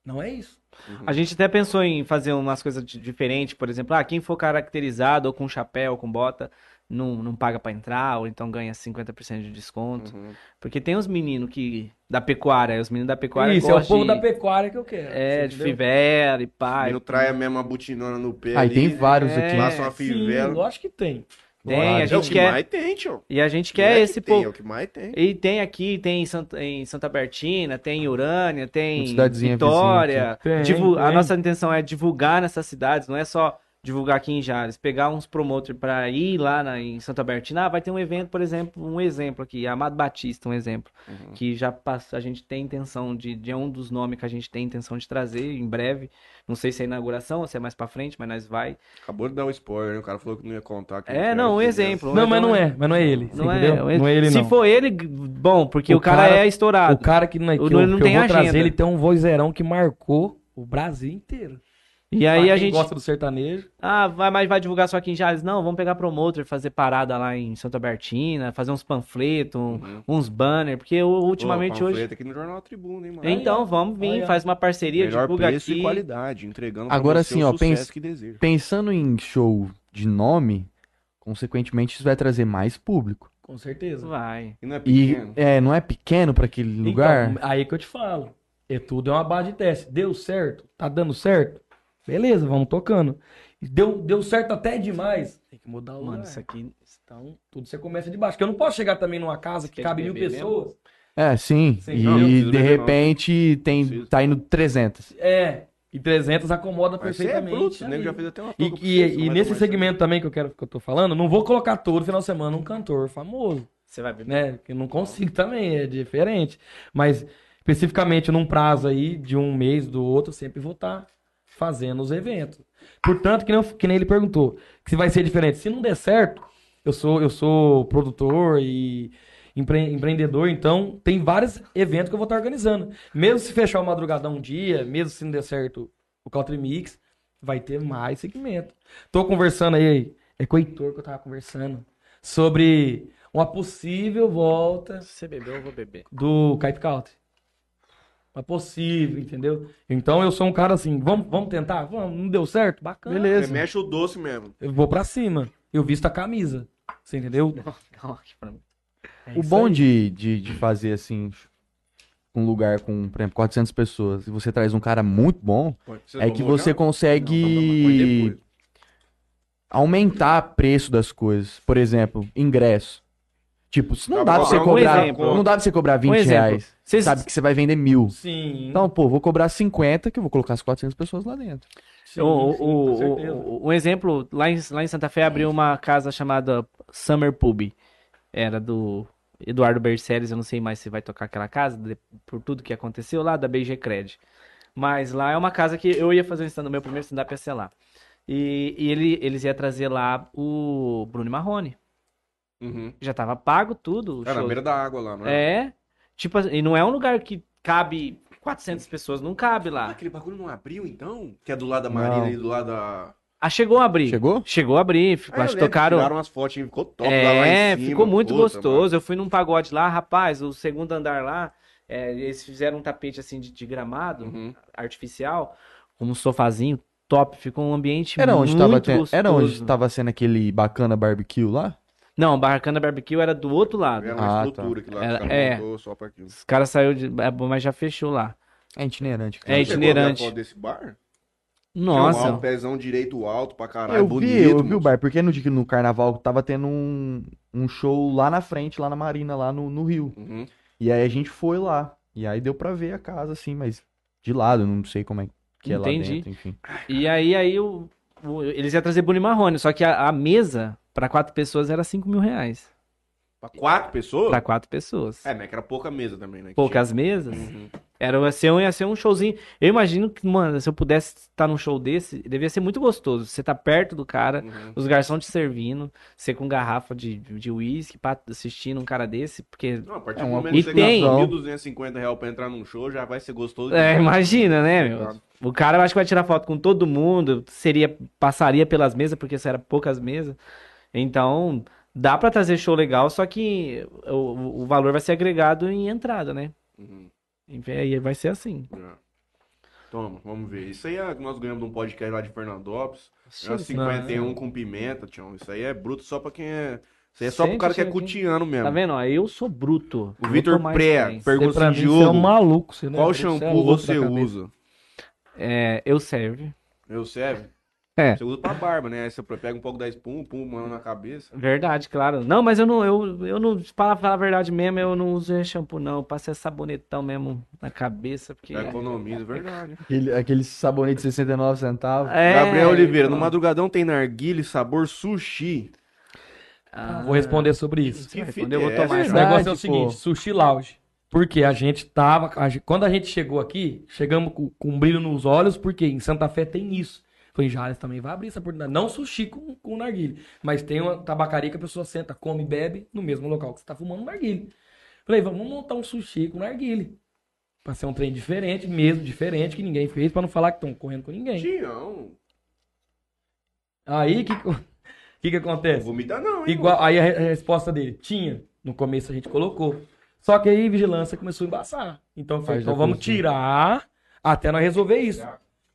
C: Não é isso.
B: A gente até pensou em fazer umas coisas di- diferentes, por exemplo, ah, quem for caracterizado ou com chapéu ou com bota não, não paga pra entrar, ou então ganha 50% de desconto.
A: Uhum.
B: Porque tem os meninos que da pecuária, os meninos da pecuária
C: isso, é o
B: gostam
C: povo
B: de,
C: da pecuária que eu quero.
B: É,
C: você
B: de
C: entendeu?
B: fivela e
A: O
B: pá.
A: menino trai é a mesma butinona no pé.
D: Aí
A: ali,
D: tem vários
B: É.
D: aqui.
A: Laça uma
C: Sim,
A: fivela.
C: lógico que tem.
B: Tem, a
A: É o
B: gente
A: que
B: quer.
A: mais tem, tio.
B: E a gente
A: Não
B: quer
A: é
B: esse
A: tem,
B: povo.
A: É o que mais tem.
B: E tem aqui, tem em Santa, em Santa Bertina, tem em Urânia, tem
D: Uma cidadezinha
B: Vitória.
C: vizinha aqui. Tem,
B: Divu- Tipo, A
C: tem.
B: nossa intenção é divulgar nessas cidades, não é só divulgar aqui em Jales, pegar uns promotores para ir lá na- em Santa Bertina, ah, vai ter um evento, por exemplo, um exemplo aqui, Amado Batista, um exemplo, que já passa, a gente tem intenção de, de é um dos nomes que a gente tem intenção de trazer em breve, não sei se é inauguração ou se é mais para frente, mas nós vai.
A: Acabou de dar um spoiler, né? O cara falou que não ia contar. que
B: É,
A: quer
B: não, um
A: esse
B: exemplo. um
C: Não, mas
B: exemplo.
C: não é, mas não é ele. você
B: Não é,
C: entendeu?
B: é-
C: Não é ele,
B: se
C: não.
B: for ele, g- bom, porque
C: O
B: o, cara,
C: cara-
B: é estourado.
C: O cara que, não, é- que,
B: O
C: eu,
B: Nuno não
C: que eu
B: tem
C: vou trazer,
B: agenda.
C: ele tem um vozeirão que marcou o Brasil inteiro.
B: E
C: Pra
B: aí
C: quem
B: a gente
C: gosta do sertanejo.
B: Ah, vai, mas vai divulgar só aqui em Jales? Não, vamos pegar promotor, fazer parada lá em Santa Bertina, fazer uns panfletos, um-
A: Uhum.
B: uns banners, porque eu, ultimamente
A: Pô,
B: hoje.
A: panfleto aqui no Jornal Tribuna, hein, mano?
B: Então, vamos vir,
C: Olha.
B: faz uma parceria,
A: Melhor
B: divulga
A: preço
B: aqui.
A: e qualidade, entregando
D: Agora
A: pra você
D: sim,
A: o
D: ó,
A: sucesso
D: pensa-
A: que deseja.
D: Pensando em show de nome, consequentemente isso vai trazer mais público.
C: Com certeza.
B: Vai.
A: E não é
D: E
A: pequeno.
D: é, não é pequeno pra aquele lugar?
C: Então, aí que eu te falo. É tudo é uma base de teste. Deu certo? Tá dando certo? Beleza, vamos tocando. Deu, deu certo até demais. Tem que mudar o
B: Mano,
C: lugar.
B: isso aqui.
C: Então, tudo você começa de baixo. Porque eu não posso chegar também numa casa que
B: Tem
C: cabe
B: que
C: mil
B: beber
C: pessoas.
D: É, sim.
C: Sim,
D: e
A: não, não preciso
D: de
A: beber, não.
D: repente tem,
A: Preciso.
D: tá indo 300.
C: É. E 300 acomoda
A: Mas você é
C: perfeitamente.
A: bruto, o nego
C: ali.
A: já fez até uma
C: E,
A: toca pra
C: e-
A: você, você
C: e
A: não vai
C: nesse
A: tomar
C: segmento também que eu quero que eu tô falando, não vou colocar todo final de semana um cantor famoso,
B: Você vai beber.
C: né? Que eu não consigo <laughs> também, é diferente. Mas especificamente num prazo aí de um mês do outro, eu sempre vou estar fazendo os eventos. Portanto, que nem, eu- que nem ele perguntou, que se vai ser diferente. Se não der certo, eu sou eu sou produtor e empre- empreendedor, então tem vários eventos que eu vou estar organizando. Mesmo se fechar o madrugadão um dia, mesmo se não der certo o Country Mix, vai ter mais segmento. Tô conversando aí, é com o Heitor que eu tava conversando, sobre uma possível volta
B: Se você bebeu, eu vou beber.
C: do Caip Country. Mas possível, entendeu? Então eu sou um cara assim, vamos, vamos tentar? Vamos, não deu certo? Bacana.
B: Um
A: Você
D: Beleza.
A: mexe o doce mesmo.
C: Eu vou pra cima. Eu visto a camisa. Você entendeu?
B: Calma aqui tá pra mim.
C: É
D: O
C: isso
D: bom
C: aí.
D: de, de, de fazer assim, um lugar com, por exemplo, 400 pessoas e você traz um cara muito bom,
A: Pode-
D: é que
A: tomou já?
D: você
A: Não,
D: consegue
A: toma- põe depois.
D: aumentar o preço das coisas. Por exemplo, ingresso. Tipo, se não
A: Tá
D: dá pra
A: bom,
D: você
A: um
D: cobrar,
B: exemplo.
D: não dá pra você cobrar 20
B: Um exemplo.
D: reais.
B: Vocês-
D: Sabe que você vai vender mil.
C: Sim.
D: Então, pô, vou cobrar 50 que eu vou colocar as 400 pessoas lá dentro.
C: sim,
B: o,
C: sim,
B: o-
C: com
B: o-
C: certeza.
B: o- um exemplo, lá em, lá em Santa Fé abriu uma casa chamada Summer Pub. Era do Eduardo Berceres, eu não sei mais se vai tocar aquela casa, de- por tudo que aconteceu lá, da BG Cred. Mas lá é uma casa que eu ia fazer um stand meu primeiro stand-up ia ser lá. E, e ele, eles iam trazer lá o Bruno Marrone.
A: Uhum.
B: Já tava pago tudo. o
A: É, na
B: show.
A: beira da água lá, não
C: né?
A: é?
B: É. Tipo, e não é um lugar que cabe 400 pessoas, não cabe
A: Ah,
B: lá.
A: aquele bagulho não abriu então? Que é do lado da Marília
D: Não.
A: e do lado da.
B: Ah, chegou a abrir.
D: Chegou?
B: Chegou a abrir,
A: Ah, eu
C: É,
B: acho que
A: lembro,
B: tocaram.
A: Tiraram umas fotos, hein? ficou top lá, lá
B: É,
A: em cima.
B: ficou muito
A: Puta,
B: gostoso.
A: mano.
B: Eu fui num pagode lá, rapaz, o segundo andar lá, é, eles fizeram um tapete assim de, de gramado
A: Uhum.
B: artificial, com um sofazinho top, ficou um ambiente
D: Era onde,
B: muito
D: tava ten-
B: gostoso.
D: era onde tava sendo aquele bacana barbecue lá?
B: Não, Barracana Barbecue era do outro lado.
A: Era
D: Ah,
A: uma
D: tá.
A: estrutura que lá
B: Era-
A: os caras
B: é.
A: montou só pra aquilo.
B: Os caras saíram de, é, mas já fechou lá.
D: É itinerante.
B: É
A: Você chegou a ver a
B: itinerante.
A: foto desse bar?
B: Nossa,
A: Um pezão direito alto pra caralho,
D: eu
A: bonito.
D: vi, eu vi
A: moço.
D: o bar, porque no, dia- no carnaval tava tendo um, um show lá na frente, lá na Marina, lá no, no Rio.
A: Uhum.
D: E aí a gente foi lá. E aí deu pra ver a casa, assim, mas de lado, não sei como é que é
B: Entendi.
D: lá dentro, enfim.
B: E aí, aí o, o- eles iam trazer Bruno e Marrone, só que a, a mesa pra quatro pessoas era 5 mil reais.
A: Pra quatro pessoas?
B: Pra quatro pessoas.
A: É, mas que era pouca mesa também, né? que
B: Poucas mesas.
A: tinha. Uhum.
B: Era, ia ser, um- ia ser um showzinho. Eu imagino que, mano, se eu pudesse estar num show desse, devia ser muito gostoso. Você tá perto do cara,
A: Uhum.
B: os garçons te servindo, você com garrafa de de uísque, pá, assistindo um cara desse, porque.
A: Não, a partir
D: É
A: do
D: uma
A: momento que
B: E
A: você
B: tem-
A: gastou 1.250 reais pra entrar num show, já vai ser gostoso.
B: É,
A: demais.
B: imagina, né, meu? O cara eu acho que vai tirar foto com todo mundo, seria, passaria pelas mesas, porque isso era poucas mesas. Então, dá pra trazer show legal, só que o, o valor vai ser agregado em entrada, né?
A: Uhum.
B: E aí vai ser assim.
A: Já. Toma, vamos ver. Isso aí é que nós ganhamos de um podcast lá de Fernandópolis. É Era
C: isso
A: 51
C: não.
A: com pimenta, Tião. Isso aí é bruto só pra quem é. Isso aí é só pro cara que é
B: Sente, chega aqui.
A: cutiano mesmo.
B: Tá vendo? ó? Eu sou bruto.
A: O
B: Eu
A: Vitor
B: tô mais
A: Pré
B: tenso.
C: Você,
A: pergunta
C: pra
A: assim,
C: mim, você é um
A: Diogo.
C: maluco. Você não é
A: Qual
C: bruto, você é
A: shampoo
C: louco da
A: você
C: cabeça.
A: usa?
B: É, eu serve.
A: Eu serve?
B: É.
A: Você usa pra barba, né? Aí você pega um pouco da espuma, pum, manda na cabeça.
B: Verdade, claro. Não, mas eu não, eu, eu não, para falar a verdade mesmo, eu não uso shampoo, não. Eu passo é sabonetão mesmo na cabeça, porque.
A: Já economiza, verdade.
D: Aquele, aquele sabonete de 69 centavos.
B: É,
A: Gabriel Oliveira,
B: então.
A: no madrugadão tem narguile sabor sushi.
B: Ah,
C: Vou responder sobre isso.
A: Que
B: vai,
A: fita
B: quando eu vou
A: é
B: tomar
A: essa?
C: Mas o
D: Verdade,
C: negócio é o
D: pô.
C: seguinte, Sushi Lounge. Porque a gente tava. a gente- quando a gente chegou aqui, chegamos com, com um brilho nos olhos, porque em Santa Fé tem isso. Falei, Jales também vai abrir essa oportunidade. Não sushi com, com narguile, mas tem uma tabacaria que a pessoa senta, come e bebe no mesmo local que você tá fumando narguile. Falei, vamos montar um sushi com narguile. Pra ser um trem diferente, mesmo diferente, que ninguém fez, pra não falar que estão correndo com ninguém.
A: Tião,
C: Aí o que, que, que
A: não
C: acontece?
A: vomita não, hein?
C: Igual, aí a re- a resposta dele, tinha. No começo a gente colocou. Só que aí a vigilância começou a embaçar. Então, eu falei,
D: Faz
C: então
D: da
C: vamos
D: cozinha.
C: tirar até nós resolver isso.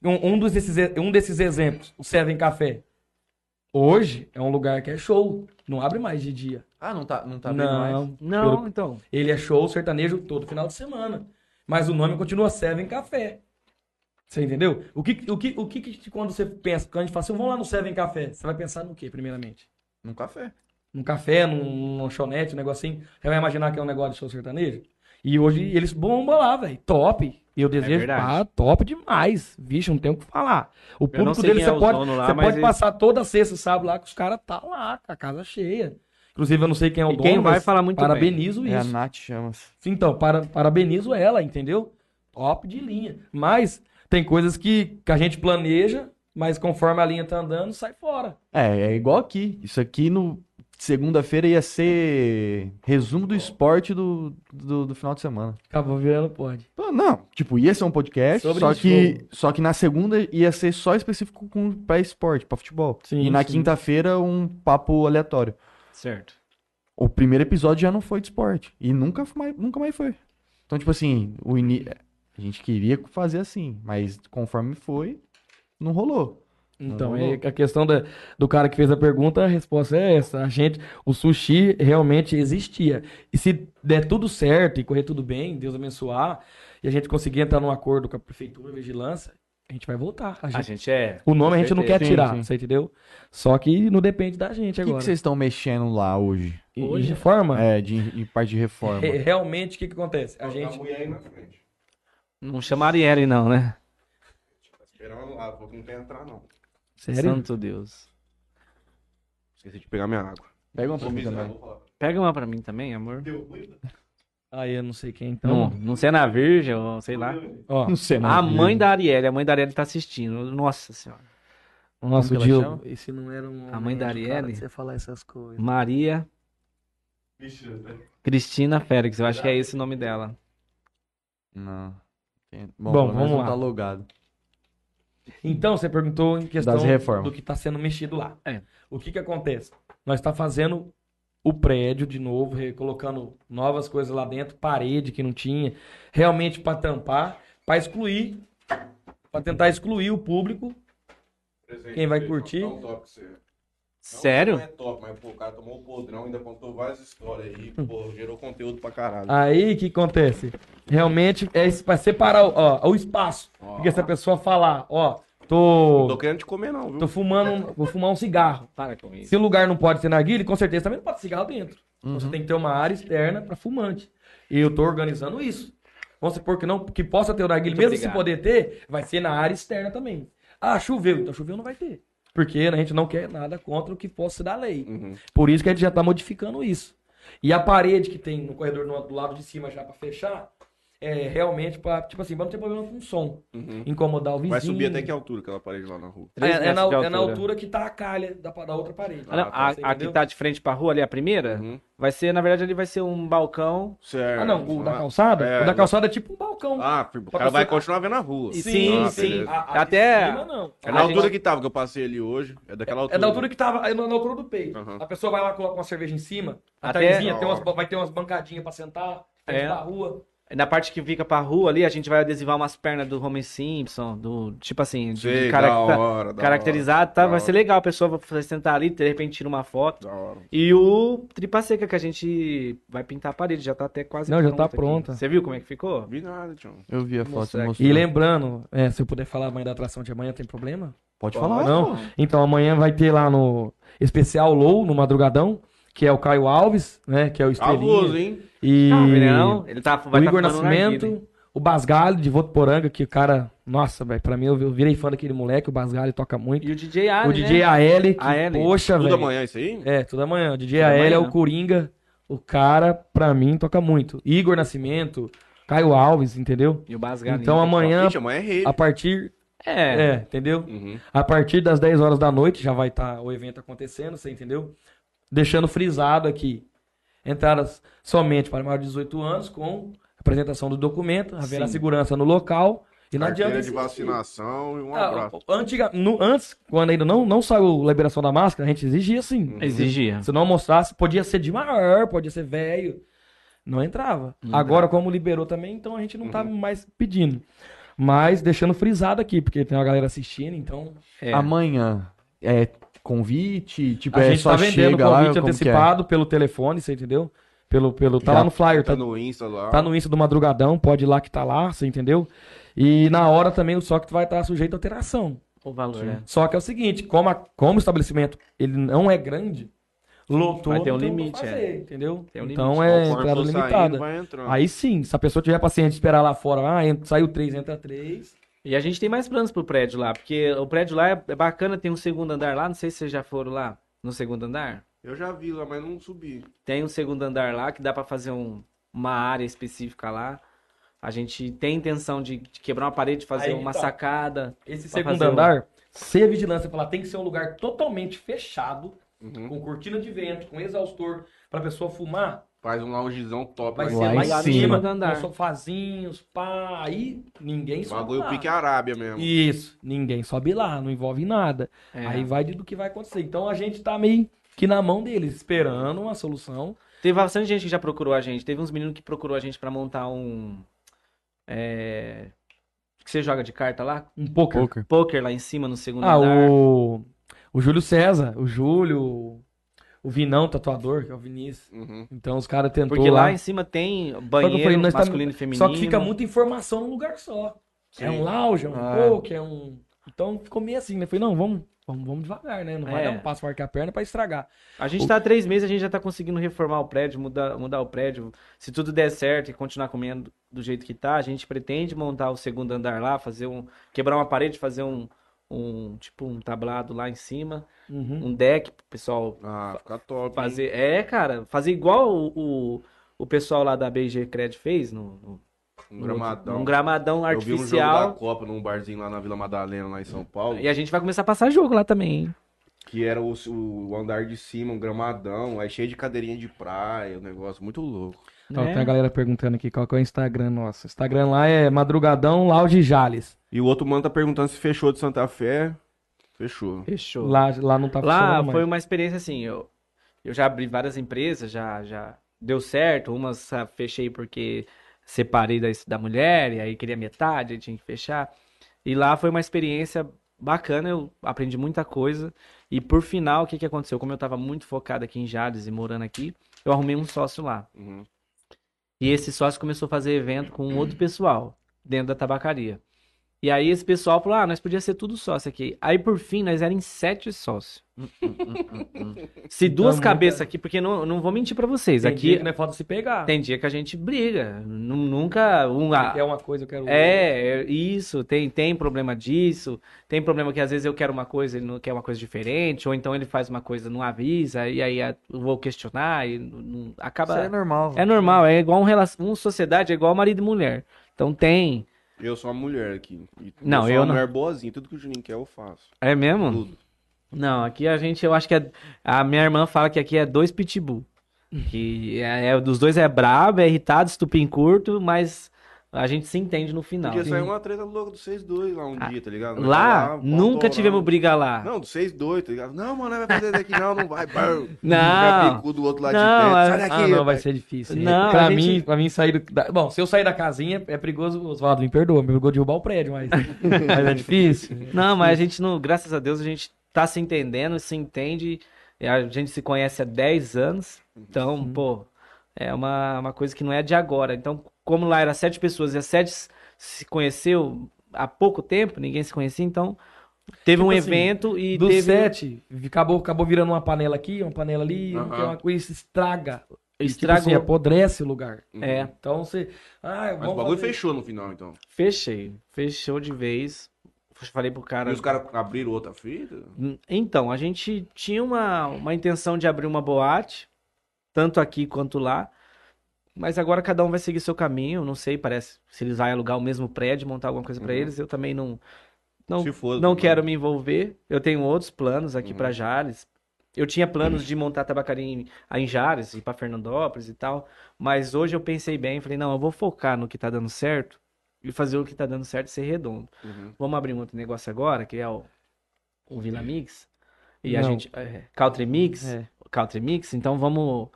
C: Um, um dos desses, e- um desses exemplos, o Seven Café. Hoje é um lugar que é show. Não abre mais de dia.
D: Ah, não tá, não tá abrindo mais.
C: não.
B: Não,
C: Pelo-
B: então.
C: Ele é show sertanejo todo final de semana. Mas o nome continua Seven Café. Você entendeu? O que, o que, o que, que quando você pensa, quando a gente fala assim, vamos lá no Seven Café, você vai pensar no quê, primeiramente?
D: Num café.
C: num café, num num lanchonete, um negocinho. Você vai imaginar que é um negócio de show sertanejo? E hoje eles bombam lá, velho. Top. E eu desejo,
B: É verdade.
C: pá, top demais. Vixe, não tem o que falar. O
B: não
C: público
B: sei
C: dele,
B: quem
C: você
B: é os
C: pode,
B: donos lá,
C: você
B: mas
C: pode
B: eles-
C: passar toda sexta, sábado lá, que os caras tá lá, com a casa cheia. Inclusive, eu não sei quem é o
B: E
C: dono,
B: quem vai
C: mas
B: falar muito bem.
C: parabenizo
D: É a
C: isso.
D: Nath chamas.
C: Então, para- parabenizo ela, entendeu? Top de linha. Mas tem coisas que, que a gente planeja, mas conforme a linha tá andando, sai fora.
D: É, é igual aqui. Isso aqui no segunda-feira ia ser resumo do esporte do, do, do final de semana.
C: Acabou virando pode.
D: Pô, Não, tipo, ia ser um podcast,
C: Sobre
D: só
C: isso,
D: que, só que na segunda ia ser só específico com, pra esporte, pra futebol.
C: Sim,
D: e na
C: sim.
D: quinta-feira um papo aleatório.
B: Certo.
D: O primeiro episódio já não foi de esporte. E nunca f- mais, nunca mais foi. Então, tipo assim, o ini... a gente queria fazer assim, mas conforme foi, não rolou.
C: Então,
D: Não rolou.
C: é a questão da- do cara que fez a pergunta, a resposta é essa. A gente, o sushi realmente existia. E se der tudo certo e correr tudo bem, Deus abençoar, e a gente conseguir entrar num acordo com a prefeitura, a vigilância, a gente vai voltar. A
B: A
C: gente-
B: gente é.
C: o nome a gente não quer
D: certeza.
C: tirar,
D: Sim, sim.
C: você entendeu? Só que não depende da gente
D: O que que
C: agora.
D: vocês estão mexendo lá hoje?
C: né? E- e
B: Hoje?
C: reforma?
D: É, de, em parte
C: <laughs>
D: de reforma.
C: Re- Realmente, o que, que acontece? A
A: Colocar
C: gente.
A: mulher aí na frente. Tá
B: Não chamaria ele, não, né?
A: Vai Esperar ela lá, vou que não quer um entrar não.
C: Sério?
B: Santo Deus.
A: Esqueci de pegar minha água.
D: Pega uma
A: Só
D: pra mim
A: fiz, né?
D: também.
A: Vou falar.
B: Pega uma pra mim também, amor.
A: Deu ruim?
C: Aí eu não sei quem,
B: Não,
C: então.
B: não sei é na Virgem, ou sei lá.
C: Ó,
D: Não sei,
B: A
D: não.
B: mãe da Arielle, a mãe da Arielle tá assistindo. Nossa senhora.
C: nosso
D: ela
C: Diogo.
D: chama?
C: Esse não era um.
B: A mãe da
C: homem, cara,
B: Arielle?
C: pra Você falar essas coisas.
B: Maria
A: Vixe, né?
B: Cristina Félix, eu acho que é esse o nome dela.
D: Não. Tem-
C: Bom,
D: Bom, pelo menos
C: vamos
D: não
C: lá.
D: tá logado.
C: Então, você perguntou em questão
D: Das reformas.
C: do que está sendo mexido lá.
B: É.
C: O que que acontece? Nós está fazendo o prédio de novo, colocando novas coisas lá dentro, parede que não tinha, realmente para tampar, para excluir, para tentar excluir o público.
A: Presente,
C: Quem vai
A: deixa eu
C: curtir?
A: dar um toque pra você. Não,
B: Sério?
A: Não é top, mas pô, o cara tomou o podrão, ainda contou várias histórias aí,
C: Hum.
A: pô, gerou conteúdo pra caralho.
C: Aí o que acontece? Realmente é para separar o, ó, o espaço,
A: Ó.
C: porque se a pessoa falar, ó, tô
A: Não tô querendo te comer não, viu?
C: tô fumando, um- vou fumar um cigarro.
B: Para com isso.
C: Se o lugar não pode ser narguile, com certeza também não pode ser cigarro dentro. Então, Você
D: Uhum.
C: tem que ter uma área externa para fumante. E eu tô organizando isso. Vamos supor que não, que possa ter o narguile,
B: Muito
C: mesmo se
B: obrigado.
C: poder ter, vai ser na área externa também. Ah, choveu, então choveu não vai ter. Porque né, a gente não quer nada contra o que possa dar lei.
A: Uhum.
C: Por isso que a gente já está modificando isso. E a parede que tem no corredor no- do lado de cima já para fechar, é realmente para, tipo assim, pra não ter problema com o som,
A: Uhum.
C: incomodar o vizinho.
A: Vai subir até que altura aquela parede lá na rua?
C: é,
B: Três
C: é,
B: metros
C: na,
B: de
C: é na altura que tá a calha da, da outra parede.
B: Ah, não,
A: Ah, tá,
B: a,
C: você
B: a que
C: entendeu?
B: tá de frente pra rua ali, a primeira,
A: Uhum.
B: vai ser, na verdade, ali vai ser um balcão.
A: Certo.
C: É. Ah, não, o da
A: Ah,
C: calçada?
A: É,
C: o da
A: não.
C: calçada é tipo um balcão.
A: Ah, o cara vai continuar vendo a rua.
B: Sim,
A: Ah,
B: sim.
A: beleza.
C: A- a
B: Até-
C: de cima, não.
A: É na
B: A
A: altura
B: gente-
A: que tava, que eu passei ali hoje. É daquela altura.
C: É da altura que tava, é na na altura do peito.
A: Aham.
C: A pessoa vai lá, coloca uma cerveja em cima, a
B: Até-
C: tardezinha,
A: Da
C: tem umas-
A: hora.
C: vai ter umas bancadinhas pra sentar, frente
B: É.
C: da rua.
B: Na parte que fica pra rua ali, a gente vai adesivar umas pernas do Homer Simpson, do tipo assim, de, de
A: Sei,
B: cara-
C: tá
A: da hora, da
B: caracterizado, tá?
A: da
B: Vai ser
A: hora.
B: legal, a pessoa vai sentar ali, de repente tira uma foto.
A: Da hora.
B: E o tripa seca que a gente vai pintar a parede, já tá até quase
C: Não, já tá
B: aqui.
C: pronta.
B: Você viu como é que ficou?
A: Não vi nada, Tião.
D: Eu vi a foto,
B: mostrar
D: você
B: aqui.
D: mostrou.
C: é, E lembrando, é, se eu puder falar amanhã da atração de amanhã, tem problema?
D: Pode
A: Pode.
D: falar.
C: Não.
D: pô.
C: Então amanhã vai ter lá no especial Low, no Madrugadão, que é o Caio Alves, né? Que é o
A: Avoso,
C: Estrelinha.
A: hein?
C: E
B: Tá vendo, não? Ele tá,
C: o
B: vai tá
C: Igor
B: fumando narguilha, hein?
C: Nascimento, o Basgalho de Votuporanga, que o cara, nossa, velho, pra mim eu eu virei fã daquele moleque, o Basgalho toca muito.
B: E o DJ Ali,
C: o DJ
B: né?
C: AL, que,
B: AL.
C: poxa,
A: Tudo
C: velho.
A: amanhã isso aí?
C: Tá É, tudo amanhã. O DJ
B: Tudo
C: AL é
B: amanhã.
C: o Coringa, o cara, pra mim, toca muito. Igor Nascimento, Caio Alves, entendeu?
B: E o Basgalho. né?
C: Então amanhã,
A: Gente, amanhã é rave.
C: a partir.
B: É.
C: É, entendeu?
A: Uhum.
C: A partir das 10 horas da noite já vai estar o evento acontecendo, você entendeu? Deixando frisado aqui. Entradas somente para maior de 18 anos, com apresentação do documento, haverá
B: Sim.
C: segurança no local. E não
A: Carteira
C: adianta.
A: de
C: esse-
A: vacinação e um
C: Ah,
A: abraço.
C: antiga, no- antes, quando ainda não, não saiu a liberação da máscara, a gente exigia sim.
A: Uhum.
B: Exigia.
C: Se não mostrasse, podia ser de maior, podia ser velho. Não entrava.
B: Não
C: Agora, como liberou também, então a gente não
A: Uhum.
C: tá mais pedindo. Mas deixando frisado aqui, porque tem uma galera assistindo, então
B: É.
D: Amanhã é convite, tipo,
C: a
D: é
C: gente
D: só
C: tá vendendo
D: chega lá,
C: convite
D: como que é?
C: antecipado pelo telefone, você entendeu? Pelo, pelo, tá
D: Já
C: lá no flyer,
A: Tá
C: tá,
A: no Insta lá.
C: tá no Insta do Madrugadão, pode ir lá que tá lá, você entendeu? E na hora também o socket vai estar sujeito a alteração.
B: O valor, né?
C: Só que é o seguinte, como, a- como o estabelecimento ele não é grande, lotou, então
B: Vai ter um
C: não tem
B: limite,
C: como fazer, entendeu?
B: Tem um
C: então
B: limite.
C: é
A: Conforme
C: entrada
A: for saindo,
C: limitada.
A: vai entrando.
C: Aí sim, se a pessoa tiver paciente esperar lá fora, ah, entra- saiu três, entra três.
B: E a gente tem mais planos pro prédio lá, porque o prédio lá é é bacana, tem um segundo andar lá, não sei se vocês já foram lá no segundo andar.
A: Eu já vi lá, mas não subi.
B: Tem um segundo andar lá que dá pra fazer um- uma área específica lá. A gente tem intenção de, de quebrar uma parede, fazer
C: Aí que
B: uma
C: tá.
B: sacada.
C: Esse
B: Pra
C: segundo
B: fazer um- o-
C: andar, se a vigilância falar, tem que ser um lugar totalmente fechado,
A: Uhum.
C: com cortina de vento, com exaustor, pra pessoa fumar,
A: Faz um loungezão top.
C: vai
A: né?
C: ser
D: lá
C: lá
D: em
C: em
D: cima.
C: cima,
B: Segundo andar.
C: com sofazinhos, pá, aí ninguém sobe
A: Bagulho
C: lá.
A: pique Arábia mesmo.
C: Isso, ninguém sobe lá, não envolve nada.
B: É.
C: Aí vai de- do que vai acontecer. Então a gente tá meio que na mão deles, esperando uma solução.
B: Teve bastante gente que já procurou a gente. Teve uns meninos que procurou a gente pra montar um. É... Que você joga de carta lá?
C: Um pouco.
D: Poker.
B: Poker lá em cima no segundo
C: Ah,
B: andar.
C: o, o Júlio César, o Júlio, o Vinão, tatuador, que é o Vinícius.
A: Uhum.
C: Então os caras tentou
B: Porque lá
C: lá
B: em cima tem
C: Só que eu
B: banheiro
C: falei, nós tá-
B: masculino e feminino.
C: Só que fica muita informação num lugar só. É um lounge, é um
D: Ah.
C: poke, é um. Então ficou meio assim, né? Falei, não, vamos, vamos, vamos devagar, né? Não vai
B: É.
C: dar um passo maior que a perna pra estragar.
B: A gente tá há três meses, a gente já tá conseguindo reformar o prédio, mudar, mudar o prédio. Se tudo der certo e continuar comendo do jeito que tá, a gente pretende montar o segundo andar lá, fazer um. Quebrar uma parede, fazer um. um tipo um tablado lá em cima. Um deck pro pessoal
A: Ah, fica top. hein?
B: Fazer, é, cara, fazer igual o, o, o pessoal lá da BG Cred fez, no, no-
A: Um gramadão.
B: um gramadão
A: Eu vi um jogo da
B: artificial.
A: Copa num barzinho lá na Vila Madalena, lá em São Paulo.
B: E a gente vai começar a passar jogo lá também, hein?
A: Que era o, o andar de cima, um gramadão. Aí cheio de cadeirinha de praia, um negócio muito louco.
C: Ó,
B: Né?
C: Então, Tem a galera perguntando aqui qual que é o Instagram nosso. Instagram lá é Madrugadão Lounge Jales.
A: E o outro mano tá perguntando se fechou de Santa Fé. Fechou.
B: Fechou. Lá,
C: Lá, lá não tá funcionando mais.
B: foi uma experiência assim, eu, eu já abri várias empresas, já, já deu certo, umas ah, fechei porque separei da, da mulher, e aí queria metade, aí tinha que fechar. E lá foi uma experiência bacana, eu aprendi muita coisa. E por final, o que, que aconteceu? Como eu tava muito focado aqui em Jales e morando aqui, eu arrumei um sócio lá.
A: Uhum.
B: E esse sócio começou a fazer evento com outro
C: Hum.
B: pessoal dentro da tabacaria. E aí esse pessoal falou: ah, nós podia ser tudo sócio aqui. Aí por fim, nós éramos sete sócios.
C: Hum,
B: Se duas
C: Então, muita-
B: cabeças aqui, porque não, não vou mentir pra vocês,
C: Tem dia
B: aqui
C: que não é falta se pegar.
B: tem dia que a gente briga. Nu- Nunca um. a-
C: É uma coisa que eu quero.
B: É, é isso, tem, tem problema disso, tem problema que às vezes eu quero uma coisa, ele não quer uma coisa diferente, ou então ele faz uma coisa, não avisa, e aí a- eu vou questionar e não- não- acaba.
D: Isso é normal.
B: É normal, é igual um relação, uma sociedade é igual marido e mulher. Então tem.
A: Eu sou uma mulher aqui. E
B: Não,
A: sou
B: eu
A: uma
B: não.
A: mulher boazinha. Tudo que o Juninho quer, eu faço.
B: É mesmo?
A: Tudo.
B: Não, aqui a gente, eu acho que é, a minha irmã fala que aqui é dois pitbull. Que é, é- dos dois é brabo, é irritado, estupim curto, mas a gente se entende no final.
A: Podia sair é uma treta louca dos 6-2 lá um dia, tá ligado? Nós
B: Ah, Lá,
A: pau
B: nunca
A: torando.
B: tivemos briga lá.
A: né? Não, do 6-2, tá ligado? Não, mano, não vai fazer daqui não, não vai.
B: <laughs>
A: Bam.
B: Não.
A: Já picudo do outro lado
B: Não,
A: de
B: é-
A: dentro. Sai
C: Ah,
A: daqui.
C: não, vai ser difícil.
B: Não,
C: pra,
B: a gente-
C: mim, pra mim sair do... da- Bom, se eu sair da casinha, é perigoso. Oswaldo, me perdoa, me perdoou de roubar o
B: <laughs>
C: prédio, mas, mas é difícil.
B: Não, mas a gente não, graças a Deus, a gente tá se entendendo, se entende. e A gente se conhece há 10 anos. Então, pô, é uma, uma coisa que não é de agora. Então, como lá era sete pessoas e as sete se conheceu há pouco tempo, ninguém se conhecia, então Teve um
C: Tipo assim,
B: evento e
C: Do
A: um
B: teve.
C: set, acabou, acabou virando uma panela aqui, uma panela ali,
A: Aham.
C: que é uma coisa que estraga.
B: Estragou.
C: Tipo assim, apodrece o lugar.
B: É.
C: Então você. Ah,
A: Uhum. Mas o bagulho fechou no final, então.
B: Fechei. Fechou de vez. Falei pro cara.
A: E os caras abriram outra fita?
B: Hum, Então, a gente tinha uma, uma intenção de abrir uma boate, tanto aqui quanto lá. Mas agora cada um vai seguir seu caminho. Não sei, parece se eles vão alugar o mesmo prédio, montar alguma coisa pra
A: Uhum.
B: eles. Eu também não não,
A: Se foda,
B: não
A: também.
B: quero me envolver. Eu tenho outros planos aqui
A: Uhum.
B: pra Jales. Eu tinha planos de montar tabacaria em, aí em Jales, ir pra Fernandópolis e tal. Mas hoje eu pensei bem, falei, não, eu vou focar no que tá dando certo e fazer o que tá dando certo ser redondo.
A: Uhum.
B: Vamos abrir um outro negócio agora, que é o, o Vila Mix. E a
C: Não.
B: gente. É, Country Mix.
C: É.
B: Country Mix. Então vamos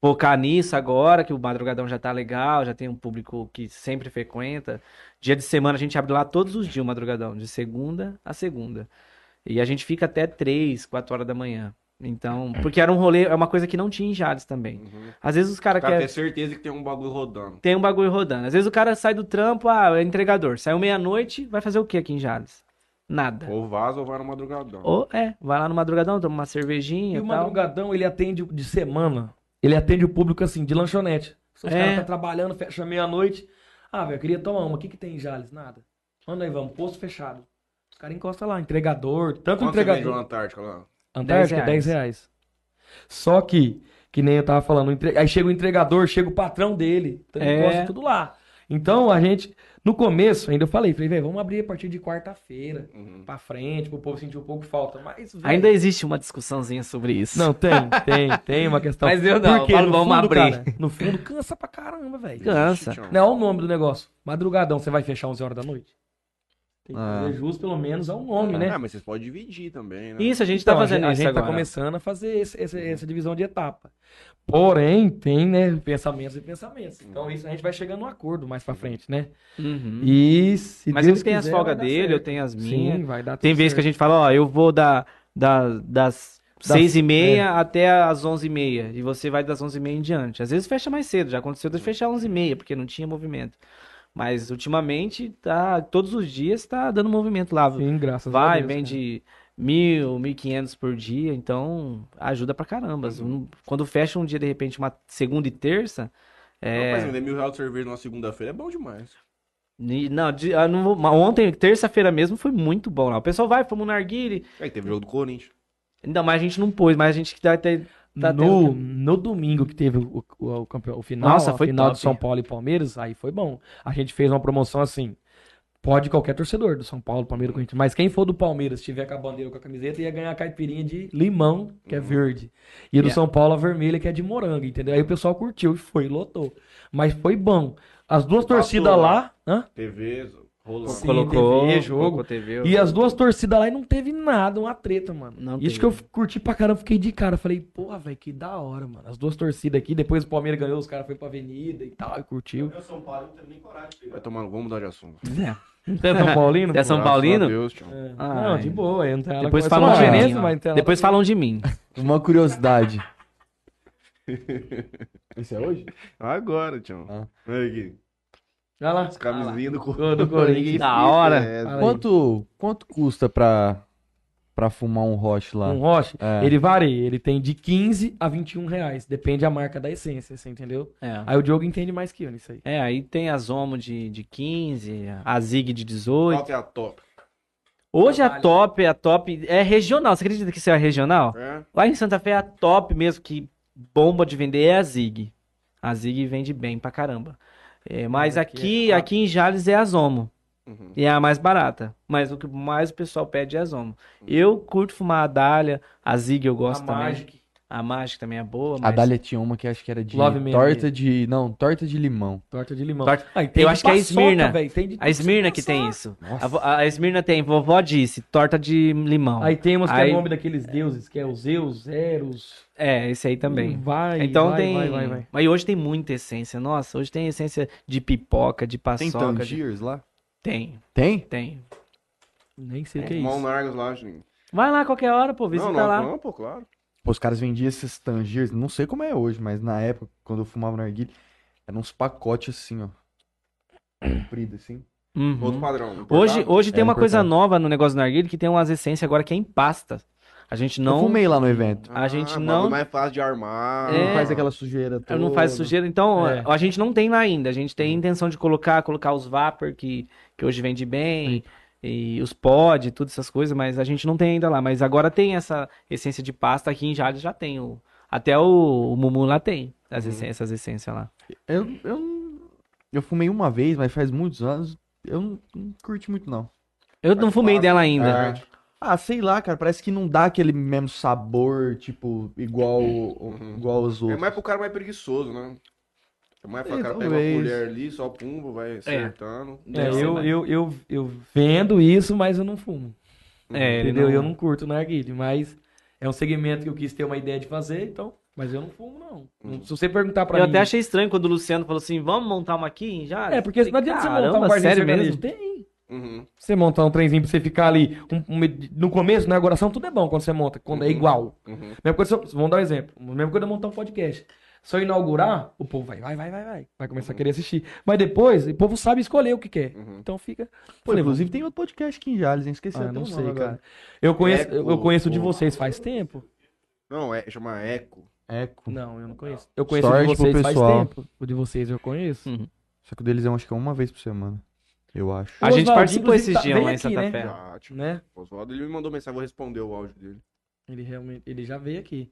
B: focar nisso agora, que o Madrugadão já tá legal, já tem um público que sempre frequenta. Dia de semana a gente abre lá todos os dias o Madrugadão, de segunda a segunda. E a gente fica até 3, 4 horas da manhã. Então, porque era um rolê, é uma coisa que não tinha em Jales também.
A: Uhum.
B: Às vezes os
A: Cara,
B: caras querem
A: ter certeza que tem um bagulho rodando.
B: tem um bagulho rodando. Às vezes o cara sai do trampo, ah, é entregador. Saiu meia-noite, vai fazer o que aqui em Jales? Nada.
A: Ou vaza ou vai no madrugadão.
B: Ou é, vai lá no madrugadão, toma uma
C: E
B: cervejinha
C: o
B: e tal.
C: madrugadão, ele atende de semana. Ele atende o público assim, de lanchonete. Se os
B: É.
C: caras tá trabalhando, fecha meia-noite. Ah, velho, eu queria tomar uma. O que, que tem em Jales? Nada. Manda aí, vamos, posto fechado. Os caras encostam lá, entregador, tanto
A: Quanto você vendeu na
C: entregador.
A: Antártica lá?
C: Antártica, 10
B: 10 reais.
C: reais. Só que, que nem eu tava falando, o entre- aí chega o entregador, chega o patrão dele, então ele
B: É.
C: encosta tudo lá. Então a gente, no começo, ainda eu falei, falei, velho, vamos abrir a partir de quarta-feira
A: Uhum.
C: pra frente, pro povo sentir um pouco falta. Mas, véi,
B: Ainda existe uma discussãozinha sobre isso.
C: não, tem, tem, tem uma questão.
B: Mas eu não,
C: Porque
B: eu falo,
C: no
B: vamos
C: fundo,
B: abrir.
C: cara, no fundo, cansa pra caramba, velho.
B: Cansa.
A: Ixi, tchau.
C: Não é o nome do negócio. Madrugadão, você vai fechar 11 horas da noite? Tem que
D: Ah.
C: fazer jus, pelo menos, ao nome, né?
A: Ah, mas vocês podem dividir também, né?
B: Isso, a gente
C: Então,
B: tá fazendo
C: a
B: isso
C: gente
B: agora.
C: tá começando a fazer esse- esse- essa divisão de etapa. Porém, tem, né, pensamentos e pensamentos. Então, isso a gente vai chegando num acordo mais pra frente, né?
B: Uhum.
C: E se
B: Mas
C: Deus
B: ele tem as
C: quiser,
B: folgas
C: vai dar
B: dele, eu
C: certo.
B: tenho as minhas.
C: Sim, vai dar
B: Tem vezes que a gente fala, ó, eu vou da, da, das
C: Das- é.
B: seis e meia até as onze e meia. E você vai das onze e meia em diante. Às vezes fecha mais cedo, já aconteceu de fechar onze e meia, porque não tinha movimento. Mas ultimamente, tá, todos os dias tá dando movimento lá.
C: Sim, graças a
B: Vai,
C: Deus, cara.
B: vende mil, mil e quinhentos por dia, então ajuda pra caramba. Um- Quando fecha um dia, de repente, uma segunda e terça,
A: Não, mas
B: é...
A: vender mil reais de cerveja numa segunda-feira é bom demais.
B: ni- Não, de- ah, não vou- mas ontem, terça-feira mesmo, foi muito bom lá. O pessoal vai, fomos no Arguile.
A: Aí teve jogo do Corinthians.
B: Ainda mais a gente não pôs, mas a gente que tá até... tá
C: no,
B: tendo-
C: no domingo que teve o, o, o campe- o final,
B: Nossa,
C: a
B: foi
C: final
B: top.
C: de São Paulo e Palmeiras, aí foi bom. A gente fez uma promoção assim. Pode qualquer torcedor do São Paulo, Palmeiras, Corinthians. Mas quem for do Palmeiras, tiver com a bandeira ou com a camiseta, ia ganhar a caipirinha de limão, que é verde. E do
B: Uhum. Yeah.
C: São Paulo, a vermelha, que é de morango, entendeu? Aí o pessoal curtiu e foi, lotou. Mas foi bom. As duas
A: Passou,
C: torcidas lá... Hã?
A: TV, rolando.
C: Sim,
B: colocou
C: TV, jogo.
B: colocou TV.
C: E as duas torcidas lá e não teve nada, uma treta, mano.
B: Não
C: Isso
B: teve.
C: que eu f- curti pra caramba, fiquei de cara. Falei, porra, velho, que da hora, mano. As duas torcidas aqui, depois o Palmeiras ganhou, os caras foram pra avenida e tal, e curtiu.
A: Vai tomar, vamos mudar de assunto.
C: Você é São Paulino?
B: Você né? <laughs> é São
A: Graças a
B: Paulino?
A: Deus, tchau.
C: É.
B: Ah,
C: não,
B: é.
C: de boa, eu não tenho
B: Depois
C: ela
B: falam
D: uma
B: de
D: diferença,
B: mim.
C: mas não tem nada
B: Depois falam de <laughs> mim.
D: Uma <laughs> curiosidade. Isso é hoje?
A: Agora, tchau.
D: Ah.
A: Olha aqui.
C: Olha lá.
A: As camisinhas do Corinthians.
C: Gol do Corinthians.
B: Da hora.
A: É,
C: Fala aí.
D: Quanto, quanto custa pra, pra fumar um roche lá?
C: Um Roche,
D: É.
C: ele varia, ele tem de 15 a 21 reais, depende a marca da essência, você entendeu?
B: É.
C: Aí o Diogo entende mais que eu nisso aí.
B: É, aí tem a Zomo de, de 15, a Zig de
A: Qual
B: 18.
A: que é a top?
B: Hoje a
C: Trabalho. né?
B: top, a top é regional. Você acredita que isso é regional?
A: É.
B: Lá em Santa Fé, a top mesmo que bomba de vender é a Zig. A Zig vende bem pra caramba. É, mas
C: Aqui é
B: aqui,
C: top.
B: aqui em Jales é a Zomo.
A: Uhum.
B: E é a mais barata. Mas o que mais o pessoal pede é a Zomo. Eu curto fumar a Dália, a Zig eu gosto
C: a
B: também.
C: Magic,
B: A Magic também é boa,
D: A
B: mas
D: Dália tinha uma que acho que era de
C: Love me, né?
D: torta de... Não, torta de limão.
C: torta de limão.
B: Torta-
C: Ah, e tem
B: Eu
C: de
B: acho que é a
C: paçoca,
B: Esmirna.
C: velho, tem de
B: a Esmirna que tem isso. A, vo- a Esmirna tem, vovó disse, torta de limão.
C: Aí tem umas que
B: Aí-
C: é nome daqueles deuses, que é os Zeus, Eros.
B: É, esse aí também.
C: Vai,
B: Então
C: vai,
B: tem.
C: vai, vai, vai.
B: Mas hoje tem muita essência. Nossa, hoje tem essência de pipoca, de
D: Tem
B: paçoca. de-
D: Tangiers lá?
B: Tem,
D: Tem?
B: tem.
C: Nem sei o que é
A: Tomar um
C: isso.
A: Nargas lá, Juninho.
B: Vai lá qualquer hora, pô, visita
A: Não, não,
B: tá lá.
A: não, pô, claro.
D: Pô, os caras vendiam esses Tangiers, não sei como é hoje, mas na época, quando eu fumava narguilha, eram uns pacotes assim, ó. Comprido assim.
B: Uhum.
A: Outro padrão. não
B: Hoje,
A: importava?
B: hoje tem
D: É
B: uma coisa
D: importado.
B: nova no negócio do narguilha que tem umas essências agora que é em pasta. A gente
D: Eu
B: não,
D: fumei lá no evento.
B: a gente
A: Ah, bagulho
B: não-
A: mais fácil de armar.
B: É.
D: Não faz aquela sujeira toda.
B: não faz sujeira, então
C: É.
B: a gente não tem lá ainda. A gente tem intenção de colocar, colocar os vapor que, que hoje vende bem e os pod, todas essas coisas, mas a gente não tem ainda lá. Mas agora tem essa essência de pasta aqui em Jales já tem o até o, o Mumu lá tem as essências, essas essências lá.
D: Eu, eu, não- eu fumei uma vez, mas faz muitos anos. Eu não, não curti muito, não.
B: Eu não
A: Faz
B: fumei
A: parte.
B: dela ainda.
A: É.
D: Ah, sei lá, cara. Parece que não dá aquele mesmo sabor, tipo, igual, igual os
A: É
D: outros.
A: mais pro cara mais preguiçoso, né? É mais pra
D: É,
A: cara pega uma
D: talvez.
A: colher ali, só pumba, vai acertando.
C: É,
B: Deve ser
C: eu,
B: mais.
C: eu, eu, eu vendo isso, mas eu não fumo.
B: É, ele
C: entendeu?
B: não-
C: Eu não curto narguilé, mas é um segmento que eu quis ter uma ideia de fazer, então. Mas eu não fumo, não. Não- Se você perguntar pra
B: eu
C: mim.
B: até achei estranho quando o Luciano falou assim: vamos montar uma aqui em Jales?
C: É, porque não adianta você montar um barzinho
B: sério
C: sertanejo.
B: mesmo?
C: Tem.
A: Uhum.
C: Você montar um trenzinho pra você ficar ali. um- um- no começo, na inauguração, tudo é bom quando você monta, quando é
A: Uhum.
C: igual.
A: Uhum.
C: Mesma coisa, se eu- vamos dar um exemplo. Mesma coisa de eu montar um podcast. Se eu inaugurar, o povo vai, vai, vai, vai, vai. Vai começar a querer assistir. Mas depois, o povo sabe escolher o que quer.
A: Uhum.
C: Então fica.
D: Pô, inclusive tem outro podcast aqui em Jales, hein? Esqueci
C: Ah,
D: até
C: não
D: o
C: sei,
D: nome
C: cara.
D: agora. É,
C: Eu conheço,
A: Eco,
C: eu conheço de
A: pô.
C: vocês faz tempo?
A: Não, é, chama Eco.
D: Eco.
C: Não, eu não conheço. Eu conheço
D: Sorte
C: de
D: pro
C: vocês faz
D: pessoal.
C: tempo. O de vocês eu conheço.
B: Hum.
D: Só que o deles é, acho que é uma vez por semana. Eu acho.
C: Ah,
B: A
C: O
B: gente
C: Oswaldinho,
B: participou
C: inclusive,
B: esses
C: tá-
B: dias
C: veio
B: lá em
C: aqui,
B: Santa
C: né?
B: Fé.
A: Já,
D: Hum.
A: tipo,
C: Né?
A: Oswaldo, ele me mandou mensagem, vou responder o áudio dele.
C: Ele realmente, ele já veio aqui.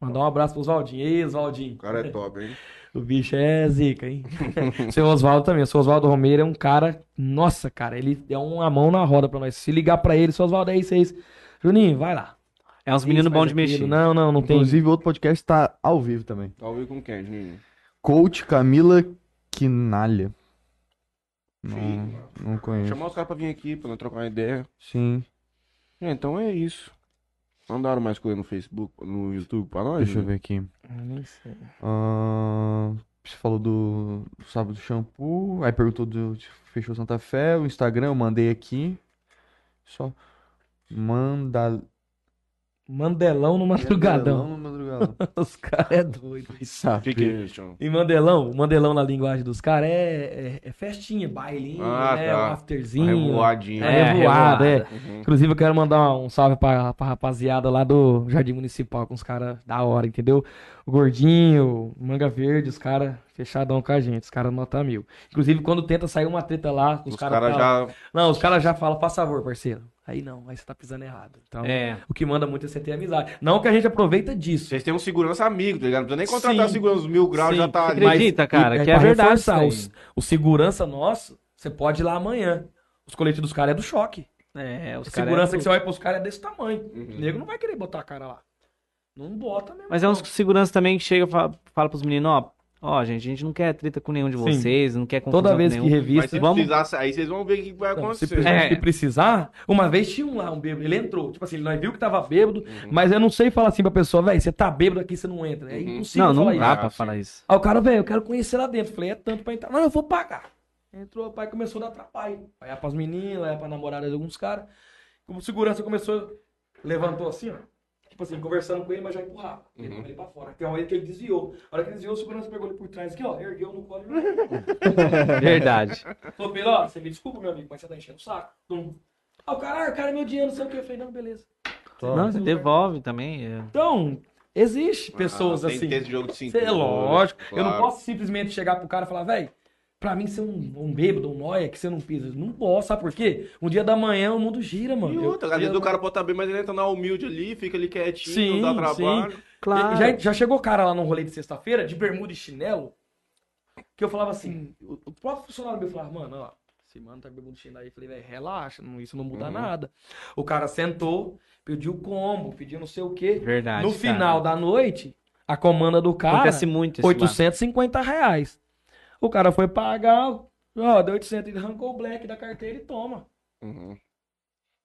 C: Mandar um abraço pro Oswaldinho. Ei, Oswaldinho.
A: O cara
C: <laughs>
A: é top, hein?
C: O bicho é zica, hein? <laughs> seu Oswaldo também. O seu Oswaldo Romeiro é um cara. Nossa, cara, ele é uma mão na roda pra nós. Se ligar pra ele, seu Oswaldo, é isso, é isso. Juninho, vai lá.
B: É uns meninos
C: Isso,
B: bons
C: faz
B: de
C: aquilo.
B: mexer.
C: Não, não, não tem.
D: Inclusive, outro podcast tá ao vivo também.
A: Talvez com quem, Juninho?
D: Coach Camila Quinalha.
A: Sim,
D: Não,
A: mano.
D: não conheço.
A: Chamar os caras pra vir aqui, pra nós trocar uma ideia.
D: Sim.
A: É, então é isso. Mandaram mais coisa no Facebook, no YouTube pra nós?
D: Deixa eu
A: Juninho?
D: ver aqui.
C: Nem sei.
D: Ah, você falou do sábado do shampoo. Aí perguntou do de Fechou Santa Fé. O Instagram eu mandei aqui. Só. Manda.
C: Mandelão no madrugadão.
D: Mandelão no madrugadão. <laughs>
C: <laughs> Os caras é doido.
D: Vai saber.
A: O que que é isso, João?
C: E Mandelão, o Mandelão na linguagem dos caras é, é, é festinha, bailinho,
A: Ah,
C: né?
A: tá.
C: Um afterzinho.
A: Revoadinho.
B: né?
C: É, revoado, é.
A: Uhum.
C: Inclusive, eu quero mandar um salve pra, pra rapaziada lá do Jardim Municipal, com os caras da hora, entendeu? O Gordinho, o Manga Verde, os caras fechadão com a gente, os caras nota mil. Inclusive, quando tenta sair uma treta lá, os, tá
A: Os
C: caras
A: caras
C: falam-
A: já.
C: Não, os caras já falam, faz favor, parceiro. Aí não, aí você tá pisando errado. Então,
B: É.
C: o que manda muito é você ter amizade. Não que a gente aproveita disso.
A: Vocês têm um segurança amigo, tá ligado? Não precisa nem contratar
C: Sim.
A: segurança, mil graus
C: Sim.
A: já tá
C: Você
A: ali.
B: Mas- acredita, cara, que é
C: pra
B: verdade
C: reforçar,
B: isso aí.
C: os- O segurança nosso, você pode ir lá amanhã. Os coletes dos caras é do choque.
B: É, os
C: a
B: caras.
C: segurança que você vai pros caras é desse tamanho.
A: Uhum.
C: O nego não vai querer botar a cara lá. Não bota mesmo.
B: Mas é uns
C: não.
B: segurança também que chega e fala, fala pros meninos, ó, ó, gente, a gente não quer treta com nenhum de
C: Sim.
B: vocês, não quer confusão
C: Toda vez
B: com
C: que
B: nenhum.
A: Mas
C: revista.
A: se
B: Vamos-
A: precisar, aí vocês vão ver o que vai
C: Não, se,
A: acontecer.
C: precisar,
B: É.
C: se precisar, uma vez tinha um lá, um bêbado, ele entrou. Tipo assim, ele nós viu que tava bêbado,
A: Uhum.
C: mas eu não sei falar assim pra pessoa, velho, você tá bêbado aqui, você não entra. É
A: Uhum.
C: impossível
B: Não, não
C: falar
B: dá
A: isso.
B: pra falar isso.
C: <laughs> Aí o cara, velho, eu quero conhecer lá dentro. Falei, é tanto pra entrar. Não, eu vou pagar. Entrou, o pai começou a dar trabalho. Aí é pras meninas, aí é pra namorada de alguns caras. Como segurança começou, levantou assim, ó. Tipo assim, conversando com ele, mas já empurrava. Ele
A: Uhum.
C: ele pra fora. Tem uma hora que ele desviou. A hora que ele desviou, o segurança pegou ele por trás aqui, ó. Ergueu no colo.
A: <laughs>
B: É Verdade.
C: Falou pra ele, ó, você me desculpa, meu amigo, mas você tá enchendo o saco. Tum. Aí o cara, ah, cara, meu dinheiro, não sei o que. Eu falei, não, beleza.
B: Não, você devolve também. é.
C: Então, existe
A: Ah,
C: pessoas
A: tem que
C: assim.
A: ter esse jogo de
C: Cê
A: cintura, né?
C: é lógico. Eu não
A: claro.
C: posso simplesmente chegar pro cara e falar, velho, pra mim ser um, um bêbado, um noia, que você não pisa. Não posso, sabe por quê? Um dia da manhã o mundo gira, mano.
A: E
C: Eu- é
A: outra, às
C: eu-
A: vezes o cara pode estar bem, mas ele entra na humilde ali, fica ali quietinho,
C: Sim,
A: não dá trabalho.
B: Claro.
A: "Ah."
C: Já, já chegou cara lá no rolê de sexta-feira, de bermuda e chinelo, que eu falava assim, o, o próprio funcionário meu falava, mano, ó, esse mano tá com bermuda e chinelo aí. Eu falei, velho, relaxa, não- isso não muda
A: Uhum.
C: nada. O cara sentou, pediu combo, pediu não sei o quê.
B: Verdade.
C: no
B: cara.
C: final da noite, a comanda do cara...
B: Acontece muito isso.
C: 850 reais. O cara foi pagar, ó, deu 800, ele arrancou o black da carteira e toma.
A: Uhum.
B: lá.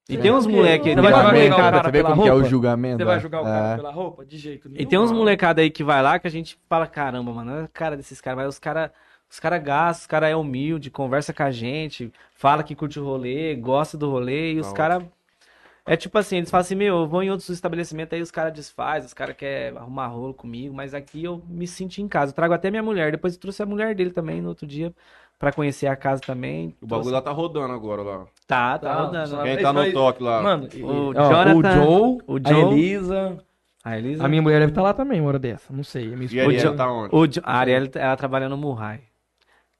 B: E tem uns
C: Porque
D: É
B: moleque aí, tem
C: você vai
B: uma
C: julgar o
B: molecada.
C: cara
D: Você vê
C: pela
D: como que é o
C: roupa?
D: julgamento?
C: Você vai
D: né?
C: julgar o
D: É.
C: cara pela roupa? De jeito nenhum.
B: E tem uns molecada aí que vai lá que a gente fala, caramba, mano, olha a cara desses caras, mas os caras os cara gastam, os caras é humilde, conversa com a gente, fala que curte o rolê, gosta do rolê, e os
A: Tá
B: caras. É tipo assim, eles falam assim, meu, eu vou em outros estabelecimentos aí, os caras desfaz, os caras querem arrumar rolo comigo, mas aqui eu me sinto em casa. Eu trago até minha mulher, depois eu trouxe a mulher dele também no outro dia pra conhecer a casa também.
A: O
B: Tô-
A: bagulho lá tá rodando agora lá.
B: Tá, tá,
C: Tá,
B: rodando.
C: só-
B: lá.
A: Quem
C: Mas
A: tá no
C: nós-
A: toque lá?
C: Mano, e-
B: O
C: ó,
B: Jonathan-
C: o Joe,
B: o
C: a
B: Joe-
C: Elisa.
B: A Elisa.
C: A minha mulher deve estar lá também, uma hora dessa. Não sei. a minha
A: E
C: esposa-
A: aí,
B: João-
A: tá onde?
B: O Jo- A Ariel, ela trabalha no Murray.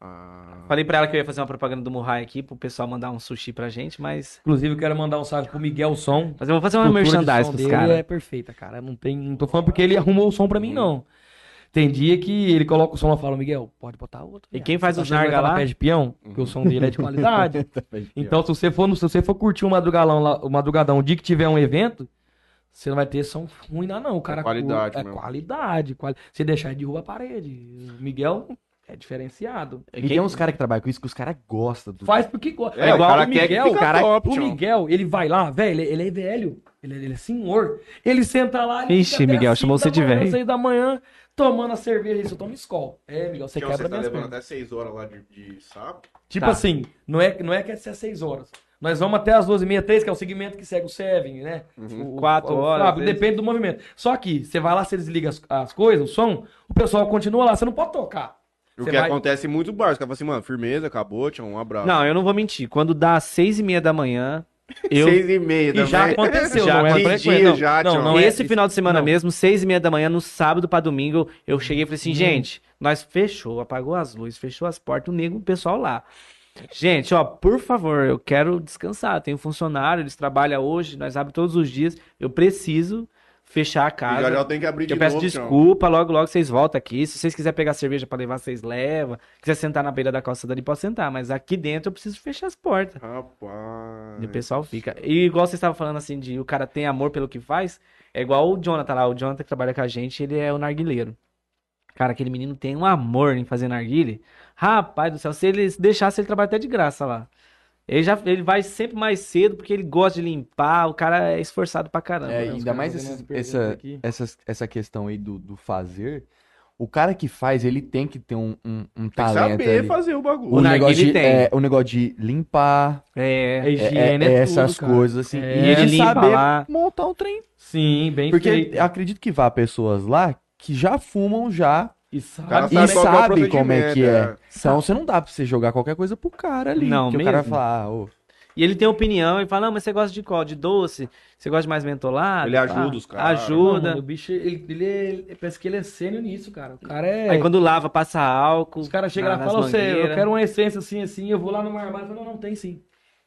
A: Ah,
B: Falei pra ela que eu ia fazer uma propaganda do Murray aqui, pro pessoal mandar um sushi pra gente, mas.
C: Inclusive, eu quero mandar um salve pro Miguel Som.
B: Mas eu vou fazer
C: A
B: uma
C: cultura de
B: Ah, merchandising
C: som
B: pros
C: dele
B: caras.
C: é perfeita, cara. Eu Não, tem, não tô falando porque ele arrumou o som pra
B: Uhum.
C: mim, não. Tem dia que ele coloca o som lá e fala, Miguel, pode botar outro.
B: E
C: viado.
B: quem faz
C: Tá
B: o
C: achando que
B: Narga
C: vai tá na
B: lá?
C: pé de peão, porque o som dele é
B: <laughs>
C: de <laughs> qualidade. então, se você for, no- se você for curtir o madrugalão lá, o madrugadão, o dia que tiver um evento, você não vai ter som ruim lá, não. O cara
A: qualidade
C: curte- é
A: mesmo.
C: qualidade. Quali... Se deixar, ele derruba a parede. O Miguel é diferenciado.
D: E tem uns caras que trabalham com isso que os caras gostam do.
C: é Faz porque gosta.
A: É, o cara quer que fica top,
C: o
A: tchau.
C: Miguel, ele vai lá, velho, ele, ele é velho. Ele, ele é senhor. Ele senta lá. Ele
B: Ixi,
C: fica até
B: Miguel,
C: as
B: chamou você
C: cinco da
B: de
C: manhã,
B: velho.
C: seis da manhã, tomando a cerveja. Isso, eu tomo escola. É, Miguel, você
A: Tchau,
C: quebra
A: você tá
C: minhas
A: levando
C: pernas.
A: até 6 horas lá de, de sábado?
C: Tipo
B: Tá.
C: assim, não é, não é que é ser seis horas. Nós vamos até as duas e meia, três, que é o segmento que segue o Seven, né? O- o-
B: Quatro
C: o
B: horas,
C: Fábio,
B: três.
C: depende do movimento. Só que você vai lá, você desliga as, as coisas, o som, o pessoal continua lá, você não pode tocar.
A: O
C: Você
A: que
C: vai-
A: acontece em muitos bares. Os caras falam assim, mano, firmeza, acabou, tchau, um abraço.
B: Não, eu não vou mentir. Quando dá seis e meia da
C: <laughs>
B: manhã, eu.
A: Seis e meia da
C: E já
A: manhã. <laughs>
C: aconteceu,
A: já
C: não é
A: tem
C: frequente,
A: dia
C: não.
A: já,
C: Não,
A: tchau.
C: não é-
B: Esse final de semana
C: não.
B: mesmo, seis e meia da manhã, no sábado pra domingo, eu cheguei e falei
C: Hum.
B: assim, gente, nós fechou, apagou as luzes, fechou as portas, o nego, o pessoal lá. Gente, ó, por favor, eu quero descansar. Tenho funcionário, eles trabalham hoje, nós abrimos todos os dias. Eu preciso fechar a
A: E
B: casa.
A: já já tem que abrir de
B: Eu peço
A: novo, tchau.
B: desculpa, logo, logo vocês voltam aqui. Se vocês quiserem pegar cerveja pra levar, vocês levam. Quiser sentar na beira da calçada ali, pode sentar. Mas aqui dentro eu preciso fechar as portas.
A: Rapaz.
B: E o pessoal fica. E igual vocês estavam falando assim, de o cara tem amor pelo que faz, é igual o Jonathan lá. O Jonathan que trabalha com a gente, ele é o narguileiro. Cara, aquele menino tem um amor em fazer narguile. Rapaz do céu, se ele deixasse, ele trabalha até de graça lá. Ele, já, ele vai sempre mais cedo porque ele gosta de limpar. O cara é esforçado pra caramba.
D: É,
C: Os
D: ainda
C: caras
D: mais
C: fazendo
D: esses-
C: umas perguntas
D: essa,
C: aqui.
D: essas- essa questão aí do, do fazer. O cara que faz, ele tem que ter um, um, um
A: Tem que
D: talento
A: saber
D: ali.
A: fazer o bagulho.
D: O,
B: O
D: negócio
B: narguilé
D: de,
B: tem.
D: é, o negócio de limpar,
B: É.
C: A
D: é-
C: higiene
D: é
C: é
D: essas
C: tudo, cara.
D: coisas assim.
C: É.
D: E
B: E
D: ele
B: limpa
D: saber
B: lá.
D: montar um trem.
C: Sim, bem
D: Porque
C: feito.
D: acredito que vá pessoas lá que já fumam já
C: E
A: O
C: sabe
A: cara
D: e
A: sabe qual que é o
D: sabe como é que é.
A: procedimento,
D: Então você não dá pra você jogar qualquer coisa pro cara ali.
B: Não,
D: porque o cara vai
B: mesmo.
D: falar, "Ah, ô,
B: E ele tem opinião, ele fala, não, mas você gosta de qual? De doce? Você gosta de mais mentolado?
A: Ele
B: Pá,
A: ajuda os caras.
B: Ajuda.
C: Não, mano, o bicho, ele, ele é- parece que ele é sênior nisso, cara. O cara é.
B: Aí quando lava, passa álcool.
C: Os caras chegam
B: na-
C: lá e
B: nas
C: falam, você, eu
B: mangueiras.
C: quero uma essência assim, assim, eu vou lá no armário e falo, não, não, tem sim.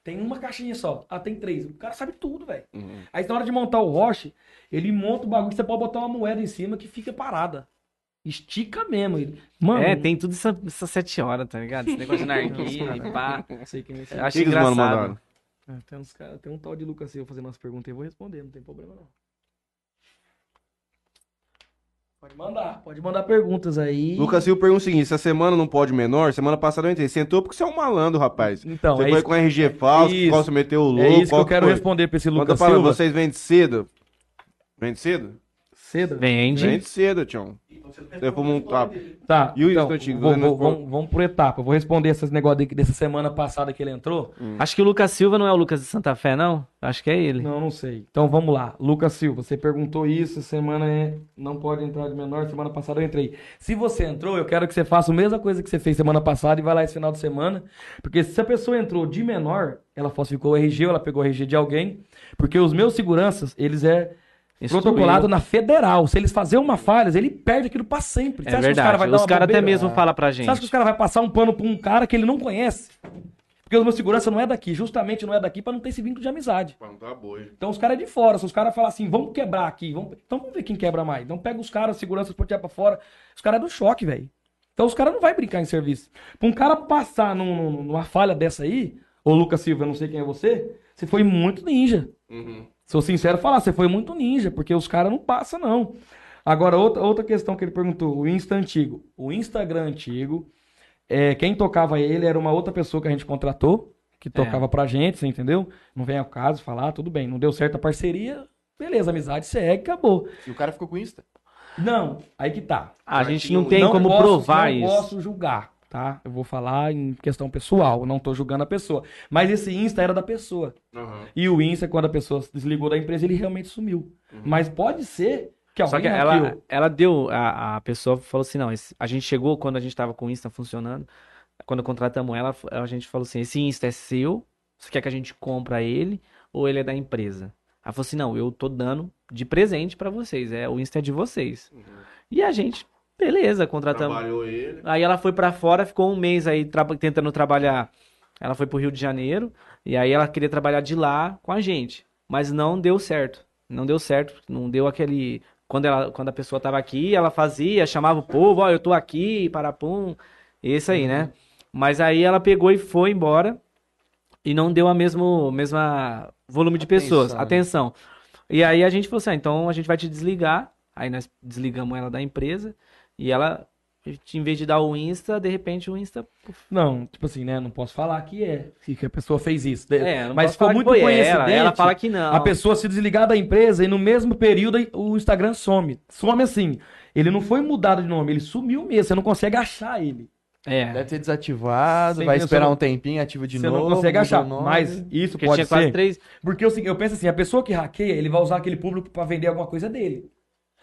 C: Tem uma caixinha só. Ah, tem três. O cara sabe tudo, velho.
A: Uhum.
C: Aí na hora de montar o roche, ele monta o bagulho, que você pode botar uma moeda em cima que fica parada. Estica mesmo. Ele. Mano,
B: É, tem tudo essa- essas sete horas, tá ligado? Esse negócio de
C: <laughs>
B: narguilha, pá.
C: não sei quem é esse.
B: Eu
C: Ah,
B: Achei
A: que os mano
B: engraçado.
A: mandaram?
C: Tem, uns cara, tem um tal de Lucas eu fazendo umas perguntas e eu vou responder, não tem problema não. Pode mandar, pode mandar perguntas aí.
A: Lucas Silva pergunta o seguinte: essa semana não pode menor? Semana passada eu entrei. Sentou porque você é um malandro, rapaz.
C: Então,
A: você
C: é
A: foi
C: isso,
A: com RG falso,
C: isso.
A: qual você meteu o louco.
C: é isso que
A: qual
C: eu quero
A: foi?
C: responder pra esse
A: Quando eu
C: Lucas
A: falo,
C: Silva.
A: vocês vendem cedo? Vende cedo?
C: Cedo.
B: Vende.
A: Vende cedo, Tião. Você fuma um papo.
C: Tá.
A: E o
C: então,
A: Scantigo,
C: vou-
A: você não
C: vou-
A: ficou-
C: vamos, vamos por etapa. Eu vou responder esses negócios dessa semana passada que ele entrou.
B: Acho que o Lucas Silva não é o Lucas de Santa Fé, não? Acho que é ele.
C: Não, não sei. Então vamos lá. Lucas Silva, você perguntou isso. Semana é. Não pode entrar de menor. Semana passada eu entrei. Se você entrou, eu quero que você faça a mesma coisa que você fez semana passada e vai lá esse final de semana. Porque se a pessoa entrou de menor, ela falsificou o RG ou ela pegou o RG de alguém. Porque os meus seguranças, eles é.
B: Instruiu.
C: Protocolado na federal. Se eles fazerem uma falha, ele perde aquilo pra sempre.
B: É
C: Você acha que os
B: verdade.
C: caras vão dar
B: Os
C: uma
B: caras até
C: bobeira?
B: mesmo falam pra
C: Você acha que
B: gente.
C: os caras vão passar um pano pra um cara que ele não conhece? Porque o meu segurança não é daqui, justamente não é daqui pra não ter esse vínculo de amizade.
A: Pra não dar boi.
C: Então os caras é de fora, se os caras falam assim, vamos quebrar aqui, vamos... então vamos ver quem quebra mais. Então pega os caras, segurança, pra tirar pra fora. Os caras é do choque, velho. Então os caras não vai brincar em serviço. Pra um cara passar num- num- numa falha dessa aí, ô Lucas Silva, eu não sei quem é você, você foi muito ninja.
A: Uhum.
C: Sou sincero falar, você foi muito ninja, porque os caras não passam, não. Agora, outra, outra questão que ele perguntou, o Insta antigo. O Instagram antigo, é, quem tocava ele era uma outra pessoa que a gente contratou,
B: É.
C: que tocava pra gente, você entendeu? Não vem ao caso falar, tudo bem, não deu certo a parceria, beleza, amizade segue, acabou.
D: E o cara ficou com Insta.
C: Não, aí que tá.
B: A
A: Mas
B: gente
A: não-
B: não tem
C: Não
B: como
C: posso-
B: provar
C: não
B: isso.
C: posso julgar, tá? Eu vou falar em questão pessoal, eu não tô julgando a pessoa. Mas esse Insta era da pessoa.
A: Uhum.
C: E o Insta, quando a pessoa se desligou da empresa, ele realmente sumiu. Mas pode ser que alguém
B: Uhum. Só que
C: hackeou.
B: ela, ela deu. A, a pessoa falou assim: não, esse- a gente chegou quando a gente tava com o Insta funcionando. quando contratamos ela, a gente falou assim: esse Insta é seu, você quer que a gente compra ele ou ele é da empresa? Ela falou assim: não, eu tô dando de presente pra vocês, é o Insta é de vocês. E a gente, beleza,
A: Tá
B: contratamos.
A: Trabalhou
C: né?
A: ele.
B: Aí ela foi pra fora, ficou um mês aí traba- tentando trabalhar. Ela foi pro Rio de Janeiro e aí ela queria trabalhar de lá com a gente, mas não deu certo. Não deu certo, não deu aquele quando ela quando a pessoa tava aqui, ela fazia, chamava o povo, ó, eu tô aqui, parapum, isso aí,
C: Uhum.
B: né? Mas aí ela pegou e foi embora e não deu a mesmo mesma volume de pessoas,
C: Atenção, né?
B: atenção. E aí a gente falou assim, ah, então a gente vai te desligar. Aí nós desligamos ela da empresa e ela em vez de dar o Insta, de repente o Insta
C: Não, tipo assim, né? Não posso falar que é. Que que a pessoa fez isso.
B: É, não
C: Mas
B: posso
C: foi
B: falar que
C: muito
B: foi
C: coincidente.
B: Ela, ela fala que não.
C: A pessoa se desligar da empresa e no mesmo período o Instagram some. Some assim. Ele não foi mudado de nome, ele sumiu mesmo. Você não consegue achar ele.
B: É,
D: Deve ter desativado,
C: Sim,
D: vai
C: você
D: esperar
C: não-
D: um tempinho, ativa de
C: você
D: novo.
C: não consegue
D: muda o
C: achar.
D: nome.
C: Mas isso
B: porque
C: pode
B: tinha quase
C: ser.
B: três.
C: Porque eu, assim, eu penso assim, a pessoa que hackeia, ele vai usar aquele público pra vender alguma coisa dele.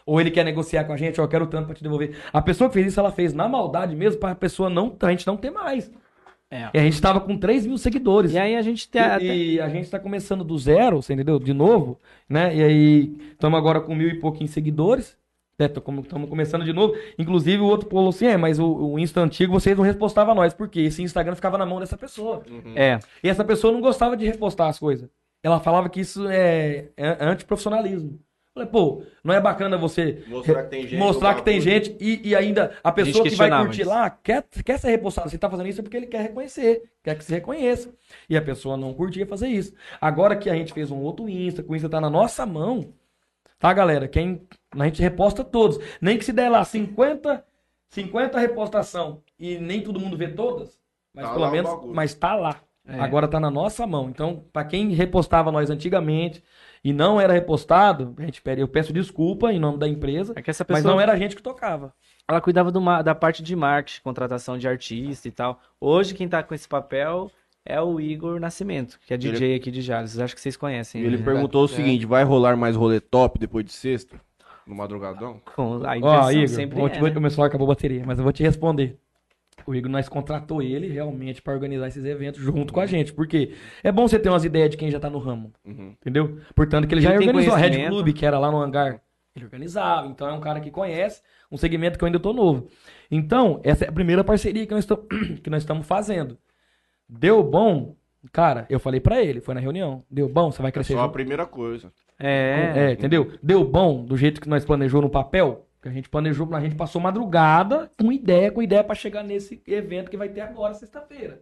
C: Ou ele quer negociar com a gente, ó, eu quero tanto pra te devolver. A pessoa que fez isso, ela fez na maldade mesmo, pra pessoa não, a gente não ter mais. E a gente tava com 3 mil seguidores.
B: E aí é, né? a gente
C: É. E,
B: tem até-
C: e a gente tá começando do zero, você entendeu? De novo, né? E aí, estamos agora com mil e pouquinhos seguidores. né? Estamos começando de novo. Inclusive, o outro falou assim: é, mas o, o Insta antigo vocês não repostavam nós, porque esse Instagram ficava na mão dessa pessoa.
A: Uhum.
B: É.
C: E essa pessoa não gostava de repostar as coisas. Ela falava que isso é, é antiprofissionalismo. Eu Falei, pô, não é bacana você
A: Mostrar que tem gente.
C: mostrar que
A: alguma
C: tem
A: coisa.
C: gente e, e ainda a pessoa que vai
B: questionava
C: curtir
B: isso.
C: lá quer, quer ser repostado. Você tá fazendo isso é porque ele quer reconhecer, quer que se reconheça. E a pessoa não curtia fazer isso. Agora que a gente fez um outro Insta, que o Insta tá na nossa mão, tá, galera? Quem, a gente reposta todos. Nem que se der lá 50, 50 repostação e nem todo mundo vê todas, mas
A: Tá
C: pelo
A: lá o
C: menos,
A: bagulho.
C: mas tá lá.
B: É.
C: Agora tá na nossa mão. Então, pra quem repostava nós antigamente e não era repostado, a gente pede, eu peço desculpa em nome da empresa,
B: É que essa
C: mas
B: pessoa,
C: não era a gente que tocava.
B: ela cuidava do ma- da parte de marketing, contratação de artista e tal. Hoje quem tá com esse papel é o Igor Nascimento, que é
A: Ele-
B: DJ aqui de Jales. Acho que vocês conhecem.
A: E ele
B: né?
A: perguntou o
D: É.
A: seguinte: vai rolar mais rolê top depois de sexta? No madrugadão?
B: Com- a
C: Ó,
B: intenção
C: Igor,
B: sempre
C: vou
B: é,
C: te-
B: né?
C: o meu celular acabou a bateria, mas eu vou te responder. O Igor, nós contratou ele realmente pra organizar esses eventos junto com a gente, porque é bom você ter umas ideias de quem já tá no ramo,
A: Uhum.
C: entendeu? Portanto, que ele, já
B: Ele tem
C: organizou a Red
B: conhecimento.
C: Club, que era lá no hangar, ele organizava, então é um cara que conhece um segmento que eu ainda tô novo. Então, essa é a primeira parceria que nós, to- <clears throat> que nós estamos fazendo. Deu bom, cara, eu falei pra ele, foi na reunião, deu bom, você vai crescer
A: Só a né?
C: junto
A: primeira coisa.
B: É.
C: é, entendeu? Deu bom do jeito que nós planejou no papel, que a gente planejou, a gente passou madrugada com ideia, com ideia pra chegar nesse evento que vai ter agora, sexta-feira.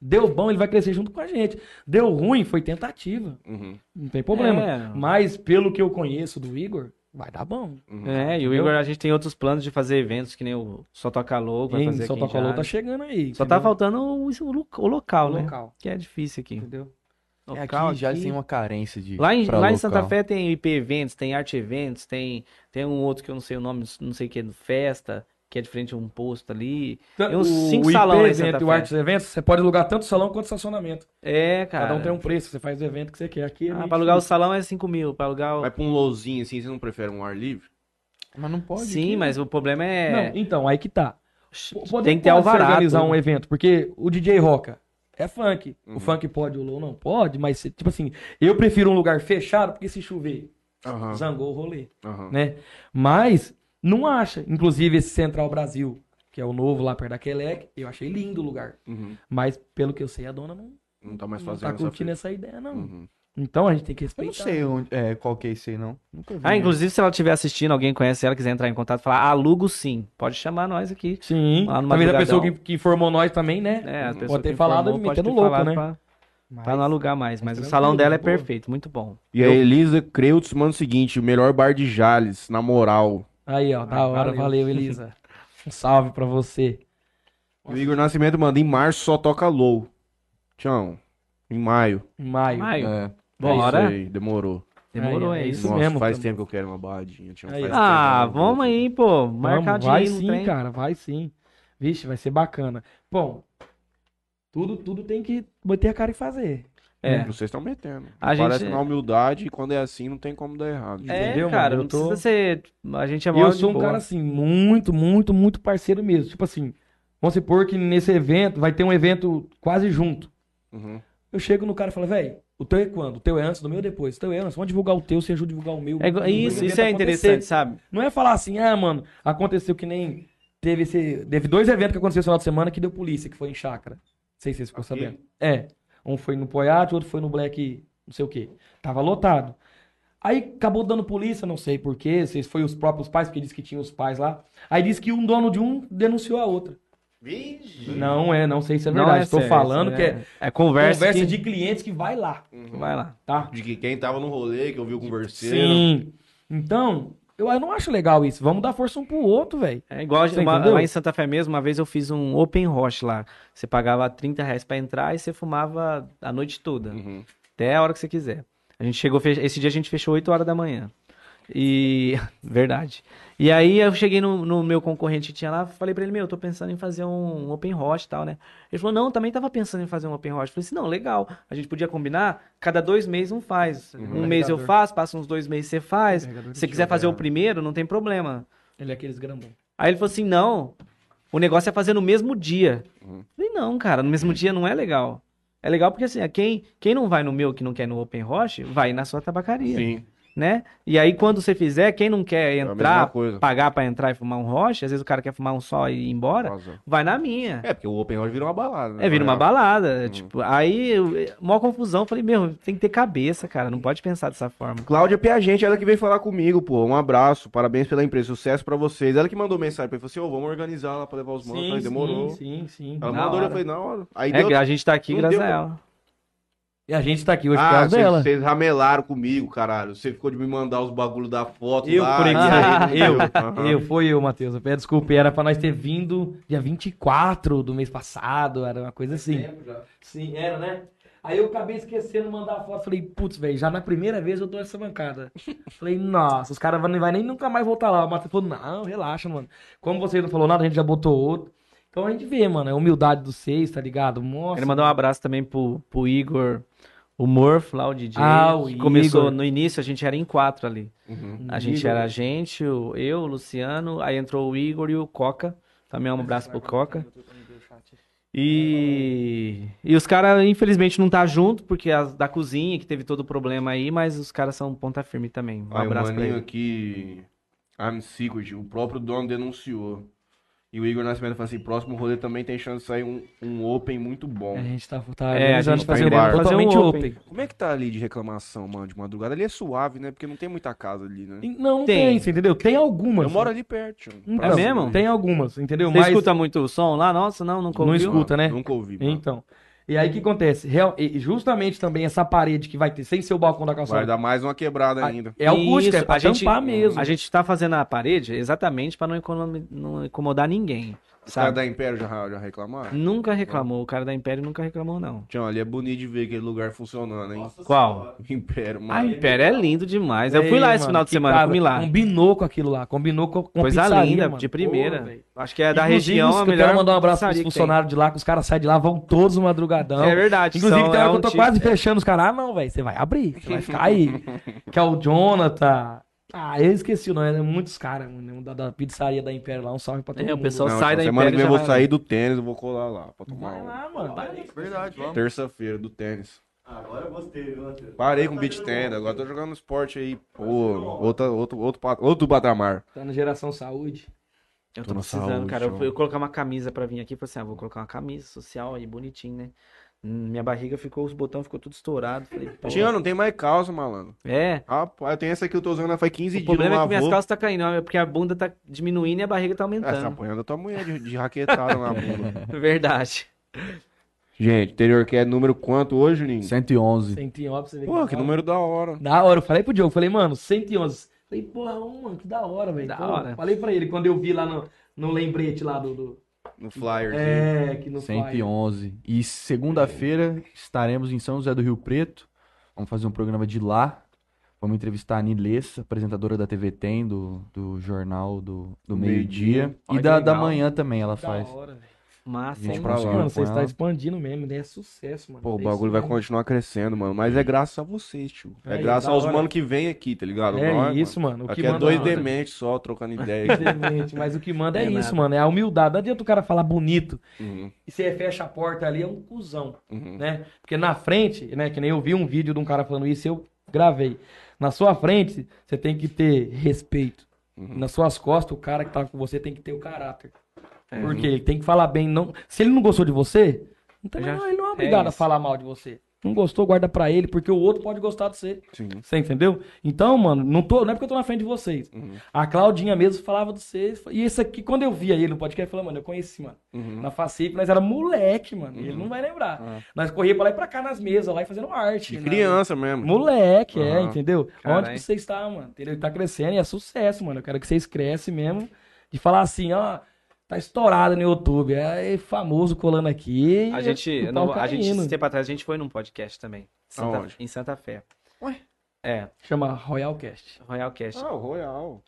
C: Deu bom, ele vai crescer junto com a gente. Deu ruim, foi tentativa.
A: Uhum.
C: Não tem problema.
B: É.
C: Mas pelo que eu conheço do Igor, vai dar bom.
A: Uhum.
B: É, e o
C: Entendeu?
B: Igor, a gente tem outros planos de fazer eventos, que nem o Só Toca Louco, vai
C: Hein,
B: fazer
C: só
B: aqui em
C: toca o tá
B: Jales.
C: chegando aí.
B: Só tá
C: entendeu?
B: faltando o, o lo- o local,
C: o
B: né?
C: local,
B: Que é difícil aqui.
C: entendeu?
D: É, aqui
B: Local
D: já
B: aqui-
D: tem uma carência de.
B: Lá em,
D: pra
B: lá em
D: local.
B: Santa Fé tem IP Eventos, tem Arte Eventos, tem, tem um outro que eu não sei o nome, não sei o que, festa, que é de frente a um posto ali. Tem
C: Então,
B: uns cinco
C: IP
B: salão em Santa
C: evento, e o
B: Fé.
C: Artes Eventos, você pode alugar tanto salão quanto estacionamento.
B: É, cara.
C: Cada um tem um preço, você faz o evento que você quer. Aqui é
B: Ah,
C: meio
B: pra alugar o
C: difícil.
B: salão é 5 mil, pra alugar o...
A: Vai pra um lozinho assim, você não prefere um ar livre?
D: Mas não pode.
B: Sim,
D: aqui.
B: mas o problema é...
C: né? Não, então, aí que tá. P- pode-
B: tem que ter
C: pode se
B: alvará.
C: organizar
B: tudo.
C: um evento, porque o DJ Roca é funk.
A: Uhum.
C: O funk pode, o low não pode, mas, se- tipo assim, eu prefiro um lugar fechado, porque se chover,
B: Ah.
A: Aham.
C: zangou o rolê,
A: Aham.
C: né? Mas, não acha. Inclusive, esse Central Brasil, que é o novo lá perto da Quelec, eu achei lindo o lugar.
A: Uhum.
C: Mas, pelo que eu sei, a dona não,
A: Não tá mais
C: não
A: fazendo
C: tá curtindo
A: essa
C: essa ideia, não.
A: fita. Uhum.
C: Então, a gente tem que
D: Eu
C: respeitar.
D: não sei onde, é, qual que é esse aí, não. Nunca vi.
B: Ah, inclusive, se ela estiver assistindo, alguém conhece ela, quiser entrar em contato, falar, alugo sim. Pode chamar nós aqui.
C: Sim,
B: Lá no
C: talvez a
B: Madrugadão.
C: pessoa que, que informou nós também, né?
B: É, as
A: Pode
B: pessoas
C: ter
B: que
C: falado,
B: informou,
C: me
B: pode
C: metendo
B: ter
C: louco,
B: falado
C: né?
B: pra,
C: Mas-
B: pra não alugar mais. Mas o
C: Mas
B: salão
C: tranquilo,
B: dela é
C: boa.
B: perfeito, muito bom.
A: E a Elisa Creutz manda o seguinte: o melhor bar de Jales, na moral.
C: Aí, ó, da
B: Ah,
C: hora,
B: valeu.
C: valeu Elisa. Um salve pra você.
A: E O Igor Nascimento manda: em março só toca low. Tchau. Em maio.
C: Em maio.
B: Maio.
D: É.
B: Bora.
A: É isso aí, demorou.
B: Demorou,
C: Aí,
B: é,
C: aí,
B: né? isso.
C: isso
A: Nossa,
C: mesmo,
A: faz
C: tamo-
A: tempo que eu quero uma barradinha. Tchau, faz
C: Aí.
A: tempo que eu
B: Ah,
A: não
B: vamos
A: vou.
B: aí, pô.
C: Vamos,
B: Marcar de
C: vai
B: ir no
C: sim,
B: trem.
C: cara, vai sim. Vixe, vai ser bacana. Bom, tudo, tudo tem que bater a cara e fazer.
B: É.
A: Hum, Vocês estão metendo.
B: A gente-
A: Parece que na humildade, e quando é assim, não tem como dar errado.
C: É.
B: É,
C: Entendeu,
B: cara,
C: mano?
B: não
C: Eu tô-
B: precisa ser. A gente é
C: E eu
B: maior de
C: sou um
B: boa.
C: cara, assim, muito, muito, muito parceiro mesmo. Tipo assim, Vamos supor que nesse evento, vai ter um evento quase junto.
A: Uhum.
C: Eu chego no cara e falo, velho, o teu é quando? O teu é antes do meu ou depois? O teu é antes? Vamos divulgar o teu, você ajuda a divulgar o meu.
B: É igual-
C: Vamos
B: isso,
C: ver
B: isso
C: se
B: é
C: acontecer.
B: interessante, sabe?
C: Não é falar assim, ah, mano, aconteceu que nem. Teve esse. Teve dois eventos que aconteceu no final de semana que deu polícia, que foi em chácara. Não sei se vocês ficam
A: Aqui?
C: sabendo. É. Um foi no Poiate, outro foi no Black, não sei o quê. Tava lotado. Aí acabou dando polícia, não sei porquê, se foi os próprios pais, porque disse que tinha os pais lá. Aí disse que um dono de um denunciou a outra.
A: Vixe!
C: Não é, não sei se é
B: Não
C: verdade. Tô
B: sério,
C: falando
B: isso
C: que é
B: É conversa.
C: conversa
B: que-
C: de clientes que vai lá,
B: Vai lá.
C: tá?
A: De que quem tava no rolê, que ouviu o converseiro.
C: Sim. Então, eu, eu não acho legal isso. Vamos dar força um pro outro, velho.
B: É igual
C: Você
B: uma-
C: entendeu?
B: lá em Santa Fé mesmo, uma vez eu fiz um open roche lá. Você pagava 30 reais pra entrar e você fumava a noite toda.
A: Uhum.
B: Até a hora que você quiser. A gente chegou, fe- esse dia a gente fechou 8 horas da manhã. E. <laughs> Verdade. E aí eu cheguei no, no meu concorrente que tinha lá, falei pra ele, meu, eu tô pensando em fazer um, open roast e tal, né? Ele falou, não, eu também tava pensando em fazer um open roast. Eu falei assim, não, legal. A gente podia combinar, cada dois meses um faz. Um mês eu
C: Agregador.
B: faço, passa uns dois meses você faz.
D: Agregador
B: Se
D: de
B: você quiser fazer o
D: jovem.
B: primeiro, não tem problema.
C: Ele é aqueles grandão.
B: Aí ele falou assim: não, o negócio é fazer no mesmo dia.
A: Uhum.
B: Eu falei, não, cara, no mesmo dia não é legal. É legal porque assim, quem, quem não vai no meu, que não quer no Open Roche, vai na sua tabacaria,
A: Sim. É
B: né? E aí quando você fizer, quem não quer
A: a mesma
B: entrar,
A: coisa.
B: pagar pra entrar e fumar um Roche, às vezes o cara quer fumar um só e ir embora,
A: Razão.
B: vai na minha.
A: É, porque o Open House virou uma balada. né?
B: É, vira uma
A: Vai lá.
B: balada, tipo, aí, eu- mó confusão, falei, meu, tem que ter cabeça, cara, não pode pensar dessa forma.
A: Cláudia Piagente, ela que veio falar comigo, pô. Um abraço, parabéns pela empresa, sucesso pra vocês. Ela que mandou mensagem pra mim, falou assim, ô, vamos organizar lá pra levar os mantos, aí demorou.
C: Sim, sim.
A: Ela
B: Na
A: mandou,
B: hora.
A: eu falei, na hora. Aí
B: É,
A: deu...
B: a gente tá aqui
A: não
B: graças
A: deu-
B: a ela.
C: E a gente tá aqui hoje por
A: Ah,
C: causa dela.
A: vocês ramelaram comigo, caralho. Você ficou de me mandar os bagulho da foto
C: Eu,
A: lá.
C: por
A: e
B: <laughs>
C: exemplo,
A: aí, aham.
C: Eu, foi eu, Matheus. Eu peço Desculpa, e era pra nós ter vindo dia 24 do mês passado, era uma coisa assim. Sim, era, né? Aí eu acabei esquecendo de mandar a foto. Falei, putz, velho, já na primeira vez eu dou essa bancada. Falei, nossa, os caras não vai nem nunca mais voltar lá. O Matheus falou, não, relaxa, mano. Como você não falou nada, a gente já botou outro. Então a gente vê, mano, a humildade dos seis, tá ligado? Mostra.
B: Quero mandar um abraço também pro, pro Igor, o Murph lá, o DJ.
C: Ah, o
B: que começou
C: Igor.
B: no início, a gente era em quatro ali.
A: Uhum.
B: A gente era a gente, o- eu, o Luciano, aí entrou o Igor e o Coca. Também um abraço pro Coca. E, e os caras, infelizmente, não tá junto, porque as da cozinha, que teve todo o problema aí, mas os caras são ponta firme também. Um
A: Aí o
B: abraço pra
A: maninho
B: ele.
A: aqui, I'm Secret, o próprio dono denunciou. E o Igor Nascimento falou assim, próximo rolê também tem chance de sair um, um Open muito bom.
C: A gente tá, tá
B: É, a gente
C: organizando
B: tá
C: fazer um
A: querendo
B: fazer um
C: totalmente
B: open.
C: open.
A: Como é que tá ali de reclamação, mano, de madrugada? Ali é suave, né? Porque não tem muita casa ali, né?
C: Não, não
B: Tem.
C: tem, você entendeu? Tem algumas.
A: Eu moro ali perto. tio.
C: Então,
B: Então, É
A: né?
B: mesmo?
C: Tem algumas, entendeu?
B: Você
C: Mas
B: escuta muito o som lá? Nossa, não, não
C: Não
B: ouviu?
C: escuta. né?
A: Nunca ouvi, mano.
C: Então. E aí o que acontece? Real- e justamente também essa parede que vai ter sem ser o balcão da
A: Vai
C: calçada.
A: dar mais uma quebrada ainda.
C: É acústica, é
B: Isso,
C: pra
B: a gente-
C: tampar mesmo.
B: A gente tá fazendo a parede exatamente pra não, economi- não incomodar ninguém,
A: Os caras
B: sabe? Hum.
A: da Império já, já reclamaram?
B: Nunca reclamou, o cara da Império nunca reclamou, não.
A: Tchau, ali é bonito de ver aquele lugar funcionando, hein? <laughs>
B: Qual?
A: Império,
B: A
A: mano.
B: Império é lindo demais. Eu fui
C: Ei,
B: lá esse
C: mano,
B: final de
C: que
B: semana,
C: cara,
B: comi lá.
C: Combinou com aquilo lá, combinou com, com
B: Coisa
C: pizzaria,
B: linda,
C: mano.
B: de primeira.
C: Pô, velho.
B: Acho que é da
C: Inclusive,
B: região
C: isso
B: a
C: que eu
B: melhor
C: quero mandar um abraço pros
B: pizzaria que tem.
C: funcionários de lá, que os caras saem de lá, vão todos no madrugadão.
B: É verdade.
C: Inclusive,
B: são-
C: tem
B: é
C: hora que
B: um
C: eu tô
B: tipo-
C: quase fechando os caras. Ah, não, velho, você vai abrir, você vai
A: <laughs>
C: ficar aí. que é o Jonathan. Ah, eu esqueci o nome, é muitos caras, mano, da, da pizzaria da Império lá. Um salve pra todo
B: É, o
C: mundo.
B: pessoal
A: Não,
B: sai
A: tchau,
B: da
A: semana
B: Império
A: que
B: e
A: vem eu
B: já
A: vou
B: vai lá.
A: sair do tênis, eu vou colar lá pra tomar
C: Vai
A: um.
C: lá, mano. vai lá.
D: Verdade, vamos.
A: Terça-feira do tênis.
D: Agora eu gostei, viu, Matheus? tá
A: Parei com beat stand, agora tô jogando esporte aí, pô, outra, outro, outro, pat- outro patamar.
C: Tá na geração saúde.
B: Eu tô
A: Tô na
B: precisando,
A: saúde,
B: cara. Eu
A: show.
B: fui eu colocar uma camisa pra vir aqui. Falei assim, ah, vou colocar uma camisa social aí, bonitinho, né? Hum, Minha barriga ficou, os botões ficou tudo estourado. Falei, pô.
A: Tinha, não tem mais calça, malandro.
B: É.
A: Rapaz, eu tenho essa aqui, eu tô usando ela faz 15
B: O
A: dias, não
B: problema é que minhas
A: lavou.
B: calças tá caindo, ó, porque a bunda tá diminuindo e a barriga tá
A: Ah, você tá
B: aumentando.
A: apanhando a tua mulher de, de raquetada na
C: <laughs>
A: bunda.
B: Verdade.
A: Gente, interior que é número quanto hoje, Juninho?
D: 111.
C: Sentinho, ó, pra você ver
A: Pô, que
C: da hora.
A: número da hora.
C: Da hora, eu falei pro Diogo, falei, mano, 111. Falei, porra, um, mano, que da hora, velho.
B: Da
C: Pô,
B: hora.
C: Falei pra ele quando eu vi lá no, no lembrete lá do. do-
A: No flyer.
C: É, que no flyer.
D: 111. E segunda-feira estaremos em São José do Rio Preto. Vamos fazer um programa de lá. Vamos entrevistar a Nilessa, apresentadora da TV Tem, do, do jornal do, do
A: Do
D: meio-dia.
A: meio-dia.
D: E
A: Olha
D: da,
A: que
D: da
A: legal.
D: manhã também ela
C: Da
D: faz.
C: hora, velho.
B: Massa,
A: Gente,
B: hein?
A: pra lá.
C: mano,
A: com
C: você está
A: ela.
C: expandindo mesmo, né? É sucesso, mano.
A: Pô, o
C: É
A: bagulho
C: isso
A: vai
C: mesmo.
A: continuar crescendo, mano. Mas é graças a vocês, tio. É
C: Aí,
A: graças
C: Uhum. da
A: aos
C: hora.
A: mano que vem aqui, tá ligado?
C: É
A: Nós,
C: isso, mano. O
A: Aqui
C: que
A: é
C: manda
A: dois
C: manda.
A: dementes só,
C: <laughs>
A: trocando ideia. aqui.
C: Demente, Mas o que manda é,
B: É
C: isso,
B: nada.
C: mano. É a humildade. Não adianta o cara falar bonito
A: Uhum,
C: e você fecha a porta ali, é um cuzão,
A: uhum.
C: né? Porque na frente, né? Que nem eu vi um vídeo de um cara falando isso, eu gravei. Na sua frente, você tem que ter respeito.
A: Uhum.
C: Nas suas costas, o cara que tá com você tem que ter o caráter.
B: É.
C: Porque ele tem que falar bem. Não... Se ele não gostou de você, então
B: Já-
C: não, ele não é
B: é
C: obrigado a
B: isso.
C: falar mal de você. Não gostou, guarda pra ele, porque o outro pode gostar de você.
A: Sim.
C: Você entendeu? Então, mano, não, tô, não é porque eu tô na frente de vocês.
A: Uhum.
C: A Claudinha mesmo falava de vocês. E esse aqui, quando eu via ele no podcast, eu falei, mano, eu conheci, mano.
A: Uhum.
C: Na FACIP, nós era moleque, mano. Ele
B: Uhum.
C: não vai lembrar.
A: Ah.
C: Nós corria pra lá e pra cá nas mesas, lá e fazendo arte.
A: De
C: né?
A: criança mesmo.
C: Moleque, é,
A: Aham.
C: entendeu?
B: Uhum. Caralho.
C: Onde que você está, mano? Entendeu? Ele tá crescendo e é sucesso, mano. Eu quero que vocês crescem mesmo. De falar assim, ó, tá estourado no YouTube. É famoso colando aqui.
B: A gente,
C: o
B: não-
C: pau tá
B: a gente,
C: caindo.
B: esse tempo atrás, a gente foi num podcast também. Santa-
A: Aonde?
B: em Santa Fé.
D: Ué?
B: É,
C: Chama Royal Cast.
B: Royal Cast.
A: Ah, o Royal.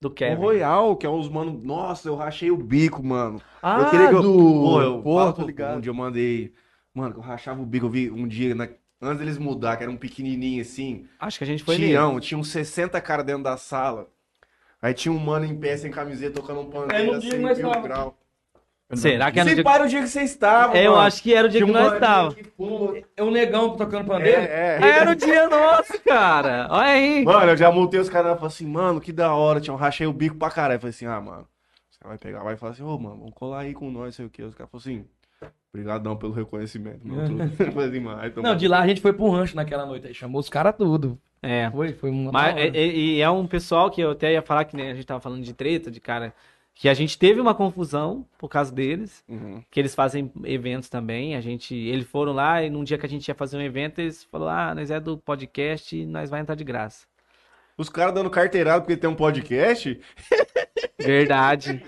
B: do
A: O
B: Kevin.
A: Royal, que é uns mano. Nossa, eu rachei o bico, mano.
C: Ah,
A: eu queria que eu.
D: do-
A: Pô, eu
D: Pô,
A: falo
D: tô
A: pro-
D: ligado.
A: Um dia eu mandei. Mano, que eu rachava o bico. Eu vi um dia, na- antes deles mudar, que era um pequenininho assim.
B: Acho que a gente foi nele.
A: Tião, tinha uns 60 caras dentro da sala. Aí tinha um mano em pé sem camiseta tocando um
C: É,
A: pandeiro
C: no dia
A: assim,
C: que nós
A: mil
C: tava.
A: grau.
B: Será que era no
A: Se
B: dia...
A: para o dia que vocês estavam.
B: Eu
A: mano.
B: acho que era o dia
A: Tinha
B: que
A: um
B: nós
A: mano
B: estávamos.
A: que fuma.
C: É um negão tocando pandeiro?
A: É, é.
B: Era o dia nosso, cara. Olha aí.
A: Mano, eu já montei os caras e falei assim, mano, que da hora, Tião. Rachei o bico pra caralho. Eu Falei assim, ah, mano, você vai pegar, vai falar assim, ô, mano, vamos colar aí com nós, sei o quê. Os caras falaram assim, brigadão pelo reconhecimento, meu
B: <laughs>
A: truto. Eu Falei assim, mano, aí tomou.
C: Não, de lá a gente foi pro rancho naquela noite. Aí chamou os caras tudo.
B: É.
C: Foi, foi uma.
B: Mas,
C: da
B: e,
C: hora.
B: e- e é um pessoal que eu até ia falar que né, a gente tava falando de treta, de cara. Que a gente teve uma confusão por causa deles,
A: Uhum.
B: que eles fazem eventos também. A gente, eles foram lá e num dia que a gente ia fazer um evento, eles falaram: Ah, nós é do podcast e nós vai entrar de graça.
A: Os caras dando carteirada porque tem um podcast?
B: Verdade.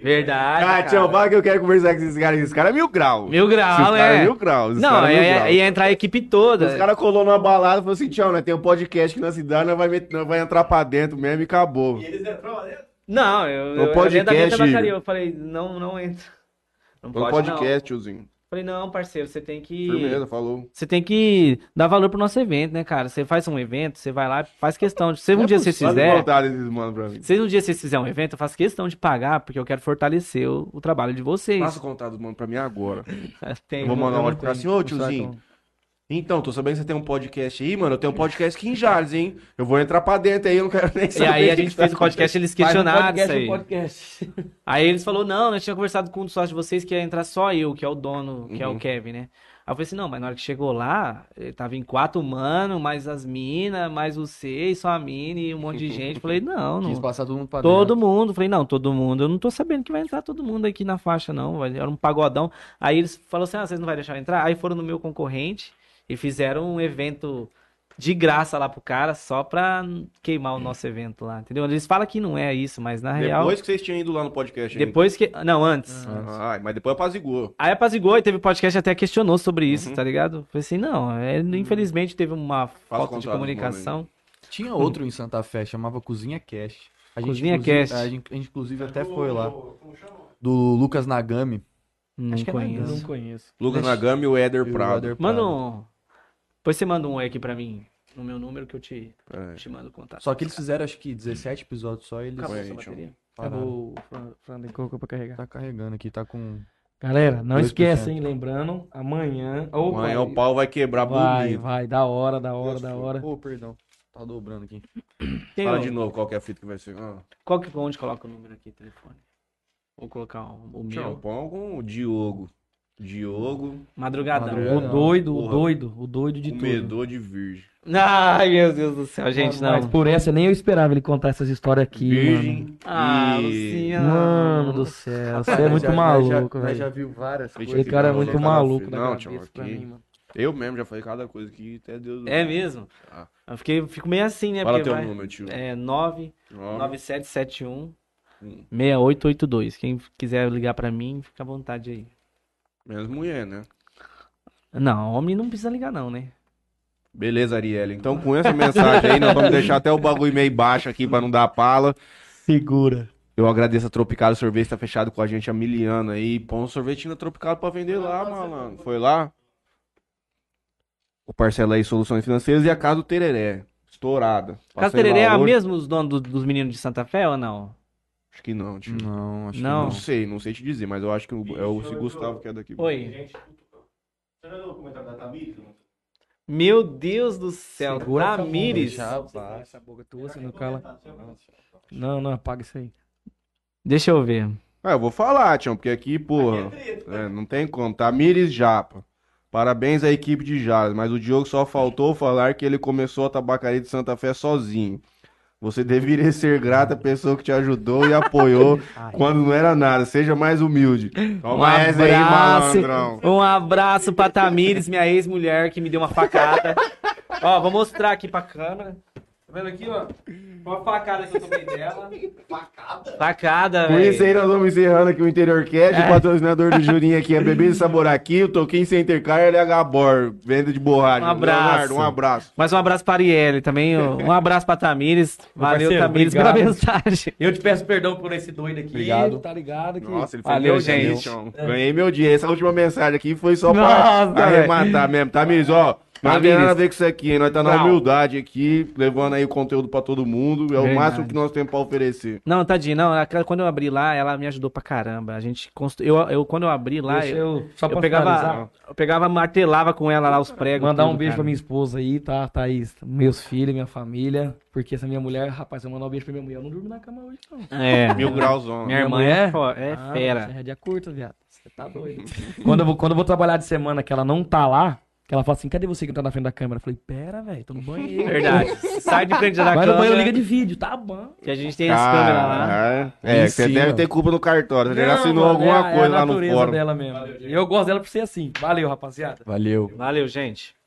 B: Verdade.
A: Ah,
B: cara.
A: Tião, fala que eu quero conversar com esses caras. Esses caras é mil grau.
B: Mil
A: Esses
B: grau,
A: caras
B: né?
A: é mil grau. Esses
B: Não, é-
A: caras mil
B: ia,
A: grau.
B: ia entrar a equipe toda.
A: Os caras colou numa balada e falou assim, Tião, né, tem um podcast aqui na cidade, nós vai, met- nós vai entrar pra dentro mesmo e acabou.
C: é,
B: Não, eu,
A: No
B: eu, eu dentro da
A: podcast-
B: minha tabacaria, eu falei, não, não entra. Não
A: Foi um
B: pode,
A: podcast,
B: não.
A: tiozinho.
B: Falei, não, parceiro, você tem que...
A: Firmeza, falou.
B: Você tem que dar valor pro nosso evento, né, cara? Você faz um evento, você vai lá, faz questão. de- Se
A: É
B: um dia vocês
A: Faz
B: fizer,
A: vontade desses mano pra mim.
B: se um dia vocês fizerem um evento, eu faço questão de pagar, porque eu quero fortalecer o, o trabalho de
A: Passa
B: vocês. <laughs> É,
A: o contato dos mano pra mim agora.
B: Tem-
A: Eu vou mandar
C: Eu
A: um
C: não
A: áudio pro cara assim,
C: tenho.
A: ô
C: O
A: tiozinho.
C: Sartão.
A: Então, tô sabendo que você tem um podcast aí, mano. Eu tenho um podcast aqui em Jales, hein? Eu vou entrar pra dentro aí, eu não quero nem
B: E
A: saber.
B: aí a
A: o que
B: gente
A: que tá
B: fez o podcast,
A: <laughs>
B: eles
C: Faz um
B: questionaram isso
C: podcast, um
B: aí.
C: podcast.
B: Aí eles falaram, não, nós tínhamos conversado com um dos sócios de vocês que ia entrar só eu, que é o dono, que é
A: Uhum.
B: o Kevin, né? Aí eu falei assim, não, mas na hora que chegou lá, eh, tava em quatro mano, mais as minas, mais vocês, só a mina e um monte de
A: <laughs>
B: gente. Falei, não,
D: Quis
B: não.
D: passar todo mundo pra
B: Todo mundo. Falei, não, todo mundo. Eu não tô sabendo que vai entrar todo mundo aqui na faixa, não. vai- Era um pagodão. Aí eles falaram assim, ah, vocês não vão deixar eu entrar? Aí foram no meu concorrente e fizeram um evento de graça lá pro cara, só pra queimar o nosso evento lá, entendeu? Eles falam que não é isso, mas na real...
A: Depois que vocês tinham ido lá no podcast, hein?
B: Depois que. Não, antes.
A: Ah, mas depois apazigou.
B: Aí apazigou e teve podcast até questionou sobre isso,
A: Uhum.
B: tá ligado? Falei assim, não, é,
D: Uhum.
B: infelizmente teve uma falta
A: contato,
B: de
A: mano,
B: comunicação.
D: Tinha outro em Santa Fé, chamava Cozinha Cash. A
B: Cozinha
D: inclusive-
B: Cast.
D: A gente, a gente,
A: É
D: inclusive, até foi lá. Do Lucas Nagami.
B: Não
D: Acho que é
C: Eu não
B: conheço.
C: conheço.
A: Lucas
D: Deixa-
A: Nagami e o
D: e
A: Éder
D: o
A: Prado.
D: Eder Prado.
B: Manda um. Depois você manda um oi aqui pra mim, no meu número, que eu te,
A: É.
B: te mando o contato.
D: Só que eles fizeram, acho que, 17 episódios só e eles
B: Acabou
A: Foi,
B: essa
A: tchau.
B: bateria?
D: pararam.
C: Acabou o Fran- Fran de Coco pra carregar.
D: Tá carregando aqui, tá com...
C: Galera, não
D: 2%.
C: esquece, hein? Lembrando, amanhã. é Ou
A: Amanhã o pau vai quebrar
C: Vai,
A: bonito.
C: vai, da hora, da hora, da hora.
D: Ô, perdão. Tá dobrando aqui.
B: Tem
A: Fala
B: um-
A: de novo qual que é a fita que vai ser. Ah,
B: Qual que onde coloca o número aqui, telefone? Vou colocar o, o
A: Tião,
B: meu.
A: põe algum Diogo. Diogo,
B: Madrugadão.
D: Madrugadão.
C: O doido, o
A: Porra.
C: doido, o doido de tudo.
A: comedor de virgem.
B: Ai, meu Deus do céu, gente,
C: Mas
B: não.
C: por essa nem eu esperava ele contar essas histórias aqui,
A: virgem
B: Ah,
A: e...
B: Luciano.
C: mano. Mano do céu, você é muito maluco,
D: Nós já
C: velho.
D: viu várias
A: Esse
D: coisas.
C: Esse cara é
A: Não,
C: muito
A: não,
C: maluco
A: não,
C: da
A: não,
C: cabeça
A: tio,
C: pra
A: aqui.
C: mim, mano.
A: Eu mesmo já falei cada coisa que até Deus...
B: É mesmo?
A: Ah.
B: Eu fiquei, fico meio assim, né?
A: Fala
B: porque
A: teu
B: vai-
A: número, tio.
B: É 9...
A: Nove.
B: 9771
A: Hum.
B: 6882. Quem quiser ligar pra mim, fica à vontade aí.
A: Menos mulher, né?
B: Não, homem não precisa ligar, não, né?
A: Beleza, Ariela. Então, com essa mensagem aí, nós vamos deixar até o bagulho meio baixo aqui pra não dar pala.
C: Segura.
A: Eu agradeço a Tropical Sorvete, tá fechado com a gente há mil anos aí. Põe um sorvete na Tropical pra vender lá, malandro. Foi lá? O Parcela aí Soluções Financeiras e a Casa do Tereré. Estourada.
B: Casa
A: Passei lá
B: Tererê é a
A: hoje.
B: mesma os donos do- dos meninos de Santa Fé ou não?
A: Acho que não, tio.
D: Não, acho
B: Não.
A: Não sei, não sei te dizer, mas eu acho que o- é o esse Gustavo que é daqui.
B: Oi.
A: Você já viu o comentário da Tamires?
B: Meu Deus do céu,
C: Segura essa
B: Tamires.
C: boca, rapaz. Essa boca tua, você não cala. Não, não, apaga isso aí.
B: Deixa eu ver.
A: Ah, eu vou falar, Tião, porque aqui, porra, é, não tem como. Tamires Japa. Parabéns à equipe de Jales, mas o Diogo só faltou falar que ele começou a tabacaria de Santa Fé sozinho. Você deveria ser grato à pessoa que te ajudou e apoiou
B: <laughs>
A: quando não era nada. Seja mais humilde.
B: Um
A: Toma essa aí,
B: abraço,
A: malandrão.
B: um abraço pra Tamires, minha ex-mulher, que me deu uma facada. ó, vou mostrar aqui pra câmera. Tá vendo aqui, ó? Uma facada que eu tomei dela. Facada? Facada,
A: Com isso
B: velho.
A: aí nós vamos encerrando aqui o Interior
B: É.
A: Cast, o patrocinador do Juninho aqui é Bebida Saboraqui, o Toquinho Center Car e LH Bor, venda de borracha.
B: Um abraço.
A: Leonardo, um abraço.
B: Mas um abraço pra Arielle também. ó. Um abraço pra Tamires. Valeu,
C: parceiro,
B: Tamires,
C: obrigado.
B: pela mensagem.
C: Eu te peço perdão por esse doido aqui.
D: Obrigado.
C: Tá ligado que.
A: Nossa, ele
B: Valeu,
A: meu dia,
B: gente.
A: Tião. Ganhei meu dia. Essa última mensagem aqui foi só
B: Nossa,
A: pra
B: velho.
A: arrematar mesmo. Tamires, ó, nós não tem
B: Tamires.
A: nada a ver com isso aqui, hein? Nós tá na
B: Não.
A: humildade aqui, levando aí o conteúdo pra todo mundo. É o
B: Verdade.
A: máximo que nós temos pra oferecer.
B: Não, tadinho, não. aquela- Quando eu abri lá, ela me ajudou pra caramba. A gente constru... eu, eu Quando eu abri lá, eu,
C: Deixa eu, só
B: eu
C: pra finalizar,
B: pegava, eu pegava, martelava com ela lá os pregos.
C: mandar um
B: tudo,
C: beijo
B: cara.
C: pra minha esposa aí, tá, Thaís? Meus filhos, minha família. Porque essa minha mulher, rapaz, eu mandar um beijo pra minha mulher. Eu não durmo na cama hoje, não.
B: É.
A: Mil graus, ó.
B: Minha irmã
C: mulher?
B: é, fo- é
C: Ah,
B: fera.
C: Você é dia curto, viado. Você tá <laughs> doido. quando, eu vou, quando eu vou trabalhar de semana que ela não tá lá, que ela fala assim, cadê você que não tá na frente da câmera? Eu falei, pera, velho, tô no banheiro.
B: é Verdade. Sai de frente da
C: Vai
B: câmera.
C: no banheiro, liga de vídeo, tá bom.
B: Que a gente tem as câmeras lá.
A: É, é,
D: Em
A: você
D: cima.
A: deve ter culpa no cartório. Você já assinou
C: mano, é
A: alguma
C: a- é
A: coisa
C: a
A: lá no
C: natureza
A: fórum.
C: dela mesmo. eu gosto dela por ser assim. Valeu, rapaziada.
D: Valeu.
B: Valeu, gente.